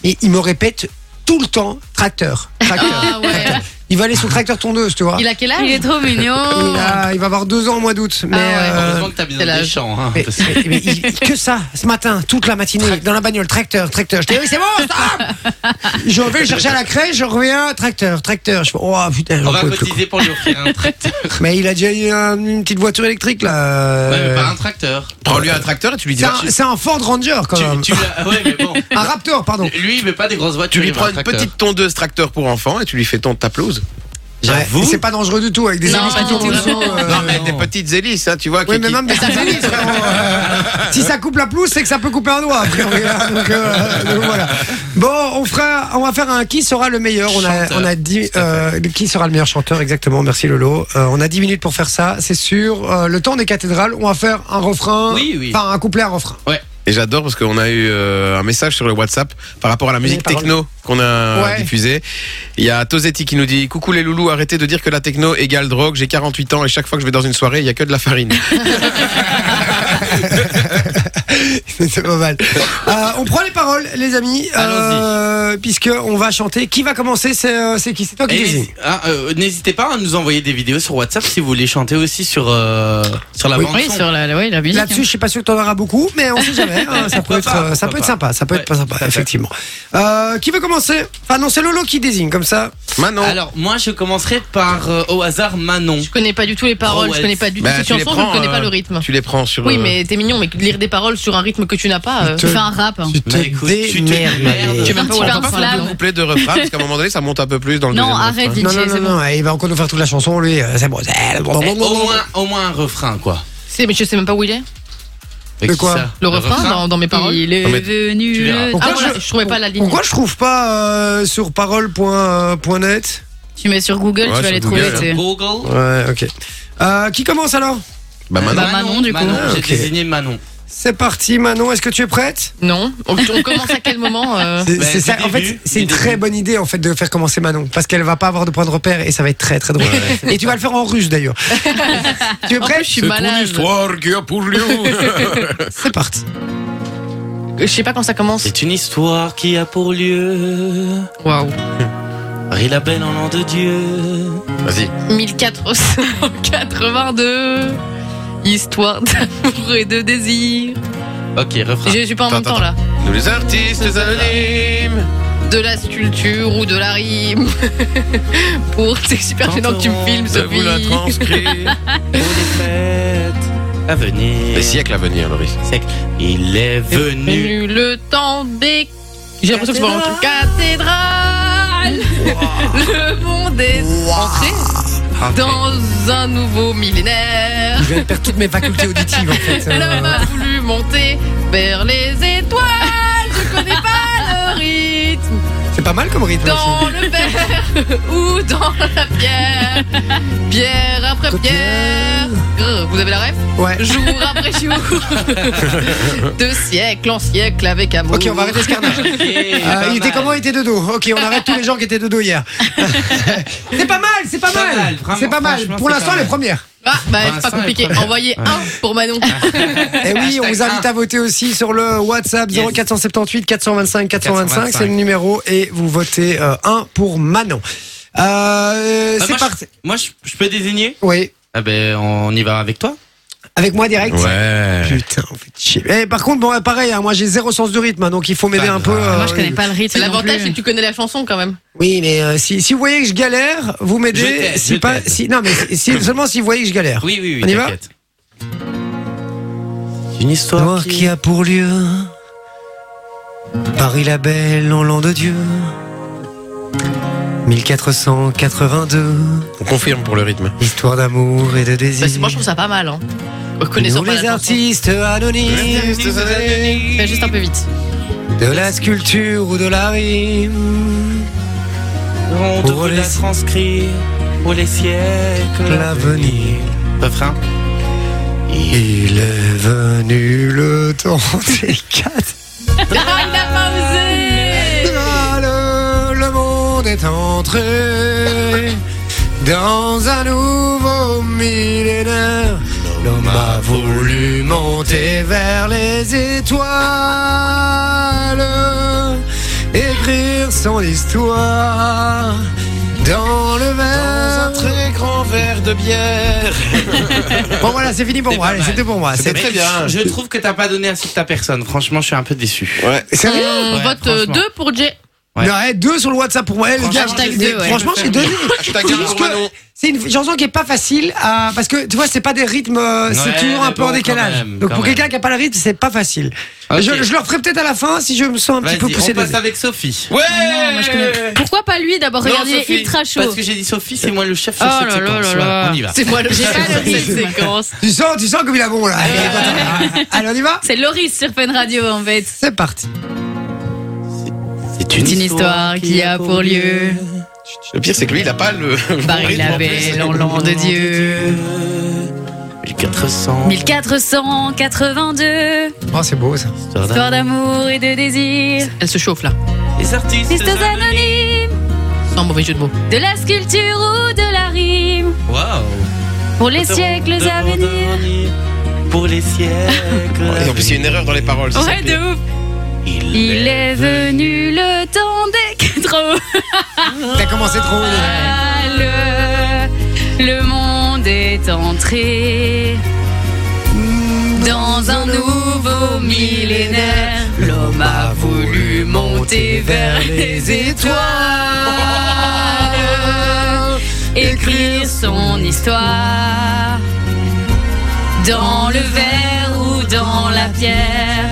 Speaker 2: Et il me répète tout le temps tracteur. tracteur.
Speaker 4: Ah ouais.
Speaker 2: Il va aller sur le tracteur tondeuse, tu vois.
Speaker 4: Il a quel âge
Speaker 3: Il est trop mignon.
Speaker 2: Il a- il va avoir deux ans au mois d'août. Mais,
Speaker 4: Ah ouais.
Speaker 2: euh,
Speaker 5: Heureusement que t'as mis
Speaker 4: c'est
Speaker 5: dans
Speaker 4: la-
Speaker 5: des champs. Hein,
Speaker 2: mais-
Speaker 5: parce que-
Speaker 2: mais- mais il- que ça, ce matin, toute la matinée, dans la bagnole, tracteur, tracteur. Je dis, oui, c'est bon, stop Je vais le chercher à la crèche, je reviens, tracteur, tracteur. Je fais, oh putain, j'en
Speaker 5: On va
Speaker 2: peux plus, quoi.
Speaker 5: cotiser pour lui offrir un tracteur.
Speaker 2: Mais il a déjà eu un- une petite voiture électrique, là.
Speaker 6: Euh,
Speaker 5: Ouais, mais pas un tracteur.
Speaker 6: Prends-lui un tracteur et tu lui dis.
Speaker 2: C'est un-
Speaker 6: va-
Speaker 2: c'est un, Ford Ranger, quand
Speaker 5: Tu,
Speaker 2: même.
Speaker 5: tu l'as- ouais, mais bon.
Speaker 2: Un Raptor, pardon.
Speaker 5: Lui, il veut pas des grosses voitures.
Speaker 6: euh, Tu lui
Speaker 5: il veut
Speaker 6: prends
Speaker 5: un
Speaker 6: une
Speaker 5: tracteur.
Speaker 6: petite tondeuse tracteur pour enfant et tu lui fais ton taplose.
Speaker 5: J'avoue.
Speaker 2: Ouais, et c'est pas dangereux du tout, avec des
Speaker 4: Non,
Speaker 2: hélices
Speaker 4: pas
Speaker 2: qui
Speaker 4: du
Speaker 2: tournent
Speaker 4: tout.
Speaker 2: au dessous, euh,
Speaker 6: non, mais
Speaker 5: non.
Speaker 6: des petites hélices, hein, tu vois.
Speaker 2: Oui,
Speaker 6: qui-
Speaker 2: mais
Speaker 6: qui-
Speaker 2: même des satellites, frérot, euh, Si ça coupe la pelouse, c'est que ça peut couper un doigt. a priori, hein, donc, euh, donc voilà. Bon, on, fera, on va faire un qui sera le meilleur. On a,
Speaker 5: Chanteur,
Speaker 2: on a dit
Speaker 5: tout à
Speaker 2: euh, qui sera le meilleur chanteur, exactement. Merci Lolo. Euh, on a 10 minutes pour faire ça. C'est sûr. Euh, le temps des cathédrales, on va faire un refrain.
Speaker 5: Oui, oui.
Speaker 2: Enfin, un couplet, un refrain.
Speaker 6: Et j'adore parce qu'on a eu euh, un message sur le WhatsApp par rapport à la musique
Speaker 2: Les paroles.
Speaker 6: techno qu'on a
Speaker 2: Ouais.
Speaker 6: diffusée. Il y a Tozetti qui nous dit Coucou les loulous, arrêtez de dire que la techno égale drogue. J'ai 48 ans et chaque fois que je vais dans une soirée, il y a que de la farine.
Speaker 2: C'est pas mal. Euh, on prend les paroles, les amis. Euh, puisque on va chanter. Qui va commencer C'est euh, c'est qui C'est toi qui
Speaker 5: Et
Speaker 2: désigne.
Speaker 5: ah, euh, N'hésitez pas à nous envoyer des vidéos sur WhatsApp si vous voulez chanter aussi sur, euh, sur la
Speaker 2: Oui.
Speaker 5: bande
Speaker 4: Oui,
Speaker 5: son.
Speaker 4: sur la, la- ouais, la musique. hein.
Speaker 3: hein.
Speaker 2: Là-dessus, je suis pas sûr que t'en auras beaucoup, mais on sait jamais. hein, ça peut
Speaker 5: Pourquoi
Speaker 2: être,
Speaker 5: pas,
Speaker 2: euh, ça peut
Speaker 5: pourquoi
Speaker 2: être sympa. Ça peut
Speaker 5: pas.
Speaker 2: être pas sympa,
Speaker 5: Ouais, tout à fait.
Speaker 2: effectivement. Euh, qui veut commencer Enfin, non, c'est Lolo qui désigne comme ça.
Speaker 6: Manon,
Speaker 5: Alors, moi, je commencerai par euh, au hasard Manon.
Speaker 4: Je connais pas du tout les paroles,
Speaker 5: Oh, ouais.
Speaker 4: je connais pas du tout
Speaker 6: Bah,
Speaker 4: cette
Speaker 6: tu les
Speaker 4: chanson, je ne connais pas
Speaker 6: prends,
Speaker 4: le
Speaker 6: euh,
Speaker 4: rythme.
Speaker 6: tu les prends sur.
Speaker 4: Oui,
Speaker 6: euh,
Speaker 4: mais t'es mignon, mais lire des paroles sur un rythme que tu n'as pas. euh,
Speaker 3: Tu fais un rap. hein.
Speaker 2: Bah,
Speaker 5: te Mais écoute, tu te démerdes. démerdes.
Speaker 6: Tu sais même
Speaker 4: Un petit
Speaker 6: pas où
Speaker 4: peu
Speaker 6: on va pas faire
Speaker 4: inflammable.
Speaker 6: deux couplets de refrain parce qu'à un moment donné, ça monte un peu plus dans le
Speaker 3: Non,
Speaker 6: deuxième
Speaker 3: arrête,
Speaker 6: refrain.
Speaker 3: DJ,
Speaker 2: Non, non, non,
Speaker 3: c'est
Speaker 2: non,
Speaker 3: bon.
Speaker 2: il va encore nous faire toute la chanson, lui. euh, C'est bon. c'est bon, bon,
Speaker 5: Eh,
Speaker 2: bon,
Speaker 5: au,
Speaker 2: bon.
Speaker 5: moins, au moins un refrain, quoi.
Speaker 4: C'est- Mais je sais même pas où il est.
Speaker 5: Mais
Speaker 2: De
Speaker 5: qui
Speaker 2: quoi
Speaker 5: ça
Speaker 4: Le refrain dans, dans mes paroles.
Speaker 3: Il
Speaker 6: Non, mais-
Speaker 3: est venu.
Speaker 5: Tu verras.
Speaker 4: Ah
Speaker 2: Pourquoi
Speaker 4: voilà,
Speaker 3: Eh, oh,
Speaker 2: je-
Speaker 4: je trouvais pas la ligne.
Speaker 2: Pourquoi je trouve pas euh, sur parole.net
Speaker 3: Tu mets sur Google,
Speaker 16: Ouais,
Speaker 3: tu vas
Speaker 16: sur
Speaker 3: les
Speaker 16: Google,
Speaker 3: trouver. tu sais.
Speaker 2: Ouais, ok. Euh, qui commence alors
Speaker 16: Bah Manon.
Speaker 3: Bah, Manon, du coup.
Speaker 5: Manon,
Speaker 2: Ah,
Speaker 5: j'ai
Speaker 2: ok.
Speaker 5: désigné Manon.
Speaker 2: C'est parti, Manon. Est-ce que tu es prête
Speaker 4: Non. On, on commence à quel moment euh
Speaker 2: C'est-
Speaker 5: Bah,
Speaker 2: c'est
Speaker 5: du
Speaker 2: ça. En
Speaker 5: début,
Speaker 2: fait, c'est
Speaker 5: du
Speaker 2: une très bonne idée en fait de faire commencer Manon parce qu'elle va pas avoir de point de repère et ça va être très très drôle. Et tu vas le faire en russe d'ailleurs. tu es
Speaker 4: En plus,
Speaker 2: prête
Speaker 4: je suis malade.
Speaker 16: histoire qu'il y a pour lui.
Speaker 2: C'est parti.
Speaker 4: Je sais pas quand ça commence.
Speaker 5: C'est une histoire qui a pour lieu.
Speaker 4: Waouh.
Speaker 5: Rie la belle en nom de Dieu.
Speaker 16: Vas-y.
Speaker 4: 1482. Histoire d'amour et de désir.
Speaker 5: Ok, refrain.
Speaker 4: Je je suis pas en même temps là.
Speaker 16: Nous les artistes anonymes.
Speaker 4: De la sculpture ou de la rime. Pour. C'est super gênant que tu me filmes,
Speaker 16: De vous la
Speaker 4: Sophie.
Speaker 16: transcrire.
Speaker 5: Pour les fêtes à venir.
Speaker 16: Les siècles à venir, Loris.
Speaker 5: Siècle. Il est venu.
Speaker 4: Venu le temps des. J'ai l'impression que je vois un truc. Cathédrale Le monde est entré Ah, dans un nouveau millénaire.
Speaker 2: Je vais perdre toutes mes facultés auditives en fait. Euh,
Speaker 4: L'homme a voulu monter vers les étoiles. Je connais pas le rythme.
Speaker 2: C'est pas mal comme rythme. aussi.
Speaker 4: Dans le verre ou dans la pierre. Pierre après pierre. Grrr, Vous avez la ref
Speaker 2: Ouais.
Speaker 4: Jour après jour. De siècle en siècle avec amour.
Speaker 2: Ok, on va arrêter ce carnage. Euh, il était
Speaker 5: Bah,
Speaker 2: comment Il était de dos. Ok, on arrête tous les gens qui étaient de dos hier. c'est pas mal, c'est pas
Speaker 5: Pas
Speaker 2: mal.
Speaker 5: mal, vraiment,
Speaker 2: C'est pas mal.
Speaker 5: franchement,
Speaker 2: Pour
Speaker 5: c'est
Speaker 2: l'instant,
Speaker 5: pas
Speaker 2: les
Speaker 5: mal.
Speaker 2: premières.
Speaker 4: Ah, bah, c'est
Speaker 5: Vincent
Speaker 4: pas
Speaker 5: est
Speaker 4: compliqué.
Speaker 5: premier.
Speaker 4: Envoyez un pour Manon.
Speaker 2: Et Eh oui, on vous invite à voter aussi sur le WhatsApp
Speaker 5: Yes.
Speaker 2: 0478 425 425.
Speaker 5: 425.
Speaker 2: C'est le numéro et vous votez 1 pour Manon. Euh,
Speaker 5: Bah,
Speaker 2: c'est
Speaker 5: moi,
Speaker 2: parti.
Speaker 5: je- Moi, je, je peux désigner
Speaker 2: Oui,
Speaker 5: Ah ben, on y va avec toi.
Speaker 2: avec moi direct.
Speaker 16: Ouais.
Speaker 2: Putain, vous faites chier. Eh, par contre, bon, pareil, hein, moi j'ai zéro sens du rythme, hein, donc il faut m'aider
Speaker 5: Pas
Speaker 2: un peu. euh,
Speaker 5: grave.
Speaker 3: Moi, je connais pas le rythme. non
Speaker 4: L'avantage,
Speaker 3: plus.
Speaker 4: c'est que tu connais la chanson quand même.
Speaker 2: Oui, mais euh, si, si vous voyez que je galère, vous
Speaker 5: Je
Speaker 2: m'aidez.
Speaker 5: t'aide,
Speaker 2: Si
Speaker 5: je
Speaker 2: pas,
Speaker 5: t'aide.
Speaker 2: si, non, mais si- si- seulement si vous voyez que je galère.
Speaker 5: Oui, oui, oui.
Speaker 2: On y va
Speaker 5: t'inquiète. Une histoire
Speaker 2: Noir
Speaker 5: qui...
Speaker 2: qui a pour lieu Paris la belle en l'an de Dieu 1482
Speaker 16: On confirme pour le rythme.
Speaker 2: Histoire d'amour et de désir
Speaker 4: Bah, c'est- moi, je trouve ça pas mal. Hein. Connaissant
Speaker 2: Nous
Speaker 4: pas la
Speaker 2: les
Speaker 4: chanson.
Speaker 2: artistes anonymes
Speaker 4: Fais juste un peu vite.
Speaker 2: De la sculpture ou de la rime
Speaker 5: On
Speaker 2: Pour
Speaker 5: devrait
Speaker 2: les-
Speaker 5: la transcrire pour les siècles à
Speaker 2: L'avenir
Speaker 5: Refrain.
Speaker 2: Il est venu le temps des quatre
Speaker 4: Ah, il a pas osé
Speaker 2: Le, le monde est entré dans un nouveau millénaire. L'homme a voulu monter vers les étoiles, écrire son histoire dans le verre.
Speaker 16: Très grand verre de bière.
Speaker 2: Bon voilà, c'est fini pour
Speaker 5: C'est
Speaker 2: moi.
Speaker 5: pas
Speaker 2: Allez,
Speaker 5: mal.
Speaker 2: c'était pour moi. C'est
Speaker 5: Mais
Speaker 2: très bien.
Speaker 5: Je trouve que t'as pas donné assez de ta personne. Franchement, je suis un peu déçu.
Speaker 16: Ouais.
Speaker 2: Sérieux
Speaker 4: On
Speaker 3: Euh,
Speaker 5: Ouais,
Speaker 4: vote
Speaker 5: franchement.
Speaker 4: 2 pour Jay.
Speaker 5: Ouais.
Speaker 2: Non, eh, deux sur le WhatsApp pour moi. Eh, les
Speaker 5: Franchement,
Speaker 2: gars,
Speaker 3: hashtag
Speaker 2: j'ai-
Speaker 3: deux, ouais.
Speaker 2: Franchement, j'ai donné.
Speaker 16: Hashtag
Speaker 2: Parce
Speaker 16: un pour
Speaker 2: que
Speaker 16: Manon.
Speaker 2: C'est une chanson qui est pas facile à... parce que tu vois, c'est pas des rythmes, euh, c'est
Speaker 5: Ouais,
Speaker 2: toujours un
Speaker 5: mais
Speaker 2: peu
Speaker 5: bon,
Speaker 2: en
Speaker 5: quand
Speaker 2: décalage.
Speaker 5: même,
Speaker 2: Donc
Speaker 5: quand
Speaker 2: pour
Speaker 5: même.
Speaker 2: quelqu'un qui a pas le rythme, c'est pas facile.
Speaker 5: Ok.
Speaker 2: Je, je le referai peut-être à la fin si je me sens un petit
Speaker 5: Vas-y,
Speaker 2: peu poussé.
Speaker 5: on passe
Speaker 2: de-
Speaker 5: avec Sophie.
Speaker 16: Ouais.
Speaker 3: Non, moi, je connais- Pourquoi pas lui d'abord
Speaker 5: Non,
Speaker 3: Regardez, il est
Speaker 5: Sophie,
Speaker 3: ultra chaud.
Speaker 5: Parce que j'ai dit Sophie, c'est moi le chef
Speaker 4: Oh
Speaker 5: sur cette
Speaker 4: là là
Speaker 5: séquence.
Speaker 4: là
Speaker 5: Voilà,
Speaker 4: là.
Speaker 5: On y va.
Speaker 4: C'est moi le
Speaker 3: J'ai pas le
Speaker 4: cette
Speaker 3: rythme.
Speaker 4: séquence.
Speaker 2: Tu sens, tu sens comme il a bon là. Allez, attends, attends. Allez, on y va.
Speaker 3: C'est Loris sur Fun Radio en fait.
Speaker 2: C'est parti.
Speaker 5: C'est
Speaker 3: une histoire qui a pour lieu.
Speaker 16: Le pire, c'est que lui, il a pas le.
Speaker 3: Bah,
Speaker 4: Paris la belle, en l'an de Dieu.
Speaker 5: 1400.
Speaker 3: 1482,
Speaker 2: Oh, c'est beau ça.
Speaker 3: histoire d'amour et de désir.
Speaker 4: Elle se chauffe là.
Speaker 5: Les artistes.
Speaker 3: Pistes anonymes,
Speaker 4: Sans mauvais jeu de mots.
Speaker 3: de la sculpture ou de la rime.
Speaker 5: Waouh.
Speaker 3: Pour les siècles à venir.
Speaker 5: Pour les siècles.
Speaker 16: En plus, il y a une erreur dans les paroles. c'est ça
Speaker 3: Ouais,
Speaker 16: le
Speaker 3: de
Speaker 16: pire.
Speaker 3: ouf. Il est venu le temps des quatre
Speaker 2: T'as commencé trop. là.
Speaker 3: Le, le monde est entré dans un nouveau millénaire. L'homme a voulu monter vers les étoiles, écrire son histoire dans le verre ou dans la pierre.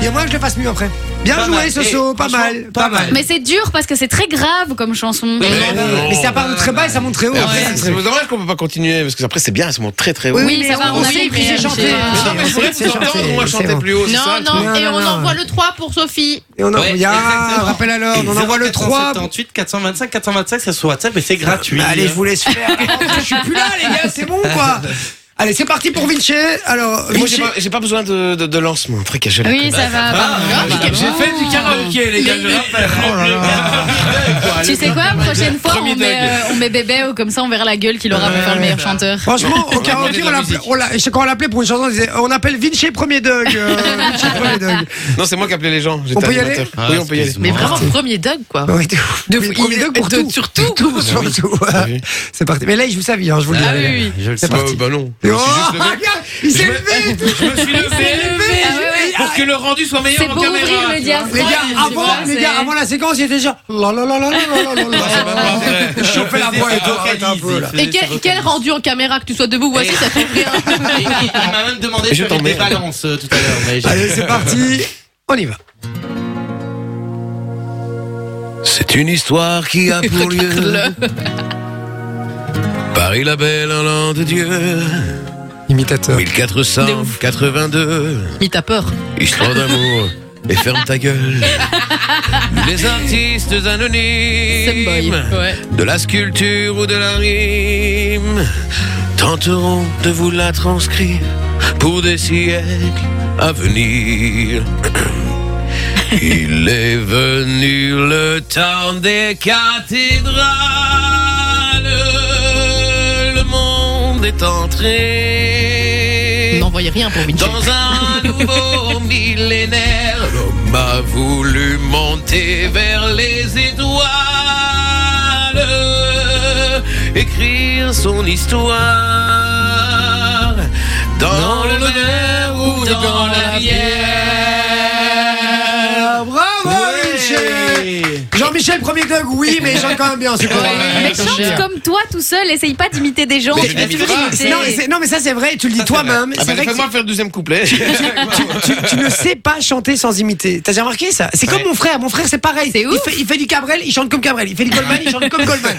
Speaker 2: Il y a moyen que je le fasse mieux après. Bien
Speaker 5: Pas
Speaker 2: joué,
Speaker 5: mal.
Speaker 2: Soso,
Speaker 5: Et
Speaker 2: pas mal,
Speaker 5: franchement,
Speaker 2: pas mal.
Speaker 3: Mais c'est dur parce que c'est très grave comme chanson.
Speaker 2: Mais non, non, mais ça part de très bas et ça monte très haut.
Speaker 16: Et
Speaker 2: après,
Speaker 16: après,
Speaker 2: c'est
Speaker 16: c'est
Speaker 2: très-
Speaker 16: dommage qu'on peut pas continuer parce que après c'est bien, elles sont très très haut.
Speaker 3: Oui, oui, ça va, on a
Speaker 2: sait
Speaker 3: compris,
Speaker 2: que c'est chanté.
Speaker 3: mais-
Speaker 2: Mais
Speaker 16: Non, mais c'est vrai,
Speaker 2: c'est
Speaker 16: faut
Speaker 2: chanté,
Speaker 16: entendre, on va
Speaker 2: c'est
Speaker 16: chanter
Speaker 2: bon.
Speaker 16: plus haut, c'est
Speaker 4: Non,
Speaker 16: ça le
Speaker 4: non,
Speaker 16: truc.
Speaker 4: et
Speaker 2: Non,
Speaker 4: on
Speaker 2: non,
Speaker 4: envoie le 3 pour Sophie.
Speaker 2: Et on envoie,
Speaker 5: Ouais,
Speaker 2: Ah,
Speaker 5: exactement.
Speaker 2: rappel à l'ordre, on envoie le 3.
Speaker 5: 78 425 425, c'est sur WhatsApp et c'est gratuit.
Speaker 2: Bah, allez, je vous laisse faire. je suis plus là, les gars, c'est bon quoi. Allez, c'est parti pour Vinci. Alors,
Speaker 16: Et Moi j'ai
Speaker 2: Vinci-
Speaker 16: pas, j'ai pas besoin de, de, de lancement, très caché. la
Speaker 3: Oui,
Speaker 16: con.
Speaker 3: ça va. Bah, pardon.
Speaker 6: Bah, J'ai fait du karaoké, les gars, je le rappelle.
Speaker 16: Oh
Speaker 2: Ah,
Speaker 3: Tu sais quoi, prochaine fois, on met, euh, on met bébé ou comme ça, on verra la gueule qu'il aura pour faire le meilleur chanteur.
Speaker 2: Franchement, au
Speaker 16: demander de
Speaker 2: karaoké, on
Speaker 16: la
Speaker 2: l'appelait- on l'a- je sais quand on l'appelait pour une chanson, on disait on appelle Vinci premier Doug. euh, Vinci premier Doug.
Speaker 16: Non, c'est moi qui appelais les gens.
Speaker 2: On
Speaker 16: j'étais
Speaker 2: peut y
Speaker 16: animateur.
Speaker 2: aller
Speaker 16: Ah, Oui, on peut y aller.
Speaker 4: Mais vraiment, premier Doug, quoi.
Speaker 2: Ouais, de ouf.
Speaker 4: De-
Speaker 2: Mais premier
Speaker 4: il-
Speaker 2: Doug pour
Speaker 4: de-
Speaker 2: tout.
Speaker 4: surtout.
Speaker 2: Tout, surtout. ouais. C'est parti. Mais là, il joue sa vie, hein, je vous le dis.
Speaker 4: Ah oui,
Speaker 16: Je le
Speaker 2: C'est
Speaker 16: sais
Speaker 2: parti.
Speaker 16: Bah, bah non.
Speaker 2: Oh,
Speaker 16: Je me suis juste levé.
Speaker 2: regarde, il s'est levé.
Speaker 6: Je me suis levé
Speaker 3: Ah ouais, ouais.
Speaker 6: pour que le rendu soit meilleur
Speaker 3: C'est
Speaker 6: en
Speaker 3: pour
Speaker 6: caméra.
Speaker 3: ouvrir le
Speaker 6: tu vois.
Speaker 3: diaphragme.
Speaker 2: Les gars,
Speaker 3: tu
Speaker 2: avant,
Speaker 3: vois,
Speaker 2: les
Speaker 3: c'est-
Speaker 2: gars, avant la séquence, il était genre. La la la la la la la
Speaker 16: Ah,
Speaker 2: la
Speaker 16: c'est pas
Speaker 2: la.
Speaker 16: vrai.
Speaker 2: Je chopais la voix et tout, arrête un peu, là.
Speaker 4: Et quel, quel rendu en caméra que tu sois debout ou assis, ça fait rien.
Speaker 5: Il il m'a même demandé
Speaker 16: Je
Speaker 5: de faire
Speaker 16: t'en
Speaker 5: des
Speaker 16: mets.
Speaker 5: balances euh, tout à l'heure. mais j'ai-
Speaker 2: Allez, c'est parti. On y va.
Speaker 9: C'est une histoire qui a pour lieu. Paris la belle, un land de Dieu.
Speaker 2: Imitateur.
Speaker 9: 1482.
Speaker 4: Mais t'as peur.
Speaker 9: Histoire d'amour. Et ferme ta gueule. Les artistes
Speaker 4: Boy.
Speaker 9: anonymes.
Speaker 4: Ouais.
Speaker 9: de la sculpture ou de la rime tenteront de vous la transcrire pour des siècles à venir. Il est venu le
Speaker 16: Ah
Speaker 9: temps des cathédrales, le monde est entré.
Speaker 4: N'envoyez rien pour Vinci.
Speaker 9: Dans un nouveau millénaire, l'homme a voulu monter vers les étoiles, écrire son histoire dans, le verre ou dans, la bière.
Speaker 2: Ah, Bravo, Vinci. Jean-Michel premier Doug, oui, mais il chante quand même bien, c'est pas vrai.
Speaker 3: Mais chante comme toi tout seul, essaye pas d'imiter des gens.
Speaker 16: Mais
Speaker 3: tu
Speaker 16: je
Speaker 3: vas toujours
Speaker 16: l'imiterai.
Speaker 3: imiter.
Speaker 2: C'est- Non, mais c'est- non, mais ça, c'est vrai, tu le dis toi-même.
Speaker 16: Ah,
Speaker 2: C'est
Speaker 16: bah,
Speaker 2: vrai que
Speaker 16: fais-moi faire le deuxième couplet.
Speaker 2: tu, tu ne sais pas chanter sans imiter. T'as déjà remarqué ça C'est comme
Speaker 16: Ouais.
Speaker 2: mon frère. Mon frère, c'est pareil.
Speaker 3: C'est
Speaker 2: Il
Speaker 3: ouf.
Speaker 2: fait, il fait du Cabrel, il chante comme Cabrel. Il fait du Goldman, il chante comme Goldman.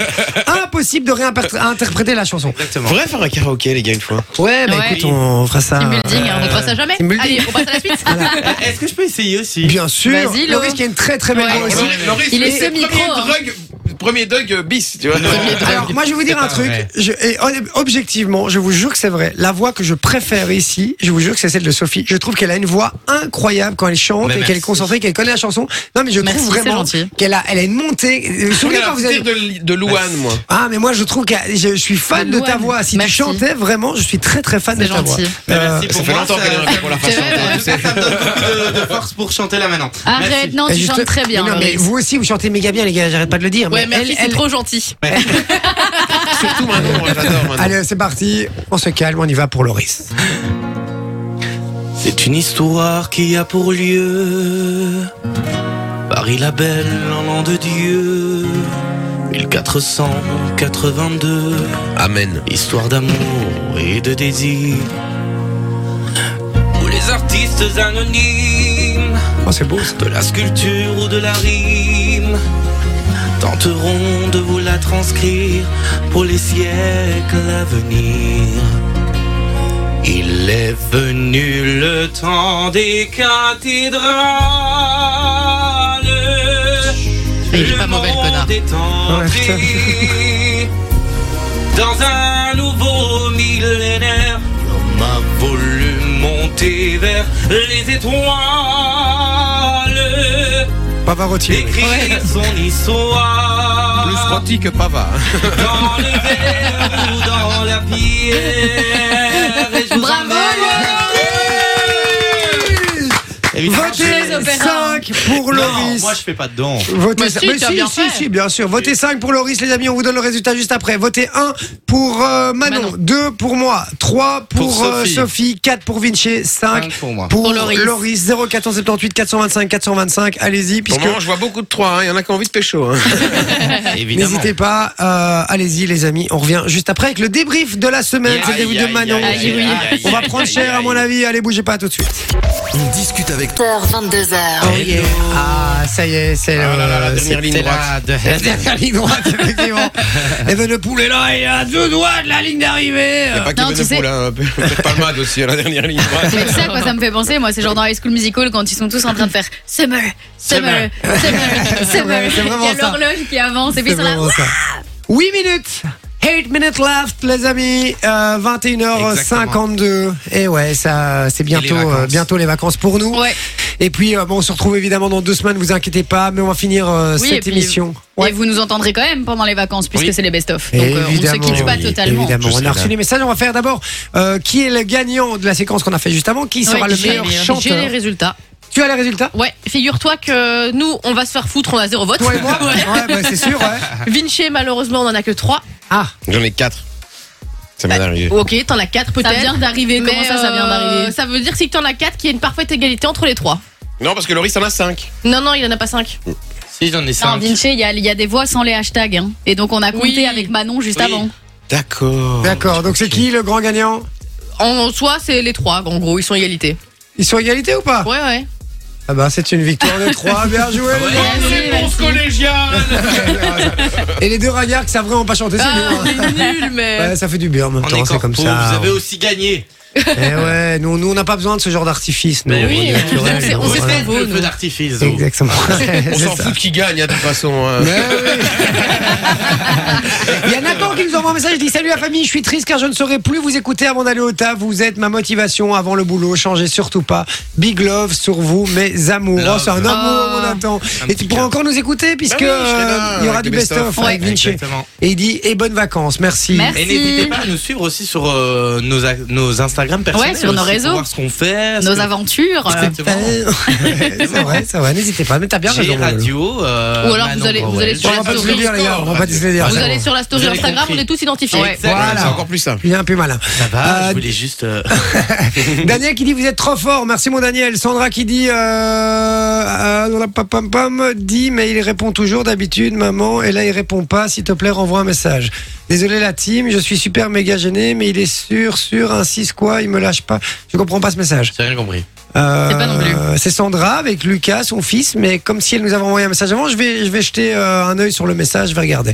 Speaker 2: Impossible de réinterpréter la chanson.
Speaker 5: Exactement.
Speaker 16: Faudrait faire un karaoké, les gars, une fois.
Speaker 2: Ouais, bah
Speaker 4: Ouais.
Speaker 2: écoute, on fera ça.
Speaker 4: Team building, hein, on ne fera ça jamais.
Speaker 2: Euh, Team building.
Speaker 4: Allez, on passe à la suite.
Speaker 5: Est-ce que je peux essayer aussi
Speaker 2: Bien sûr.
Speaker 3: Vas-y, Lo.
Speaker 2: Loris qui a une très très belle
Speaker 3: Ouais.
Speaker 2: voix aussi.
Speaker 16: Loris,
Speaker 3: Il est
Speaker 16: c'est le
Speaker 3: semi-pro, hein.
Speaker 16: Premier Doug, premier Doug euh, bis, tu vois.
Speaker 2: Alors moi je vais vous dire un truc, Je- et hon- objectivement, je vous jure que c'est vrai. La voix que je préfère ici, je vous jure que c'est celle de Sophie. Je trouve qu'elle a une voix incroyable quand elle chante
Speaker 5: Mais
Speaker 2: et qu'elle est
Speaker 5: merci.
Speaker 2: concentrée, qu'elle connaît la chanson. Non mais je
Speaker 3: Merci,
Speaker 2: trouve
Speaker 3: c'est
Speaker 2: vraiment
Speaker 3: gentil.
Speaker 2: qu'elle a, elle a une montée. Euh, Vous vous
Speaker 16: Je
Speaker 2: souvenez
Speaker 16: regarde
Speaker 2: quand vous avez
Speaker 16: la tire de, de Louane, moi.
Speaker 2: Ah mais moi je trouve que je je suis fan
Speaker 3: De
Speaker 2: de ta
Speaker 3: Louane.
Speaker 2: voix. Si
Speaker 3: Merci.
Speaker 2: tu chantais vraiment, je suis très très fan de
Speaker 3: C'est
Speaker 2: ta voix.
Speaker 3: gentil.
Speaker 5: Mais
Speaker 2: Euh,
Speaker 5: Merci
Speaker 16: Ça
Speaker 5: pour
Speaker 16: fait
Speaker 5: moi.
Speaker 16: longtemps qu'elle est en
Speaker 5: Ça
Speaker 16: fait pour la
Speaker 3: C'est
Speaker 16: faire
Speaker 3: vrai,
Speaker 16: chanter, tu sais.
Speaker 5: ça me donne beaucoup de- de force pour chanter là maintenant.
Speaker 3: Arrête, non,
Speaker 2: et
Speaker 3: tu
Speaker 2: juste-
Speaker 3: chantes très bien. hein,
Speaker 2: Mais non, mais
Speaker 3: Loris.
Speaker 2: vous aussi vous chantez méga bien les gars, j'arrête pas de le dire.
Speaker 4: Ouais,
Speaker 2: mais
Speaker 4: merci,
Speaker 2: elle-
Speaker 4: c'est
Speaker 2: elle-
Speaker 4: trop gentil.
Speaker 16: Surtout maintenant, moi, j'adore maintenant.
Speaker 2: Allez, c'est parti. On se calme, on y va pour Loris.
Speaker 5: C'est une histoire qui a pour lieu Paris la belle en l'an de Dieu 1482
Speaker 16: Amen.
Speaker 5: Histoire d'amour et de désir Où les artistes anonymes
Speaker 2: Oh c'est beau. ça.
Speaker 5: De la sculpture ou de la rime Tenteront de vous la transcrire Pour les siècles à venir Il est venu le temps des cathédrales
Speaker 4: Et il est pas mauvais, le connard.
Speaker 5: monde est entré Dans un nouveau millénaire L'homme a voulu monter vers les étoiles
Speaker 2: Pavarotti. Loris.
Speaker 5: Écrire son histoire
Speaker 16: Plus rôti que Pava. hein.
Speaker 5: Dans le verre ou dans la pierre Et je vous
Speaker 3: Bravo,
Speaker 5: emmène-
Speaker 2: Votez,
Speaker 3: l'opéra.
Speaker 2: 5 pour
Speaker 5: Non,
Speaker 2: Loris.
Speaker 5: moi je fais pas dedans.
Speaker 2: Votez
Speaker 5: Bah
Speaker 2: ça-
Speaker 5: si,
Speaker 2: mais
Speaker 5: t'as
Speaker 2: si,
Speaker 5: bien
Speaker 2: si,
Speaker 5: fait.
Speaker 2: si, bien sûr. Votez 5 pour Loris, les amis. On vous donne le résultat juste après. Votez 1 pour euh, Manon, 2 pour moi, 3 pour,
Speaker 5: Pour
Speaker 2: euh,
Speaker 5: Sophie.
Speaker 2: Sophie, 4 pour Vinci, 5
Speaker 5: Cinq pour moi.
Speaker 2: pour,
Speaker 5: Pour
Speaker 2: Loris.
Speaker 5: Loris.
Speaker 2: 0478 425 425. Allez-y,
Speaker 16: Pour
Speaker 2: puisque
Speaker 16: le moment, je vois beaucoup de 3, il y en a qui ont envie de pécho. hein.
Speaker 2: n'hésitez pas. euh, Allez-y, les amis. On revient juste après avec le débrief de la semaine.
Speaker 16: Aïe,
Speaker 2: C'est le débrief
Speaker 16: aïe,
Speaker 2: de Manon.
Speaker 16: aïe, aïe, aïe,
Speaker 2: On va
Speaker 16: aïe,
Speaker 2: prendre
Speaker 16: aïe,
Speaker 2: cher, à mon avis. Allez, bougez pas tout de suite.
Speaker 5: On discute avec
Speaker 1: 20h, 22h.
Speaker 2: Oh yeah. Ah, ça y est, c'est
Speaker 16: Ah là là, la
Speaker 2: le-
Speaker 16: dernière
Speaker 2: c'est-
Speaker 16: ligne
Speaker 2: c'est
Speaker 16: droite.
Speaker 2: la de- la dernière ligne droite, effectivement. Et ben le poulet là, il est à deux doigts de la ligne d'arrivée.
Speaker 16: Il n'y a pas que
Speaker 3: Non, tu sais-
Speaker 16: Benepul, hein. Peut-être Palmade aussi à la dernière ligne droite.
Speaker 3: Mais tu sais à quoi ça me fait penser, moi, c'est genre dans High School Musical quand ils sont tous en train de faire Summer, Summer, Summer, Summer.
Speaker 2: vrai, c'est vraiment
Speaker 3: Il y a
Speaker 2: ça.
Speaker 3: l'horloge qui avance et puis
Speaker 2: C'est
Speaker 3: ils sont là.
Speaker 2: vraiment ça. 8 minutes 8 minutes left, les amis. Euh, 21h52. Et Eh ouais, ça, c'est bientôt,
Speaker 5: vacances.
Speaker 2: euh, bientôt les vacances pour nous. Et puis, euh, bon, on se retrouve évidemment dans deux semaines. Vous inquiétez pas, mais on va finir euh,
Speaker 3: Oui, et
Speaker 2: cette
Speaker 3: puis-
Speaker 2: émission.
Speaker 3: Et vous nous entendrez quand même pendant les vacances puisque
Speaker 2: Oui.
Speaker 3: c'est les best-of. Donc euh, on ne se
Speaker 2: Évidemment,
Speaker 3: quitte pas
Speaker 2: oui,
Speaker 3: totalement.
Speaker 2: évidemment.
Speaker 5: Je
Speaker 2: on
Speaker 5: sais
Speaker 2: a
Speaker 5: bien.
Speaker 2: reçu les messages. On va faire d'abord euh, qui est le gagnant de la séquence qu'on a fait juste avant, qui sera
Speaker 4: Ouais,
Speaker 2: le
Speaker 4: j'ai-
Speaker 2: meilleur
Speaker 4: J'ai les
Speaker 2: chanteur.
Speaker 4: résultats.
Speaker 2: Tu as les résultats
Speaker 4: Ouais, figure-toi que nous, on va se faire foutre, on a zéro vote.
Speaker 2: Toi et moi
Speaker 4: Ouais.
Speaker 2: Ouais, bah, c'est sûr, ouais.
Speaker 4: Vinci, malheureusement, on en a que 3.
Speaker 2: Ah
Speaker 16: J'en ai 4. Ça m'est arrivé.
Speaker 4: Ok, t'en as 4 peut-être.
Speaker 3: vient d'arriver,
Speaker 4: Mais, euh,
Speaker 3: comment ça, ça vient d'arriver
Speaker 4: Ça veut dire si t'en as 4 qu'il y a une parfaite égalité entre les 3.
Speaker 16: Non, parce que Loris en a 5.
Speaker 4: Non, non, il en a pas 5.
Speaker 5: Si j'en ai
Speaker 3: Non,
Speaker 5: 5.
Speaker 3: Vinci, il y, a- il y a des voix sans les hashtags. hein. Et donc on a compté avec Manon juste avant.
Speaker 16: D'accord.
Speaker 2: D'accord. Donc c'est qui le grand gagnant
Speaker 4: En soi, c'est les 3, en gros, ils sont égalité.
Speaker 2: Ils sont à égalité ou pas
Speaker 4: Ouais, ouais.
Speaker 2: Ah bah c'est une victoire de 3, bien joué les gars.
Speaker 4: réponse
Speaker 2: Et les deux ragards qui savent vraiment pas chanter, c'est
Speaker 4: Ah,
Speaker 2: nous, hein.
Speaker 4: on est nul, mais.
Speaker 2: Ouais, ça fait du bien en même
Speaker 5: On est
Speaker 2: temps, c'est
Speaker 5: corpo,
Speaker 2: comme ça.
Speaker 5: Vous avez aussi gagné.
Speaker 2: Eh ouais, nous, nous on n'a pas besoin de ce genre d'artifice. nous, on est naturels,
Speaker 5: on s'est- on
Speaker 2: nous,
Speaker 5: s'est
Speaker 2: voilà.
Speaker 5: fait le feu d'artifice. vous.
Speaker 2: Exactement.
Speaker 16: On
Speaker 2: C'est
Speaker 16: s'en
Speaker 2: ça.
Speaker 16: fout qui gagne, hein, de toute façon. hein.
Speaker 2: Mais oui. Il y a Nathan qui nous envoie un message, il dit Salut la famille, je suis triste car je ne saurais plus vous écouter avant d'aller au taf. Vous êtes ma motivation avant le boulot, changez surtout pas. Big love sur vous, mes amours. Oh, c'est un
Speaker 5: Love.
Speaker 2: amour, mon Nathan.
Speaker 5: Un
Speaker 2: Et
Speaker 5: petit
Speaker 2: tu pourras
Speaker 5: cœur.
Speaker 2: encore nous écouter puisque
Speaker 16: Bah oui, je serai là,
Speaker 2: euh, il y aura
Speaker 16: avec
Speaker 2: du
Speaker 16: les
Speaker 2: best-of
Speaker 16: best-of.
Speaker 2: avec
Speaker 5: Ouais.
Speaker 2: Vinci.
Speaker 5: Exactement.
Speaker 2: Et il dit Et bonnes vacances, merci.
Speaker 3: Merci.
Speaker 5: Et n'hésitez pas à nous suivre aussi sur euh, nos, a- nos Instagram personnels.
Speaker 3: Ouais, sur nos
Speaker 5: aussi,
Speaker 3: réseaux.
Speaker 5: Pour voir ce qu'on fait. ce
Speaker 3: Nos
Speaker 5: que-
Speaker 3: aventures. euh,
Speaker 5: Exactement.
Speaker 2: Euh, c'est vrai, c'est vrai, n'hésitez pas, mais t'as Ah, bien raison.
Speaker 5: J'ai
Speaker 2: Manolo.
Speaker 5: radio. euh,
Speaker 4: Ou alors vous allez- vous allez
Speaker 2: On
Speaker 4: sur
Speaker 2: va
Speaker 4: la
Speaker 2: pas te le
Speaker 4: story.
Speaker 2: dire, les gars, on va pas te le dire.
Speaker 4: Vous
Speaker 2: c'est
Speaker 4: allez
Speaker 2: bon.
Speaker 4: sur la story
Speaker 5: Ah, Vous avez
Speaker 4: Instagram,
Speaker 5: compris.
Speaker 4: on est tous identifiés.
Speaker 5: Ouais.
Speaker 16: C'est
Speaker 2: Voilà.
Speaker 16: encore plus simple.
Speaker 2: Bien plus malin.
Speaker 5: Ça va,
Speaker 2: Euh,
Speaker 5: je voulais juste. euh,
Speaker 2: Daniel qui dit vous êtes trop fort, merci mon Daniel. Sandra qui dit euh, euh, pam, pam, pam, dit mais il répond toujours d'habitude maman et là il répond pas, s'il te plaît renvoie un message. Désolé la team, je suis super méga gêné mais il est sûr sûr un 6 quoi, il me lâche pas. Je comprends pas ce message.
Speaker 5: J'ai rien compris.
Speaker 2: Euh,
Speaker 3: C'est pas non plus.
Speaker 2: C'est Sandra avec Lucas, son fils, mais comme si elle nous avait envoyé un message avant, je vais, je vais jeter euh, un œil sur le message, je vais regarder.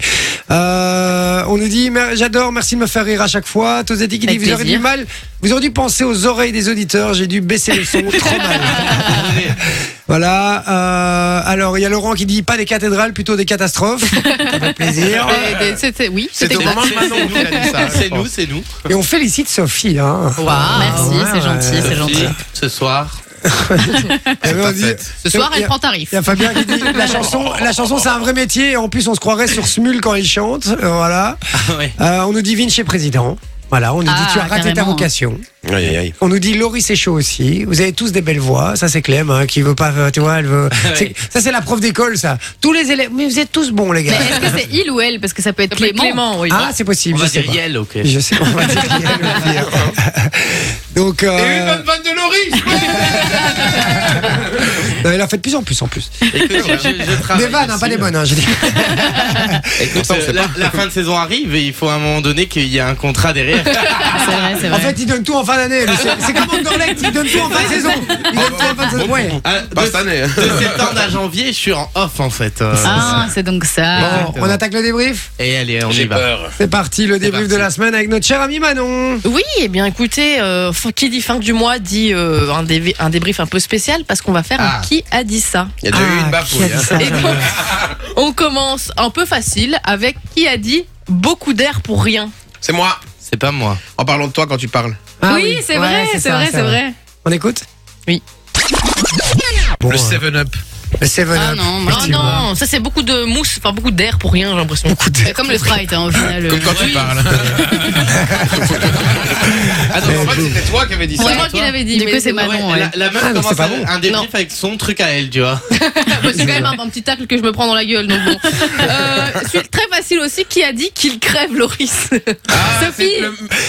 Speaker 2: Euh, on nous dit, mer- j'adore, merci de me faire rire à chaque fois. Tozetti qui dit,
Speaker 3: Avec
Speaker 2: vous aurez du
Speaker 3: plaisir.
Speaker 2: mal, vous aurez dû penser aux oreilles des auditeurs, j'ai dû baisser le son, trop mal. Voilà, euh, alors il y a Laurent qui dit, pas des cathédrales, plutôt des catastrophes. Ça fait plaisir.
Speaker 3: Eh,
Speaker 4: Et- et- c'était- Oui,
Speaker 16: C'était
Speaker 4: c'était
Speaker 16: au moment de Manon qu'il a dit ça. hein. je
Speaker 5: C'est
Speaker 16: pense.
Speaker 5: nous, c'est nous.
Speaker 2: Et on félicite Sophie, hein.
Speaker 4: Waouh,
Speaker 3: merci,
Speaker 2: ouais, ouais.
Speaker 3: c'est gentil, c'est gentil.
Speaker 5: Ce soir.
Speaker 2: Et Eh ben, on dit-
Speaker 4: Ce soir,
Speaker 2: Il y
Speaker 4: elle
Speaker 2: a-
Speaker 4: prend tarif.
Speaker 2: Il y a Fabien qui dit la chanson, la chanson c'est un vrai métier. En plus, on se croirait sur Smul quand il chante. Euh, Voilà.
Speaker 5: ouais.
Speaker 2: Euh, on nous dit Vinci est président. Voilà, on nous dit
Speaker 3: Ah,
Speaker 2: tu as raté ta
Speaker 3: carrément.
Speaker 2: vocation.
Speaker 16: Aïe, aïe, aïe.
Speaker 2: On nous dit Laurie c'est chaud aussi. Vous avez tous des belles voix. Ça c'est Clem hein, qui veut pas, euh, tu vois, elle veut. c'est- Ça c'est la prof d'école ça. Tous les élèves, mais vous êtes tous bons les
Speaker 3: Mais
Speaker 2: gars.
Speaker 3: est-ce que c'est il ou elle Parce que ça peut être Clément.
Speaker 4: oui.
Speaker 2: Ah c'est
Speaker 5: On
Speaker 2: possible.
Speaker 5: va
Speaker 2: je sais
Speaker 5: dire
Speaker 2: pas.
Speaker 5: Yel, ok.
Speaker 2: Je sais, on va dire Yel, au pire. Donc. euh,
Speaker 16: Et une bonne vanne de Loris
Speaker 2: non, il en fait de plus en plus en plus.
Speaker 5: Écoute, je, je travaille
Speaker 2: Des vannes, hein,
Speaker 5: dessus.
Speaker 2: pas des bonnes, hein, j'ai dit.
Speaker 5: Écoute,
Speaker 16: Ça, on
Speaker 5: euh,
Speaker 16: sait
Speaker 5: la, la fin de saison arrive et il faut à un moment donné qu'il y ait un contrat derrière.
Speaker 4: Ah,
Speaker 3: C'est vrai, c'est
Speaker 2: En
Speaker 3: vrai.
Speaker 2: fait, il donne tout en fin d'année. lui. C'est- C'est comme Anderlecht, il donne tout en fin de saison. Il donne tout en fin de saison. Ouais.
Speaker 5: Ah,
Speaker 16: Pas
Speaker 5: de,
Speaker 16: cette année. hein.
Speaker 5: de septembre à janvier, je suis en off en fait. euh,
Speaker 3: Ah, c'est donc ça.
Speaker 2: Bon, on
Speaker 16: Ah.
Speaker 2: attaque le débrief.
Speaker 5: Et allez, on y
Speaker 16: J'ai
Speaker 5: va.
Speaker 16: peur.
Speaker 2: C'est parti, le débrief
Speaker 5: parti.
Speaker 2: de la semaine avec notre cher ami Manon.
Speaker 4: Oui, eh bien écoutez, euh, fin- qui dit fin du mois dit euh, un, dévi- un débrief un peu spécial parce qu'on va faire un
Speaker 16: Ah.
Speaker 4: qui a dit ça.
Speaker 16: Il y a déjà eu
Speaker 2: Ah,
Speaker 16: une
Speaker 2: qui a
Speaker 16: bafouille.
Speaker 2: dit
Speaker 16: hein.
Speaker 2: ça
Speaker 4: Et donc, on commence un peu facile avec qui a dit beaucoup d'air pour rien.
Speaker 16: C'est moi.
Speaker 5: C'est pas moi.
Speaker 16: En parlant de toi quand tu parles.
Speaker 2: Ah
Speaker 3: oui, c'est
Speaker 2: Ouais,
Speaker 3: vrai,
Speaker 2: ça,
Speaker 3: c'est vrai, c'est vrai.
Speaker 2: On écoute
Speaker 4: Oui.
Speaker 2: Bon,
Speaker 16: le
Speaker 2: euh,
Speaker 16: 7-Up.
Speaker 2: C'est vrai.
Speaker 4: Ah non, moi- Ah non, ça c'est beaucoup de mousse, enfin beaucoup d'air pour rien, j'ai l'impression.
Speaker 2: d'air.
Speaker 4: Euh, Comme le
Speaker 3: Ah,
Speaker 4: sprite, hein, au final.
Speaker 6: Comme quand tu parles. ah non, en fait, c'était toi qui avais dit ça.
Speaker 4: C'est moi qui l'avais dit,
Speaker 3: Du
Speaker 4: mais
Speaker 3: coup, c'est
Speaker 4: ouais,
Speaker 3: Manon,
Speaker 4: ouais.
Speaker 3: ouais.
Speaker 5: La, la meuf
Speaker 4: Ah, mais
Speaker 5: commence
Speaker 4: c'est pas
Speaker 5: à-
Speaker 4: bon.
Speaker 5: un débrief avec son truc à elle, tu vois.
Speaker 4: Bah, c'est quand même un, un petit tacle que je me prends dans la gueule, donc bon. Euh, celui très facile aussi, qui a dit qu'il crève Loris
Speaker 6: Ah,
Speaker 4: Sophie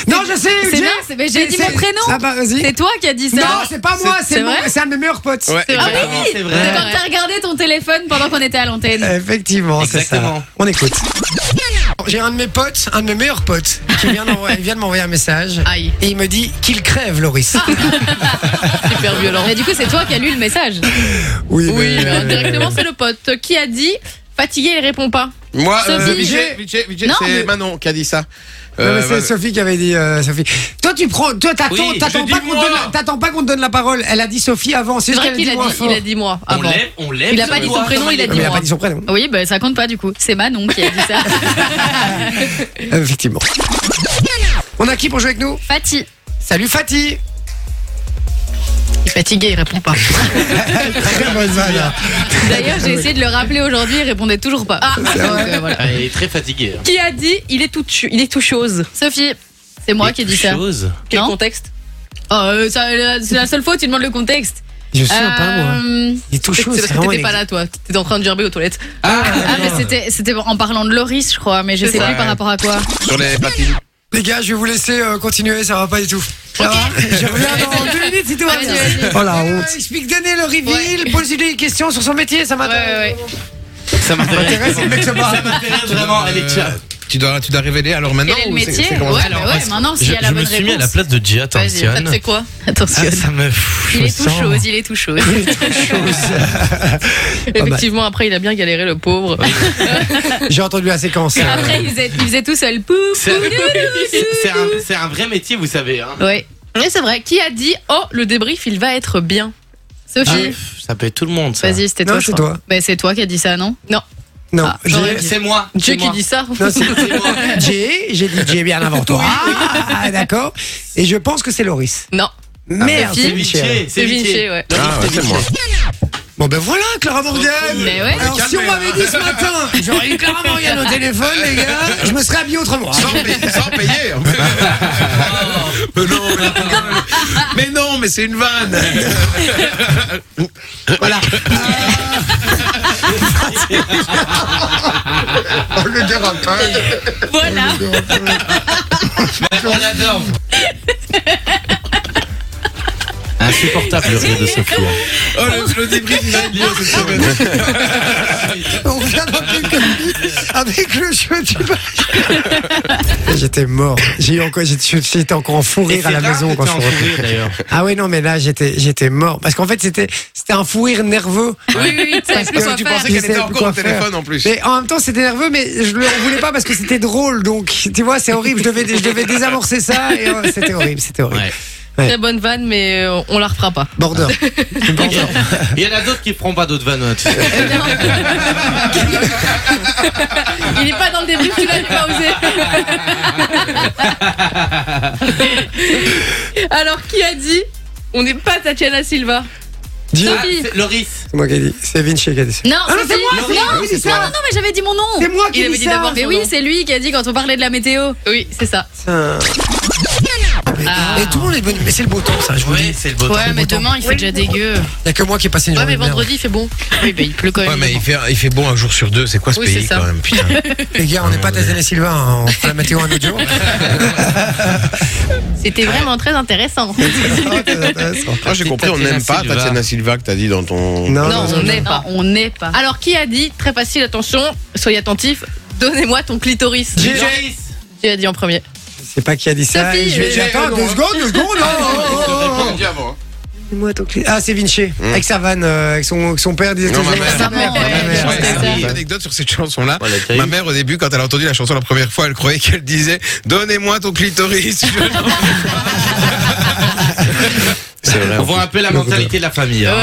Speaker 2: Non, je sais,
Speaker 4: C'est
Speaker 2: Jay.
Speaker 4: mince, mais j'ai dit
Speaker 2: C'est-
Speaker 4: mon prénom
Speaker 2: Ah bah, vas-y.
Speaker 4: C'est toi qui as dit ça
Speaker 2: Non, c'est pas moi, c'est mon-
Speaker 4: vrai
Speaker 2: c'est un de mes meilleurs potes.
Speaker 4: Ah oui C'est quand t'as regardé ton téléphone pendant qu'on était à l'antenne.
Speaker 2: Effectivement, c'est ça. On écoute. J'ai un de mes potes, un de mes meilleurs potes, qui vient, d'envoyer- il vient de m'envoyer un message. Et il me dit qu'il crève, Loris.
Speaker 4: Super violent. Et du coup, c'est toi qui as lu le message.
Speaker 2: Oui,
Speaker 4: Oui,
Speaker 2: mais-
Speaker 4: mais directement, c'est le pote qui a dit fatigué, il répond pas.
Speaker 6: Moi, euh,
Speaker 4: Sophie.
Speaker 6: Vijay, Vijay, Vijay,
Speaker 4: Non,
Speaker 6: c'est
Speaker 4: mais-
Speaker 6: Manon qui a dit ça.
Speaker 2: Non,
Speaker 6: Euh,
Speaker 2: mais c'est
Speaker 6: bah-
Speaker 2: Sophie qui avait dit euh, Sophie. Toi tu prends, toi t'attends,
Speaker 6: Oui,
Speaker 2: t'attends
Speaker 6: je
Speaker 2: pas
Speaker 6: dis
Speaker 2: qu'on
Speaker 6: moi.
Speaker 2: donne, t'attends pas qu'on te donne la parole. Elle a dit Sophie avant, c'est
Speaker 4: C'est
Speaker 2: ce
Speaker 4: vrai
Speaker 2: qu'elle
Speaker 4: qu'il a
Speaker 2: moins
Speaker 4: dit,
Speaker 2: fort.
Speaker 4: il a dit moi.
Speaker 2: On
Speaker 4: avant. ben,
Speaker 2: lève- on lève
Speaker 4: Ah Il a
Speaker 2: ce
Speaker 4: pas dit son
Speaker 2: doigt.
Speaker 4: prénom, il a dit
Speaker 2: Mais il a
Speaker 4: moi.
Speaker 2: pas dit son prénom.
Speaker 3: Oui, bah ça compte pas du coup. C'est Manon qui a dit ça.
Speaker 2: Euh, Effectivement. On a qui pour jouer avec nous
Speaker 3: Fatih.
Speaker 2: Salut Fatih.
Speaker 4: Il est fatigué, il répond pas.
Speaker 2: Très bonne vanne, hein.
Speaker 4: D'ailleurs, j'ai essayé de le rappeler aujourd'hui, il répondait toujours pas. Ah, donc, euh, voilà.
Speaker 5: Elle est très fatiguée.
Speaker 4: Qui a dit il est tout, chu- il est tout chose
Speaker 3: Sophie, c'est moi qui ai dit ça.
Speaker 5: Chose.
Speaker 4: Quel contexte Oh, euh, ça, euh, C'est la seule fois où tu demandes le contexte.
Speaker 2: Je sais pas, moi.
Speaker 4: Euh,
Speaker 2: Il est tout chaud,
Speaker 4: C'est
Speaker 2: c'est
Speaker 4: parce que
Speaker 2: vraiment
Speaker 4: t'étais
Speaker 2: les-
Speaker 4: pas là, toi. T'étais en train de gerber aux toilettes.
Speaker 2: Ah,
Speaker 4: Ah, mais c'était- c'était en parlant de Loris, je crois, mais je
Speaker 2: C'est
Speaker 4: sais
Speaker 2: ça.
Speaker 4: plus par rapport à quoi.
Speaker 6: Sur les platines.
Speaker 2: Les gars, je vais vous laisser euh, continuer, ça va pas du tout. Ça va Je reviens dans deux minutes si tout va bien.
Speaker 17: Oh, la honte.
Speaker 2: Explique, donnez le reveal, posez-lui des questions sur son métier, ça m'intéresse.
Speaker 5: Ça
Speaker 2: m'intéresse, le mec se barre.
Speaker 5: Ça m'intéresse vraiment. Allez, ciao.
Speaker 6: Tu dois, tu dois révéler alors maintenant
Speaker 4: Quel est le
Speaker 6: ou c'est-
Speaker 4: métier
Speaker 6: c'est comment
Speaker 4: Ouais,
Speaker 6: ça
Speaker 4: bah ouais, maintenant, s'il
Speaker 18: je
Speaker 4: y a la
Speaker 18: je
Speaker 4: bonne
Speaker 18: me suis mis à la
Speaker 4: réponse.
Speaker 18: place de Gia
Speaker 4: Vas-y,
Speaker 18: Attention.
Speaker 4: Fab, c'est quoi
Speaker 18: Ah, ça me. pff,
Speaker 4: Il
Speaker 18: je
Speaker 4: est tout
Speaker 18: sens.
Speaker 4: chaud, il est tout chaud.
Speaker 2: mal.
Speaker 4: Effectivement, après, il a bien galéré, le pauvre.
Speaker 2: J'ai entendu la séquence.
Speaker 4: Après, il faisait, il faisait tout seul. Pou, pou,
Speaker 5: C'est un,
Speaker 4: dou,
Speaker 5: c'est un- c'est un vrai métier, vous savez. Hein.
Speaker 4: dou. Ouais. Mais c'est vrai, qui a dit Oh, le débrief, il va être bien Sophie,
Speaker 5: Ah, Ça peut être tout le monde. Ça.
Speaker 4: vas-y, c'était
Speaker 2: Non,
Speaker 4: toi. je
Speaker 2: c'est
Speaker 4: crois.
Speaker 2: toi.
Speaker 4: Bah, c'est toi qui as dit ça, non Non.
Speaker 2: Non,
Speaker 4: Ah,
Speaker 2: j'ai-
Speaker 4: j'aurais dit.
Speaker 5: Euh, C'est moi.
Speaker 4: Dieu
Speaker 5: c'est
Speaker 4: qui
Speaker 5: moi.
Speaker 4: dit ça
Speaker 2: Non, c'est- Jay, j'ai dit Jay bien avant toi. Ah, d'accord. Et je pense que c'est Loris.
Speaker 4: Non.
Speaker 2: Merde,
Speaker 4: Sophie.
Speaker 2: c'est Michel.
Speaker 4: C'est Vinci, ouais.
Speaker 6: Ah, ouais, c'est moi.
Speaker 2: Bon ben voilà, Clara Morgan.
Speaker 4: Mais ouais.
Speaker 2: Alors si on m'avait dit ce matin, j'aurais eu Clara Morgan au téléphone, les gars, je me serais habillé autrement.
Speaker 6: Sans, payer- sans payer. Ah. mais non, mais, non. mais non, mais c'est une vanne.
Speaker 2: Voilà.
Speaker 6: On le dérapage.
Speaker 4: Voilà.
Speaker 5: On adore. Insupportable le rire de hein. Sophie.
Speaker 6: Oh, le, le débrief il va être bien cette semaine.
Speaker 2: On vient d'un truc comme avec le cheveu du bas. J'étais mort. J'ai eu encore, j'étais j'étais encore en fou
Speaker 5: Et
Speaker 2: rire à
Speaker 5: c'est
Speaker 2: la
Speaker 5: rare
Speaker 2: maison
Speaker 5: que
Speaker 2: quand
Speaker 5: t'es
Speaker 2: je
Speaker 5: en
Speaker 2: suis
Speaker 5: fou
Speaker 2: rentré.
Speaker 5: rire, d'ailleurs.
Speaker 2: Ah ouais non mais là j'étais j'étais mort parce qu'en fait c'était c'était un fou rire nerveux.
Speaker 4: Oui, oui, oui, tu savais
Speaker 6: Parce
Speaker 4: plus
Speaker 6: que
Speaker 4: quoi
Speaker 6: tu
Speaker 4: faire.
Speaker 6: pensais qu'elle
Speaker 2: Je sais
Speaker 6: était
Speaker 2: plus
Speaker 6: encore
Speaker 2: quoi
Speaker 6: au téléphone
Speaker 2: faire.
Speaker 6: en plus.
Speaker 2: Mais en même temps, c'était nerveux, mais je le voulais pas parce que c'était drôle. Donc, tu vois, c'est horrible. Je devais, je devais désamorcer ça et euh, c'était horrible. C'était horrible. Ouais.
Speaker 4: Très bonne vanne, mais euh, on la refera pas.
Speaker 2: Border.
Speaker 5: Il y en a d'autres qui ne feront pas d'autres vannes. tu sais.
Speaker 4: Il est pas dans le débrief, tu l'as j'ai pas osé. Alors, qui a dit On n'est pas Tatiana Silva
Speaker 2: Dis-
Speaker 5: Ah, c'est Loris.
Speaker 2: C'est moi qui ai dit. C'est Vinci qui a dit ça.
Speaker 4: Non,
Speaker 2: Ah non, c'est moi, c'est moi
Speaker 4: Non,
Speaker 2: qui ai dit
Speaker 4: non,
Speaker 2: ça.
Speaker 4: non, non, mais j'avais dit mon nom
Speaker 2: C'est moi qui ai
Speaker 4: avait
Speaker 2: dit ça.
Speaker 4: d'abord Mais oui, c'est lui qui a dit quand on parlait de la météo. Oui, c'est ça.
Speaker 2: Putain. Ah. Et tout le monde est venu. Mais c'est le beau temps, ça, je vous le
Speaker 5: Ouais,
Speaker 2: dis.
Speaker 5: c'est le beau
Speaker 4: Ah. Ouais, mais demain, il fait déjà dégueu.
Speaker 2: Il n'y a que moi qui ai passé une
Speaker 4: Ouais,
Speaker 2: journée.
Speaker 4: mais
Speaker 2: de merde.
Speaker 4: vendredi, il fait bon. Oui, bah, il pleut quand
Speaker 6: Ouais,
Speaker 4: même.
Speaker 6: mais il fait, il fait bon un jour sur deux. C'est quoi ce
Speaker 4: Oui,
Speaker 6: pays
Speaker 4: c'est ça.
Speaker 6: quand même, putain.
Speaker 2: Les gars, on n'est pas Tatiana Silva. hein. On fait la météo un autre jour.
Speaker 4: C'était vraiment très intéressant.
Speaker 6: Ah, j'ai compris, on n'aime pas
Speaker 5: Silva.
Speaker 6: Tatiana Silva que t'as dit dans ton.
Speaker 2: Non,
Speaker 4: Non, on n'est pas. On n'est pas. Ah. Alors, qui a dit Très facile, attention, soyez attentifs. Donnez-moi ton clitoris.
Speaker 5: Loris.
Speaker 4: Tu as dit en premier.
Speaker 2: Je sais pas qui a dit ça.
Speaker 4: Sophie, euh,
Speaker 2: et je vais-
Speaker 4: j'ai-
Speaker 2: Attends,
Speaker 6: non,
Speaker 2: deux
Speaker 6: hein.
Speaker 2: secondes, deux secondes. oh, oh, oh, oh, oh. Dis-moi ton clé. Ah, c'est Vinci. Avec sa vanne, euh, avec son, avec son père disait
Speaker 6: Non, ma
Speaker 2: toujours
Speaker 6: mère.
Speaker 2: ça.
Speaker 4: Maman, ouais,
Speaker 6: Ouais,
Speaker 4: je pensais
Speaker 6: c'est
Speaker 4: ça.
Speaker 6: une anecdote sur cette chanson-là.
Speaker 5: Oh, la caille.
Speaker 6: Ma mère, au début, quand elle a entendu la chanson la première fois, elle croyait qu'elle disait Donnez-moi ton clitoris. C'est vrai.
Speaker 5: On voit un peu la mentalité de la famille. hein.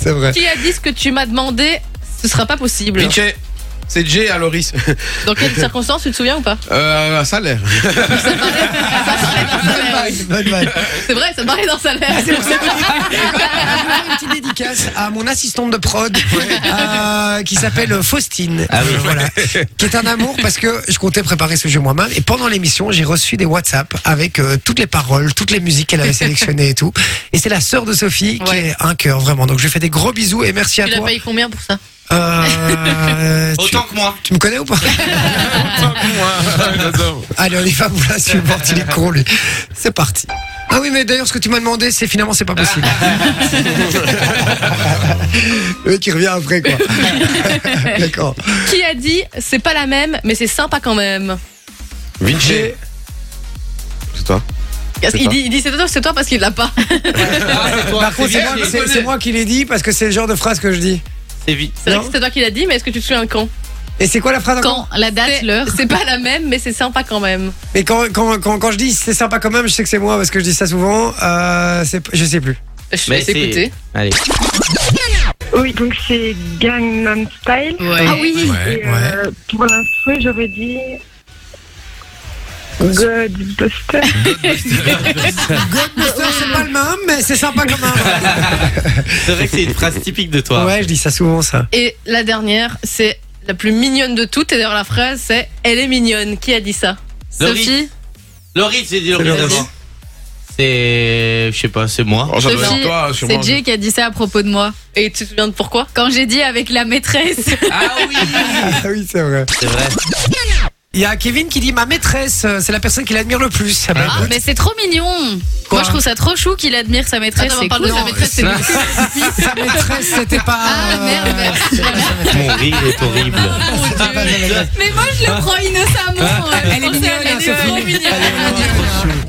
Speaker 2: C'est vrai.
Speaker 4: Qui a dit ce que tu m'as demandé Ce sera pas possible.
Speaker 16: hein.
Speaker 6: Vinci,
Speaker 16: c'est Jay à Loris.
Speaker 4: Dans quelles circonstances, tu te souviens ou pas
Speaker 16: Euh, un salaire.
Speaker 4: Ah, C'est vrai, ça me parlait d'un salaire.
Speaker 2: C'est pour ça Une petite dédicace à mon assistante de prod euh, qui s'appelle Faustine.
Speaker 5: Ah oui.
Speaker 2: Euh, voilà. Qui est un amour parce que je comptais préparer ce jeu moi-même et pendant l'émission, j'ai reçu des WhatsApp avec euh, toutes les paroles, toutes les musiques qu'elle avait sélectionnées et tout. Et c'est la sœur de Sophie qui est un cœur vraiment. Donc je lui fais des gros bisous et merci à
Speaker 4: tu l'as
Speaker 2: toi.
Speaker 4: payé combien pour ça
Speaker 2: Autant que moi. Tu me connais ou pas Allez, on y va, vous la supportez, il est con, lui. C'est parti. Ah oui, mais d'ailleurs, ce que tu m'as demandé, c'est finalement, c'est pas possible. Le mec, il revient après, quoi. D'accord.
Speaker 4: Qui a dit c'est pas la même, mais c'est sympa quand même
Speaker 16: Vinci. C'est toi C'est
Speaker 4: Il
Speaker 16: toi.
Speaker 4: dit, il dit c'est toi, c'est toi parce qu'il l'a pas.
Speaker 2: Par contre, c'est moi, c'est- c'est moi qui l'ai dit parce que c'est le genre de phrase que je dis.
Speaker 19: C'est vite.
Speaker 4: C'est vrai que c'est toi qui l'as dit, mais est-ce que tu te souviens quand
Speaker 2: Et c'est quoi la phrase
Speaker 4: Quand La date, l'heure C'est pas la même, mais c'est sympa quand même.
Speaker 2: Mais quand, quand, quand, quand je dis c'est sympa quand même, je sais que c'est moi parce que je dis ça souvent. Euh, c'est- je sais plus.
Speaker 4: Je vais écouter.
Speaker 19: Allez.
Speaker 20: Oui, donc c'est Gangnam Style.
Speaker 2: Ah oui.
Speaker 20: Et,
Speaker 2: Ouais,
Speaker 20: euh, Pour l'instant, j'aurais dit. Godbuster.
Speaker 4: Ah,
Speaker 2: Ghostbuster, c'est pas le même, mais c'est sympa quand même.
Speaker 19: C'est vrai que c'est une phrase typique de toi.
Speaker 2: Ouais, je dis ça souvent, ça.
Speaker 4: Et la dernière, c'est la plus mignonne de toutes. Et d'ailleurs, la phrase, c'est Elle est mignonne. Qui a dit ça
Speaker 19: Laurie.
Speaker 4: Sophie
Speaker 19: Laurie, j'ai dit Laurie
Speaker 4: C'est Laurie.
Speaker 19: d'abord. C'est. Je sais pas, c'est moi.
Speaker 16: Oh,
Speaker 3: Sophie, c'est Jay qui a dit ça à propos de moi.
Speaker 4: Et tu te souviens de pourquoi
Speaker 3: Quand j'ai dit avec la maîtresse.
Speaker 2: Ah oui, c'est vrai.
Speaker 19: C'est vrai.
Speaker 2: Il y a Kevin qui dit ma maîtresse, euh, c'est la personne qu'il admire le plus. Ah bah,
Speaker 3: Ah,
Speaker 2: écoute.
Speaker 3: mais c'est trop mignon. Moi, je trouve ça trop chou qu'il admire sa maîtresse.
Speaker 4: Attends, on
Speaker 3: c'est
Speaker 4: parle
Speaker 3: cool.
Speaker 4: de sa maîtresse, c'est
Speaker 2: Sa maîtresse, c'était pas.
Speaker 3: Ah merde.
Speaker 19: Mon rire est horrible.
Speaker 3: Mais moi, je le prends innocemment. Ah. Elle est mignonne, elle est trop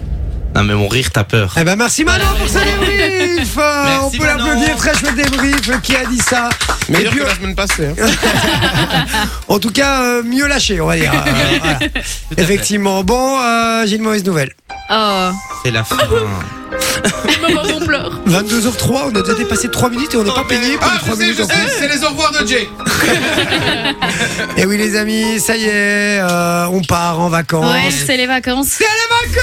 Speaker 19: Non, mais mon rire, t'as peur.
Speaker 2: Eh ben merci Manon pour ce débrief. Euh,
Speaker 19: Merci,
Speaker 2: On peut
Speaker 19: Manon.
Speaker 2: l'applaudir, très chouette débrief. euh, Qui a dit ça
Speaker 16: Mais
Speaker 2: Et puis,
Speaker 16: que la semaine passée. hein.
Speaker 2: En tout cas, euh, mieux lâché, on va dire. Euh, voilà. Effectivement. Bon, euh, j'ai une mauvaise nouvelle.
Speaker 4: Oh.
Speaker 19: C'est la fin.
Speaker 4: Maman, on pleure.
Speaker 2: 22h03, on a déjà dépassé 3 minutes et on n'est pas payé pour
Speaker 16: Ah,
Speaker 2: les
Speaker 16: je
Speaker 2: 3
Speaker 16: sais,
Speaker 2: minutes.
Speaker 16: je
Speaker 2: en
Speaker 16: sais,
Speaker 2: plus.
Speaker 16: c'est les au revoir de Jay.
Speaker 2: Et Eh oui, les amis, ça y est, euh, on part en vacances.
Speaker 3: Ouais, c'est les vacances. C'est
Speaker 2: les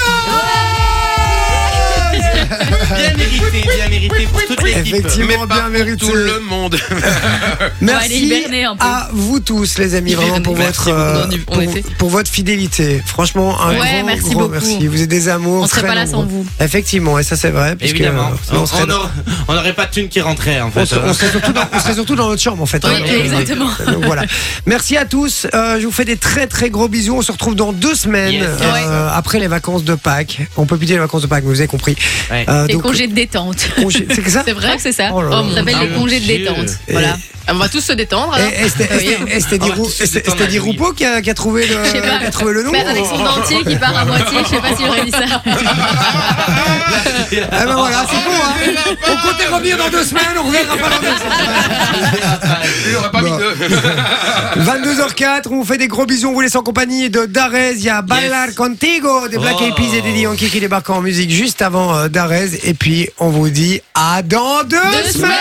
Speaker 19: Bien mérité, bien mérité pour toute l'équipe.
Speaker 2: Effectivement,
Speaker 16: Pas
Speaker 2: bien
Speaker 16: pour
Speaker 2: mérité.
Speaker 16: Tout le monde.
Speaker 3: aller
Speaker 2: Merci
Speaker 3: hiberner un peu.
Speaker 2: à vous tous, les amis, vraiment pour
Speaker 16: Merci
Speaker 2: votre,
Speaker 16: beaucoup,
Speaker 2: euh,
Speaker 16: on y- on
Speaker 2: pour,
Speaker 16: était.
Speaker 2: pour votre fidélité. Franchement, un
Speaker 3: Ouais,
Speaker 2: grand,
Speaker 3: merci
Speaker 2: grand
Speaker 3: beaucoup.
Speaker 2: merci. Vous êtes des amours.
Speaker 3: On serait
Speaker 2: très
Speaker 3: pas là sans
Speaker 2: nombreux.
Speaker 3: vous.
Speaker 2: Effectivement, et ça c'est vrai. puisque,
Speaker 19: Évidemment.
Speaker 2: euh,
Speaker 19: On
Speaker 2: sinon, on serait
Speaker 19: on aura- on n'aurait pas de thune qui rentrait en fait.
Speaker 2: on serait- on serait surtout dans, on serait surtout dans notre chambre en fait.
Speaker 19: Oui,
Speaker 2: hein. Donc,
Speaker 19: exactement.
Speaker 2: euh, donc voilà. Merci à tous. Euh, je vous fais des très très gros bisous. On se retrouve dans deux semaines
Speaker 19: Yes.
Speaker 2: euh, après les vacances de Pâques. On peut plus dire les vacances de Pâques, mais vous avez compris. Euh,
Speaker 3: Les
Speaker 2: donc,
Speaker 3: congés de détente.
Speaker 2: congé- c'est que ça
Speaker 3: C'est vrai que c'est ça.
Speaker 2: Oh là là.
Speaker 3: ça s'appelle les
Speaker 2: Mon
Speaker 3: congés de
Speaker 2: Dieu.
Speaker 3: détente.
Speaker 2: Et-
Speaker 3: Voilà.
Speaker 4: On va tous se détendre. alors.
Speaker 2: Et- et c'était- et c'était- et c'était Di Rou- et c'était- c'était Di Roupeau qui a qui a trouvé le
Speaker 3: Je sais pas.
Speaker 2: qui a trouvé le nom.
Speaker 3: Mais attendez, Bah, son dentier qui part à moitié, je sais pas si j'aurais dit ça.
Speaker 2: Ah ben voilà, c'est bon. Hein. On comptait revenir dans deux semaines, on reviendra pas dans deux
Speaker 16: Il aurait pas hein. mis deux.
Speaker 2: 22h04, on vous fait des gros bisous, on vous laisse en compagnie de Darez, il y a Ballar Contigo, des Black Eyed Peas et des Yankee qui débarquent en musique juste avant euh, Darez, et puis on vous dit à dans deux,
Speaker 5: Deux
Speaker 2: semaines